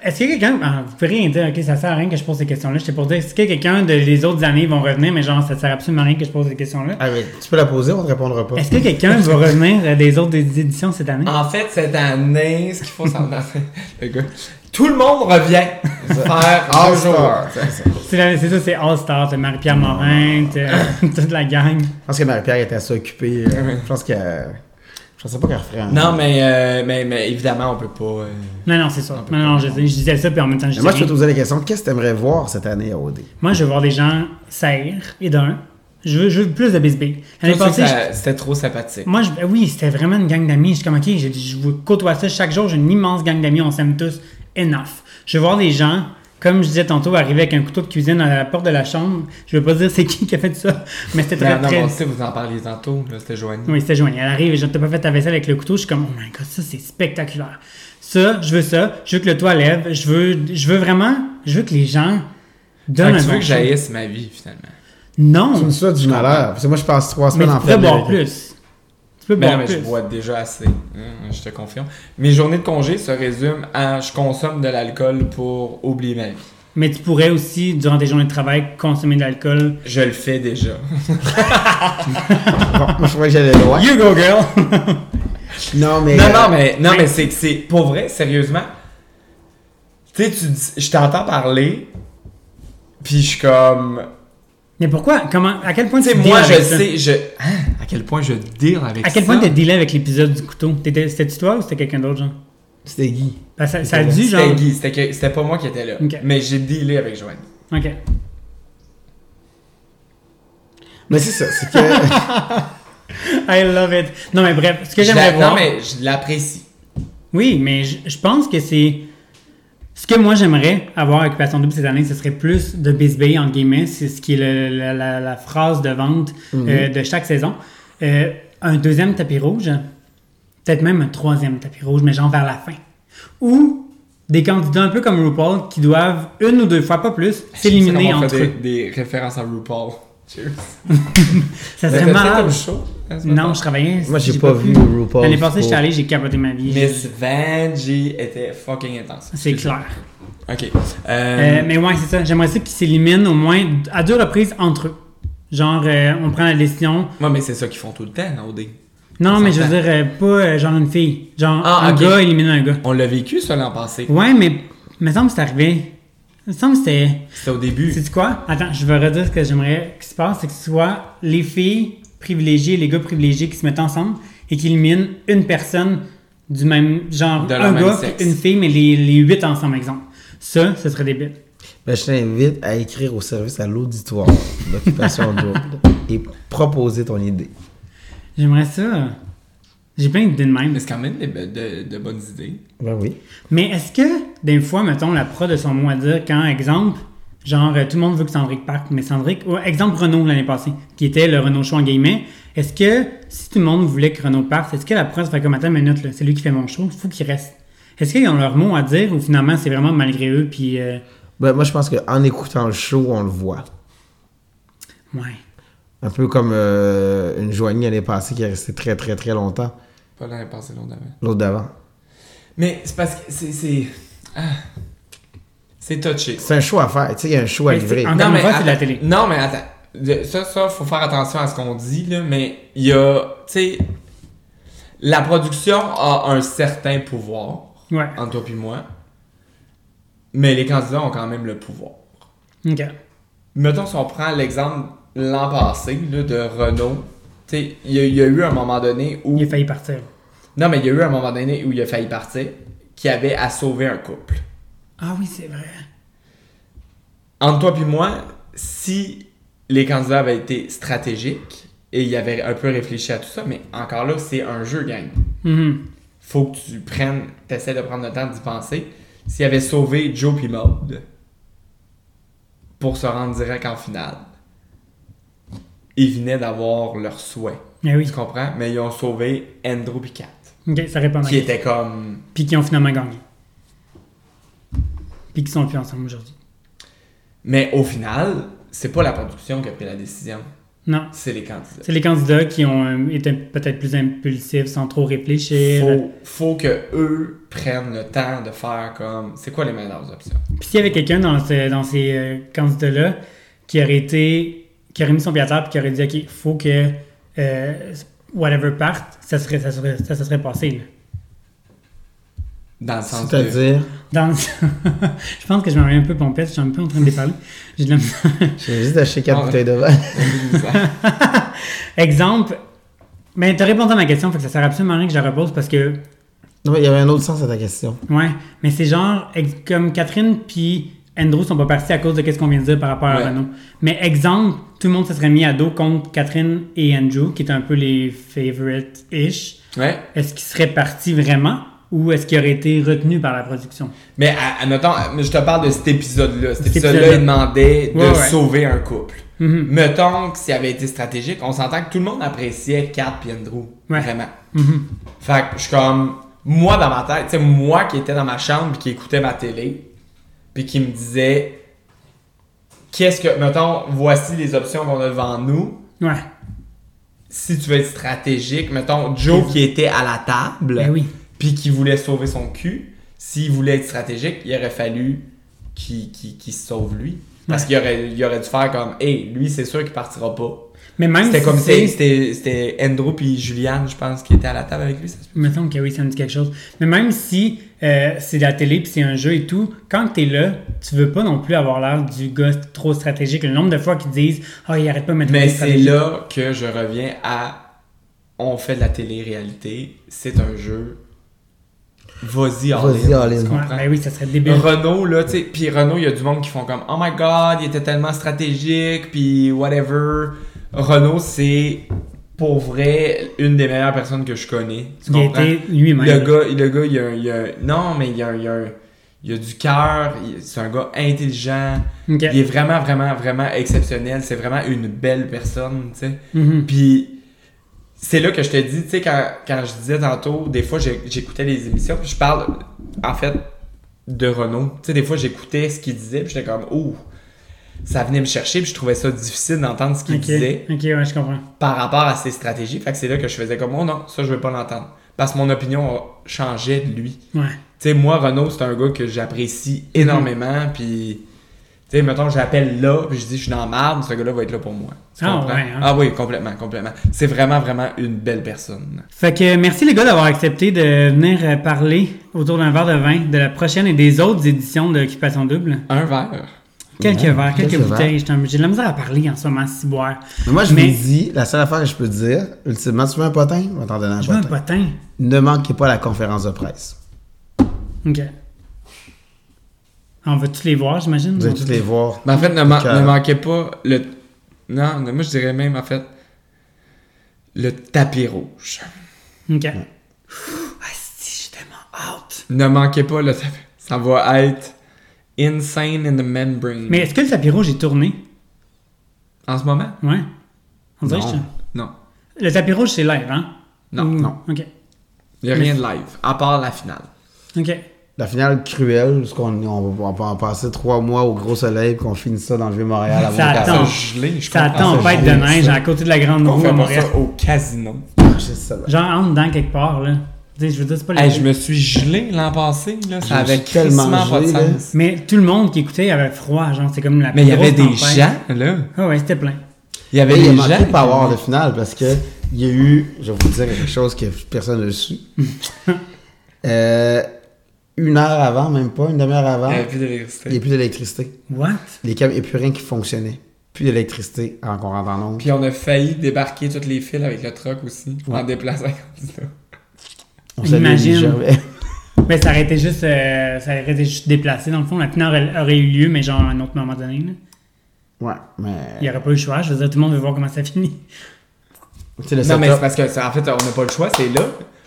Speaker 1: est-ce que quelqu'un. ah, vous pouvez rien dire, ok, ça sert à rien que je pose ces questions-là. J'étais pour dire, est-ce que quelqu'un des autres années vont revenir, mais genre, ça sert absolument à rien que je pose ces questions-là.
Speaker 2: Ah, mais tu peux la poser, on te répondra pas.
Speaker 1: Est-ce que
Speaker 2: [laughs]
Speaker 1: quelqu'un va revenir euh, des autres éditions cette année?
Speaker 3: En fait, cette année, ce qu'il faut savoir, [laughs] le gars, tout le monde revient faire
Speaker 2: All
Speaker 3: un jour.
Speaker 2: Star. C'est ça.
Speaker 1: C'est la- c'est ça, c'est All Star, t'as Marie-Pierre Morin,
Speaker 3: [laughs]
Speaker 1: t'as [laughs] toute la gang.
Speaker 2: Je pense que Marie-Pierre était assez occupée. euh, Je pense que. Je pensais pas qu'elle referait un.
Speaker 3: Non, mais, euh, mais, mais évidemment, on peut pas. euh,
Speaker 1: Non, non, c'est ça. Non, non, je, sais, je disais ça, puis en même temps, je
Speaker 2: Mais
Speaker 1: disais.
Speaker 2: moi, je peux te
Speaker 1: rien.
Speaker 2: poser la question qu'est-ce que t'aimerais voir cette année à OD
Speaker 1: Moi, je veux voir des gens serres et d'un. Je veux, je veux plus de bisbee. L'année
Speaker 3: je trouve
Speaker 1: passée,
Speaker 3: que ça- c'était trop sympathique.
Speaker 1: je- moi, je- oui, c'était vraiment une gang d'amis. Je suis comme, ok, je, je vous côtoie ça chaque jour, j'ai une immense gang d'amis, on s'aime tous. Enough. Je veux voir des gens. Comme je disais tantôt, arriver avec un couteau de cuisine à la porte de la chambre, je veux pas dire c'est qui qui a fait ça, [laughs] mais c'était très,
Speaker 3: Non, non,
Speaker 1: très
Speaker 3: mais on sait, vous en parliez tantôt, là, c'était Joanie.
Speaker 1: Oui, c'était joigné. Elle arrive et je t'ai pas fait ta vaisselle avec le couteau. Je suis comme, oh my god, ça c'est spectaculaire. Ça, je veux ça. Je veux que le toit lève. Je veux, je veux vraiment, je veux que les gens
Speaker 3: Fait
Speaker 1: donnent
Speaker 3: que tu
Speaker 1: un
Speaker 3: veux
Speaker 1: bon
Speaker 3: que
Speaker 1: show.
Speaker 3: j'haïsse ma vie, finalement.
Speaker 2: Tu
Speaker 1: Non,
Speaker 2: me souhaites du malheur. Parce que moi, je passe trois
Speaker 1: mais
Speaker 2: semaines
Speaker 1: tu
Speaker 2: en
Speaker 1: peux
Speaker 2: fait.
Speaker 1: boire plus. Tu peux
Speaker 3: Mais
Speaker 1: boire
Speaker 3: Ben non, mais je
Speaker 1: plus.
Speaker 3: bois déjà assez, hein, je te confirme. Mes journées de congé se résument à je consomme de l'alcool pour oublier ma vie.
Speaker 1: Mais tu pourrais aussi, durant tes journées de travail, consommer de l'alcool.
Speaker 3: Je le fais déjà. [laughs]
Speaker 2: Bon, moi, je croyais que j'allais loin.
Speaker 3: You go, girl!
Speaker 2: Non, mais.
Speaker 3: Non,
Speaker 2: euh,
Speaker 3: non, mais, non,
Speaker 1: mais-
Speaker 3: mais c'est que c'est. Pour vrai, sérieusement. Tu sais, tu dis- je t'entends parler, puis je suis comme.
Speaker 1: Mais pourquoi Comment À quel point
Speaker 3: Tu sais,
Speaker 1: tu
Speaker 3: moi,
Speaker 1: deals
Speaker 3: je
Speaker 1: avec ça?
Speaker 3: sais. Je... Hein? À quel point je deal avec ça.
Speaker 1: À quel point t'as dealé avec l'épisode du couteau T'étais- C'était-tu toi ou c'était quelqu'un d'autre, genre
Speaker 2: C'était Guy.
Speaker 1: Ben, ça, ça a dû, genre.
Speaker 3: C'était Guy, c'était que- c'était pas moi qui étais là.
Speaker 1: Ok.
Speaker 3: Mais j'ai dealé avec Joanie.
Speaker 1: Ok. [laughs]
Speaker 2: Mais c'est ça, c'est que.
Speaker 1: I love it. Non, mais bref, ce que
Speaker 3: Je
Speaker 1: j'aimerais
Speaker 3: la-
Speaker 1: voir.
Speaker 3: Non, mais je l'apprécie.
Speaker 1: Oui, mais je, je pense que c'est. Ce que moi j'aimerais avoir à Occupation Double cette année, ce serait plus de bisbee, entre guillemets. C'est ce qui est le- la, la- la phrase de vente euh, de chaque saison. Euh, un deuxième tapis rouge, peut-être même un troisième tapis rouge, mais genre vers la fin. Ou des candidats un peu comme RuPaul qui doivent une ou deux fois, pas plus, s'éliminer
Speaker 3: C'est comme on
Speaker 1: entre
Speaker 3: fait
Speaker 1: eux.
Speaker 3: des, des références à RuPaul. [laughs] Cheers.
Speaker 1: Ça
Speaker 3: T'as
Speaker 1: serait
Speaker 3: fait
Speaker 1: malade.
Speaker 3: comme show? hein, ce matin?
Speaker 1: Non, je travaillais.
Speaker 2: Moi, j'ai
Speaker 1: j'ai
Speaker 2: pas vu
Speaker 1: pu.
Speaker 2: RuPaul
Speaker 1: L'année passée,
Speaker 2: pour-
Speaker 1: je suis allé, j'ai capoté ma vie.
Speaker 3: Miss Vanjie était fucking intense.
Speaker 1: C'est clair.
Speaker 3: Ok. Euh,
Speaker 1: Euh, mais ouais, c'est ça. J'aimerais ça qu'ils s'éliminent au moins à deux reprises entre eux. Genre, euh, on prend la décision.
Speaker 3: Ouais, mais c'est ça qu'ils font tout le temps, OD.
Speaker 1: Non,
Speaker 3: On
Speaker 1: mais je veux
Speaker 3: s'entend.
Speaker 1: dire, euh, pas euh, genre une fille. Genre,
Speaker 3: Ah,
Speaker 1: un
Speaker 3: ok.
Speaker 1: gars élimine un gars.
Speaker 3: On l'a vécu, ça, l'an passé.
Speaker 1: Ouais, mais me semble que c'est arrivé. Me semble que c'était.
Speaker 3: C'était au début.
Speaker 1: C'est quoi? Attends, je vais redire ce que j'aimerais qu'il se passe. C'est que ce soit les filles privilégiées et les gars privilégiés qui se mettent ensemble et qui éliminent une personne du même genre.
Speaker 3: De leur
Speaker 1: un
Speaker 3: même
Speaker 1: gars,
Speaker 3: sexe.
Speaker 1: une fille, mais les, les huit ensemble, exemple. Ça, ce serait débile.
Speaker 2: Ben, je t'invite à écrire au service à l'auditoire d'Occupation Double et proposer ton idée.
Speaker 1: J'aimerais ça. J'ai plein d'idées de même.
Speaker 3: Mais c'est quand même des be- de, de bonnes idées.
Speaker 2: Ben oui.
Speaker 1: Mais est-ce que, des fois, mettons, la prod de son mot à dire, quand, exemple, Genre, euh, tout le monde veut que Sandrick parte, mais Sandrick, ou, exemple Renault l'année passée, qui était le Renault Show en guillemets. Est-ce que si tout le monde voulait que Renault parte, est-ce que la presse fait comme attends une minute, là, c'est lui qui fait mon show, faut qu'il reste. Est-ce qu'ils ont leur mot à dire ou finalement c'est vraiment malgré eux puis euh,
Speaker 2: Ben, moi, je pense qu'en écoutant le show, on le voit.
Speaker 1: ouais.
Speaker 2: Un peu comme euh, une Joanie l'année passée qui est restée très, très, très longtemps.
Speaker 3: Pas l'année passée, l'autre d'avant.
Speaker 2: L'autre d'avant.
Speaker 3: Mais c'est parce que c'est. C'est ah. C'est touché.
Speaker 2: C'est un show à faire. Tu sais, il y a un show à
Speaker 1: Mais c'est-
Speaker 2: livrer.
Speaker 1: en- Encore une fois, c'est de la
Speaker 3: attends.
Speaker 1: télé.
Speaker 3: Non, mais attends. De- Ça, ça, faut faire attention à ce qu'on dit, là, mais il y a, tu sais, la production a un certain pouvoir,
Speaker 1: Ouais.
Speaker 3: entre toi puis moi, mais les candidats ont quand même le pouvoir.
Speaker 1: OK.
Speaker 3: Mettons, si on prend l'exemple l'an passé, là, de Renault, tu sais, il y, a- il y a eu un moment donné où...
Speaker 1: Il a failli partir.
Speaker 3: Non, mais il y a eu un moment donné où il a failli partir, qui avait à sauver un couple.
Speaker 1: Ah oui, c'est vrai.
Speaker 3: entre toi puis moi, si les candidats avaient été stratégiques et ils avaient un peu réfléchi à tout ça, mais encore là, c'est un jeu, gang.
Speaker 1: Mhm.
Speaker 3: Faut que tu prennes, t'essaies de prendre le temps d'y penser. S'ils avaient sauvé Joe puis Maud pour se rendre direct en finale, ils venaient d'avoir leur souhait.
Speaker 1: Mais Eh oui.
Speaker 3: Tu comprends? Mais ils ont sauvé Andrew puis Kat,
Speaker 1: OK, ça répond à ma
Speaker 3: qui
Speaker 1: question.
Speaker 3: était comme
Speaker 1: Puis qui ont finalement gagné. Puis qui sont plus ensemble aujourd'hui.
Speaker 3: Mais au final, c'est pas la production qui a pris la décision,
Speaker 1: Non.
Speaker 3: c'est les candidats.
Speaker 1: C'est les candidats qui ont euh, été peut-être plus impulsifs sans trop réfléchir.
Speaker 3: faut, faut que eux prennent le temps de faire comme c'est quoi les meilleures options.
Speaker 1: Puis s'il y avait quelqu'un dans, ce- dans ces euh, candidats-là qui aurait été. qui aurait mis son pied à terre puis qui aurait dit OK, faut que euh, whatever parte, ça serait, ça serait, ça, ça serait passé. là.
Speaker 3: Dans le sens de
Speaker 2: C'est-à-dire,
Speaker 1: Dans le- [laughs] je pense que je m'en vais un peu pompette, je suis un peu en train de déparler. J'ai de la
Speaker 2: j'ai juste acheté
Speaker 1: Ah
Speaker 2: quatre
Speaker 3: Ouais.
Speaker 2: bouteilles de vin.
Speaker 1: [laughs]
Speaker 2: [laughs]
Speaker 1: Exemple, mais t'as répondu à ma question, fait que ça sert absolument à rien que je la repose parce que,
Speaker 2: Non, mais il y avait un autre sens à ta question.
Speaker 1: ouais, mais c'est genre, ex- comme Catherine puis Andrew sont pas partis à cause de qu'est-ce qu'on vient de dire par rapport à
Speaker 3: Ouais.
Speaker 1: Renaud. Mais exemple, tout le monde se serait mis à dos contre Catherine et Andrew, qui étaient un peu les favorites-ish.
Speaker 3: [laughs] ouais.
Speaker 1: Est-ce qu'ils seraient partis vraiment ou est-ce qu'ils auraient été retenus par la production?
Speaker 3: Mais à, à- mettons, mais je te parle de cet épisode-là. Cet
Speaker 1: Cet
Speaker 3: épisode-là,
Speaker 1: épisode-là.
Speaker 3: il demandait de
Speaker 1: Ouais, ouais.
Speaker 3: sauver un couple.
Speaker 1: Mhm.
Speaker 3: Mettons que s'il avait été stratégique, on s'entend que tout le monde appréciait Kat et Andrew.
Speaker 1: Ouais.
Speaker 3: Vraiment.
Speaker 1: Mhm.
Speaker 3: Fait que je suis comme, moi dans ma tête, tu sais, moi qui étais dans ma chambre, puis qui écoutait ma télé, puis qui me disait, qu'est-ce que, mettons, voici les options qu'on a devant nous.
Speaker 1: Ouais,
Speaker 3: si tu veux être stratégique, mettons Joe qui était à la table,
Speaker 1: ben oui.
Speaker 3: puis qui voulait sauver son cul, s'il voulait être stratégique, il aurait fallu qu'il qu'il- qu'il se sauve lui. Parce qu'il aurait, il aurait dû faire comme, hey, lui, c'est sûr qu'il partira pas.
Speaker 1: Mais même
Speaker 3: C'était
Speaker 1: si
Speaker 3: comme
Speaker 1: c'est-
Speaker 3: si c'était c'était Andrew puis Juliane, je pense, qui était à la table avec lui. Ça se peut.
Speaker 1: Mettons que oui, ça me dit quelque chose. Mais même si euh, c'est de la télé puis c'est un jeu et tout, quand t'es là, tu veux pas non plus avoir l'air du gars trop stratégique. Le nombre de fois qu'ils disent Ah, il arrête pas de mettre
Speaker 3: Mais
Speaker 1: des
Speaker 3: c'est
Speaker 1: stratégies.
Speaker 3: là que je reviens à, on fait de la télé-réalité, c'est un jeu. Vas-y, all
Speaker 2: Vas-y, all in.
Speaker 3: Tu
Speaker 1: Ouais,
Speaker 3: comprends?
Speaker 1: ben Ah, oui, ça serait débile.
Speaker 3: Renault, là, tu sais, puis Renault, il y a du monde qui font comme Oh my god, il était tellement stratégique, puis whatever. Renault, c'est pour vrai une des meilleures personnes que je connais. Tu
Speaker 1: Il a
Speaker 3: comprends?
Speaker 1: été lui-même.
Speaker 3: Le gars, le gars, il y a, un- il y a un- Non, mais il y a, un- il y a un- il y a du cœur, il- c'est un gars intelligent,
Speaker 1: Ok.
Speaker 3: il est vraiment, vraiment, vraiment exceptionnel, c'est vraiment une belle personne, tu sais.
Speaker 1: Mhm.
Speaker 3: Puis c'est là que je te dis, tu sais, quand, quand je disais tantôt, des fois j'ai- j'écoutais les émissions, puis je parle en fait de Renault. Tu sais, des fois j'écoutais ce qu'il disait, puis j'étais comme, oh, ça venait me chercher, puis je trouvais ça difficile d'entendre ce qu'il
Speaker 1: Ok.
Speaker 3: disait
Speaker 1: Ok, ouais, je comprends.
Speaker 3: par rapport à ses stratégies. Fait que c'est là que je faisais comme, oh non, ça je veux pas l'entendre. Parce que mon opinion changeait de lui.
Speaker 1: Ouais.
Speaker 3: Tu sais, moi, Renault, c'est un gars que j'apprécie
Speaker 1: Mhm.
Speaker 3: énormément, puis. Tu sais, mettons, j'appelle là, puis je dis, je suis dans la marde, ce gars-là va être là pour moi. Tu
Speaker 1: Ah,
Speaker 3: comprends?
Speaker 1: ouais, hein?
Speaker 3: Ah oui, complètement, complètement. C'est vraiment, vraiment une belle personne.
Speaker 1: Fait que euh, merci les gars d'avoir accepté de venir euh, parler autour d'un verre de vin de la prochaine et des autres éditions de Occupation Double.
Speaker 3: Un verre.
Speaker 1: Quelques verres, quelques,
Speaker 2: quelques
Speaker 1: bouteilles. J'étais un- J'ai de la misère à parler en ce moment, si boire.
Speaker 2: Mais moi, je
Speaker 1: Mais-
Speaker 2: vous dis, la seule affaire que je peux dire, ultimement, tu veux un potin? On va t'en donner un
Speaker 1: Je veux un
Speaker 2: potin.
Speaker 1: potin.
Speaker 2: Ne manquez pas la conférence de presse.
Speaker 1: OK. On va tous les voir, j'imagine.
Speaker 2: Vous allez tous les voir.
Speaker 3: Mais en fait, ne, man-
Speaker 2: Quatre.
Speaker 3: ne manquez pas le. Non, non, moi je dirais même, en fait, le tapis rouge.
Speaker 1: OK. Ouh, asti, je suis tellement out.
Speaker 3: Ne manquez pas le tapis. Ça va être Insane in the Membrane.
Speaker 1: Mais est-ce que le tapis rouge est tourné?
Speaker 3: En ce moment?
Speaker 1: Ouais. On dirait que
Speaker 3: non.
Speaker 1: je-
Speaker 3: non.
Speaker 1: Le tapis rouge, c'est live, hein?
Speaker 3: Non,
Speaker 1: Ou-
Speaker 3: non.
Speaker 1: OK.
Speaker 3: Il n'y a rien de live, à part la finale.
Speaker 1: OK.
Speaker 2: La finale cruelle, parce qu'on on va on va passer trois mois au gros soleil, puis qu'on finisse ça dans le Vieux-Montréal avant
Speaker 1: Ça
Speaker 2: de
Speaker 1: attend.
Speaker 3: Ça
Speaker 1: Non.
Speaker 3: gelé, je
Speaker 1: Ça
Speaker 3: comprends
Speaker 1: attend
Speaker 2: ça,
Speaker 1: tempête de
Speaker 2: j'ai vu
Speaker 1: neige
Speaker 2: ça.
Speaker 1: à côté de la grande
Speaker 3: On
Speaker 1: roue à
Speaker 3: fait pas
Speaker 1: Montréal.
Speaker 3: ça au casino.
Speaker 2: Je sais pas.
Speaker 1: Genre, entre dans quelque part, là. Tu sais, je veux dire, c'est pas les-
Speaker 3: Hey, je me suis gelé l'an passé, là.
Speaker 2: Je
Speaker 3: Ça
Speaker 2: me
Speaker 3: avait
Speaker 2: suis tellement
Speaker 3: crissement pas de
Speaker 2: gelé, là.
Speaker 3: sens.
Speaker 1: Mais tout le monde qui écoutait avait froid, genre, c'est comme la
Speaker 3: Mais il y
Speaker 1: plus
Speaker 3: avait des
Speaker 1: grosse tempête.
Speaker 3: gens, là.
Speaker 1: Ah ouais, c'était plein.
Speaker 3: Il y avait
Speaker 2: Mais il a
Speaker 3: des gens.
Speaker 2: manqué de pas avoir le final parce que il y a eu, je vais vous dire quelque chose que personne ne
Speaker 3: [laughs]
Speaker 2: su. Euh, une heure avant, même pas, une demi-heure avant,
Speaker 3: Il y avait plus
Speaker 2: il n'y a
Speaker 3: d'électricité.
Speaker 2: plus d'électricité.
Speaker 1: What?
Speaker 2: Les câbles, il n'y a plus rien qui fonctionnait. Plus d'électricité avant qu'on rentre en onde.
Speaker 3: Puis on a failli débarquer toutes les fils avec le truck aussi, en
Speaker 2: Ouais.
Speaker 3: déplaçant comme ça.
Speaker 2: On savait
Speaker 1: Imagine.
Speaker 2: où Gervais-
Speaker 1: Mais ça aurait été juste, euh, ça aurait été juste déplacé. Dans le fond, la finale aurait- aurait eu lieu, mais genre à un autre moment donné. là.
Speaker 2: [laughs] Ouais,
Speaker 1: Il n'y
Speaker 2: mais.
Speaker 1: aurait pas eu le choix. Je veux dire, tout le monde veut voir comment ça [laughs] finit.
Speaker 2: Tu sais, le
Speaker 3: Non, mais c'est
Speaker 2: setup.
Speaker 3: parce que, c'est- en fait, on n'a pas le choix, c'est là.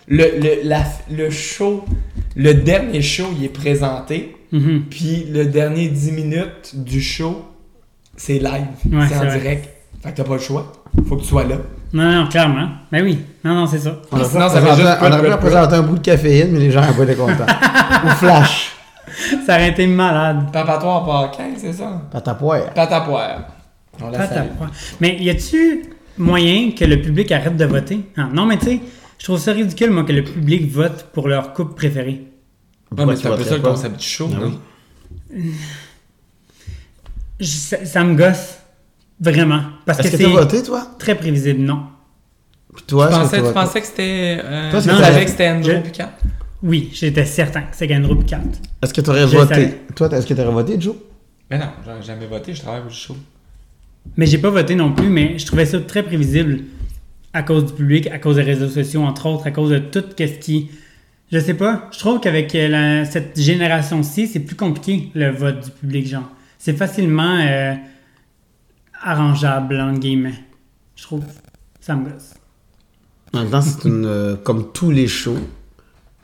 Speaker 3: Le, le, la- le show, le dernier show, il est présenté.
Speaker 1: Mhm.
Speaker 3: Puis le dernier 10 minutes du show, c'est live.
Speaker 1: Ouais,
Speaker 3: c'est en
Speaker 1: c'est vrai.
Speaker 3: direct. Fait que t'as pas le choix. Faut que tu sois là.
Speaker 1: Non, non, clairement. Ben oui. Non, non, c'est ça. [laughs]
Speaker 2: On aurait pu
Speaker 3: Sinon, ça fait
Speaker 2: représenter-
Speaker 3: juste
Speaker 2: on
Speaker 3: pas de
Speaker 2: aurait pu
Speaker 3: bleu-bleu.
Speaker 2: représenter un bout de caféine, mais les gens n'ont pas été contents.
Speaker 3: [laughs]
Speaker 2: Ou flash.
Speaker 1: Ça aurait été malade.
Speaker 3: Papatoire Paquin, c'est ça?
Speaker 2: Patapoire.
Speaker 3: Patapoire. On la salue.
Speaker 1: Patapouin. Mais y a-tu moyen que le public arrête de voter? Ah, non, mais tu sais, je trouve ça ridicule, moi, que le public vote pour leur couple préféré.
Speaker 3: Ouais,
Speaker 2: Pourquoi
Speaker 3: mais
Speaker 2: tu
Speaker 3: c'est un peu
Speaker 2: voterais
Speaker 3: ça le
Speaker 2: pas?
Speaker 3: concept du show,
Speaker 2: Ah
Speaker 3: non?
Speaker 2: oui.
Speaker 1: Je- ça, ça me gosse. Vraiment. Parce que,
Speaker 2: Est-ce que
Speaker 1: c'est
Speaker 2: t'as voté, toi?
Speaker 1: très prévisible, non?
Speaker 2: Puis toi,
Speaker 3: Tu
Speaker 2: est-ce que
Speaker 3: pensais,
Speaker 2: t'as
Speaker 3: tu
Speaker 2: voté?
Speaker 3: pensais que c'était. Euh,
Speaker 2: Toi,
Speaker 3: tu
Speaker 2: c'est
Speaker 1: ça.
Speaker 3: savais que c'était
Speaker 1: Je-
Speaker 3: Andrew Picard?
Speaker 1: Oui, j'étais certain que c'est Gandro Picard.
Speaker 2: Est-ce que t'aurais
Speaker 1: Je
Speaker 2: voté?
Speaker 1: savais.
Speaker 2: Toi, est-ce que t'aurais voté, Joe?
Speaker 3: Mais non, j'aurais jamais voté, je travaille pour le show.
Speaker 1: Mais j'ai pas voté non plus, mais je trouvais ça très prévisible à cause du public, à cause des réseaux sociaux, entre autres, à cause de tout qu'est-ce qui. Je sais pas. Je trouve qu'avec euh, la- cette génération-ci, c'est plus compliqué le vote du public, genre. C'est facilement euh, arrangeable, entre guillemets. Je trouve. Ça me gosse.
Speaker 2: En même temps, c'est une. euh, comme tous les shows,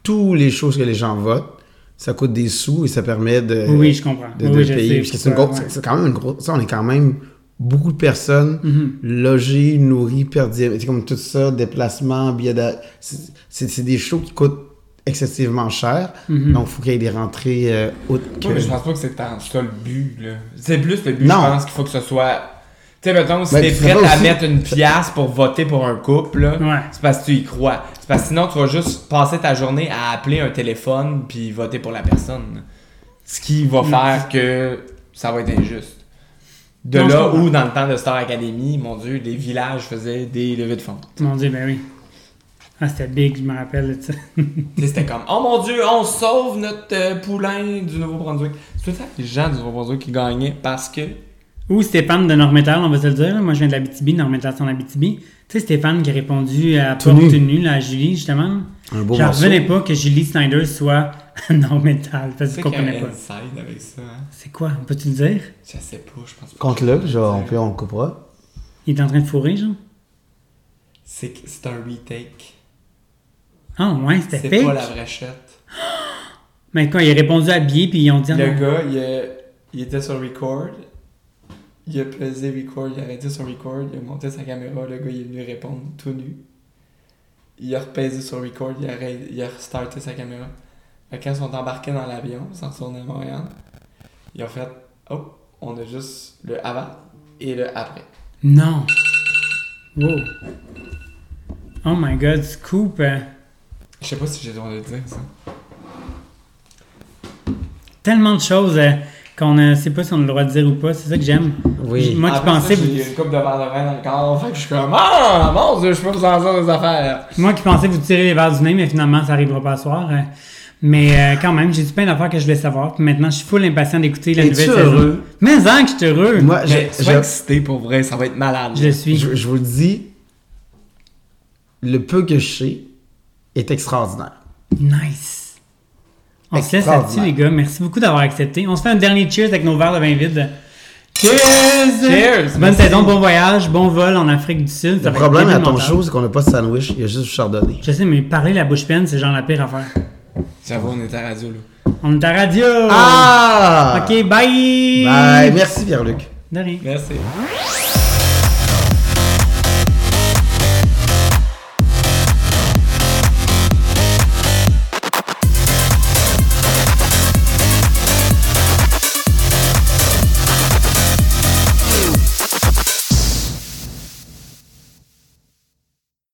Speaker 2: tous les shows que les gens votent, ça coûte des sous et ça permet de.
Speaker 1: Oui, oui, je comprends.
Speaker 2: De,
Speaker 1: Oui,
Speaker 2: de
Speaker 1: oui, je
Speaker 2: payer.
Speaker 1: sais
Speaker 2: Parce que c'est une
Speaker 1: pourquoi,
Speaker 2: grosse-
Speaker 1: ouais.
Speaker 2: c'est quand même une grosse. Ça, on est quand même beaucoup de personnes
Speaker 1: Mhm.
Speaker 2: logées, nourries, perdues. C'est comme tout ça, déplacements, billets d'a- c'est- C'est c'est des shows qui coûtent excessivement cher.
Speaker 1: Mhm.
Speaker 2: Donc, il faut qu'il y ait des rentrées euh, hautes. que-
Speaker 3: Ouais, mais je pense pas que c'est tant ça le but, là. C'est plus le but,
Speaker 2: Non.
Speaker 3: je pense qu'il faut que ce soit. Tu sais, mettons, si
Speaker 2: Ben,
Speaker 3: t'es
Speaker 2: tu
Speaker 3: prêt
Speaker 2: sais pas
Speaker 3: à
Speaker 2: aussi-
Speaker 3: mettre une pièce pour voter pour un couple, là,
Speaker 1: Ouais.
Speaker 3: c'est parce que tu y crois. C'est parce que sinon, tu vas juste passer ta journée à appeler un téléphone puis voter pour la personne. Ce qui va faire que ça va être injuste. De
Speaker 1: Non, je
Speaker 3: là
Speaker 1: comprends.
Speaker 3: où, dans le temps de Star Academy, mon Dieu, des villages faisaient des levées de fonds.
Speaker 1: Mon dieu, ben oui. Ah, c'était big, je me rappelle de ça. [laughs]
Speaker 3: Tu sais, C'était comme, oh mon dieu, on sauve notre euh, poulain du Nouveau-Brunswick. C'est tout ça les gens du Nouveau-Brunswick qui gagnaient parce que.
Speaker 1: Ou Stéphane de Normétal, on va se le dire. là. Moi, je viens de l'Abitibi, Normétal, c'est en Abitibi. Tu sais, Stéphane qui a répondu à
Speaker 2: Tout
Speaker 1: Porte
Speaker 2: nu.
Speaker 1: Tenue, là, à Julie, justement.
Speaker 2: Un beau
Speaker 1: J'en
Speaker 2: morceau.
Speaker 1: revenais pas que Julie Snyder soit [laughs] à Normétal, parce que je
Speaker 3: C'est qu'il y a
Speaker 1: comprenais
Speaker 3: un
Speaker 1: pas.
Speaker 3: inside avec ça. hein.
Speaker 1: C'est quoi? On peut-tu le dire?
Speaker 3: Je sais pas, je pense pas.
Speaker 2: Compte-le, genre, on, peut- on le coupera.
Speaker 1: Il est en train de fourrer, genre?
Speaker 3: C'est que c'est un retake.
Speaker 1: Ah, ouais, c'était
Speaker 3: C'est
Speaker 1: fake.
Speaker 3: pas la vraie chute.
Speaker 1: Mais quand il a répondu habillé, puis ils ont dit... ah,
Speaker 3: Le
Speaker 1: non.
Speaker 3: gars, il, a- il était sur record. Il a pesé record, il a arrêté sur record, il a monté sa caméra, le gars il est venu répondre tout nu. Il a repesé sur record, il a, arrêt- il a restarté sa caméra. Fait que quand ils sont embarqués dans l'avion, ils sont retournés à Montréal, ils ont fait Oh, on a juste le avant et le après.
Speaker 1: Non. Wow. Oh my God, scoop. euh,
Speaker 3: Je sais pas si j'ai le droit de le dire ça.
Speaker 1: Tellement de choses euh, qu'on ne sait pas si on a le droit de dire ou pas. C'est ça que j'aime.
Speaker 2: Oui.
Speaker 1: Moi,
Speaker 3: En
Speaker 1: qui
Speaker 3: plus,
Speaker 1: pensais...
Speaker 3: là, Ah, J'ai une coupe de verre de vin dans le corps, fait que je suis comme Ah, mon dieu, je peux vous en dire des affaires.
Speaker 1: Moi qui pensais vous tirer les verres du nez, mais finalement, ça arrivera pas ce soir. euh. Mais euh, quand même, j'ai du plein d'affaires que je voulais savoir. Puis maintenant, je suis full impatient d'écouter la
Speaker 2: Es-tu
Speaker 1: nouvelle saison.
Speaker 2: heureux?
Speaker 1: Mais en que je suis heureux!
Speaker 2: Moi, je-
Speaker 3: Mais sois
Speaker 2: je-
Speaker 3: excité pour vrai, ça va être malade.
Speaker 1: je le suis.
Speaker 2: Je, je vous le dis, le peu que je sais est extraordinaire.
Speaker 1: Nice! On se laisse
Speaker 2: Extraordinaire.
Speaker 1: là-dessus, les gars. Merci beaucoup d'avoir accepté. On se fait un dernier cheers avec nos verres de vin vide. Cheers!
Speaker 3: Cheers!
Speaker 1: Bonne
Speaker 3: Merci.
Speaker 1: saison, bon voyage, bon vol en Afrique du Sud. Ça
Speaker 2: Le
Speaker 1: va
Speaker 2: problème
Speaker 1: être
Speaker 2: à ton
Speaker 1: délimental.
Speaker 2: show, c'est qu'on n'a pas de sandwich, il y a juste du chardonnay.
Speaker 1: Je sais, mais parler la bouche pleine, c'est genre la pire affaire.
Speaker 3: J'avoue, on est à la radio, là.
Speaker 1: On est à radio.
Speaker 2: Ah!
Speaker 1: Oh. OK, bye.
Speaker 2: Bye. Merci, Pierre-Luc.
Speaker 1: De rien.
Speaker 3: Merci.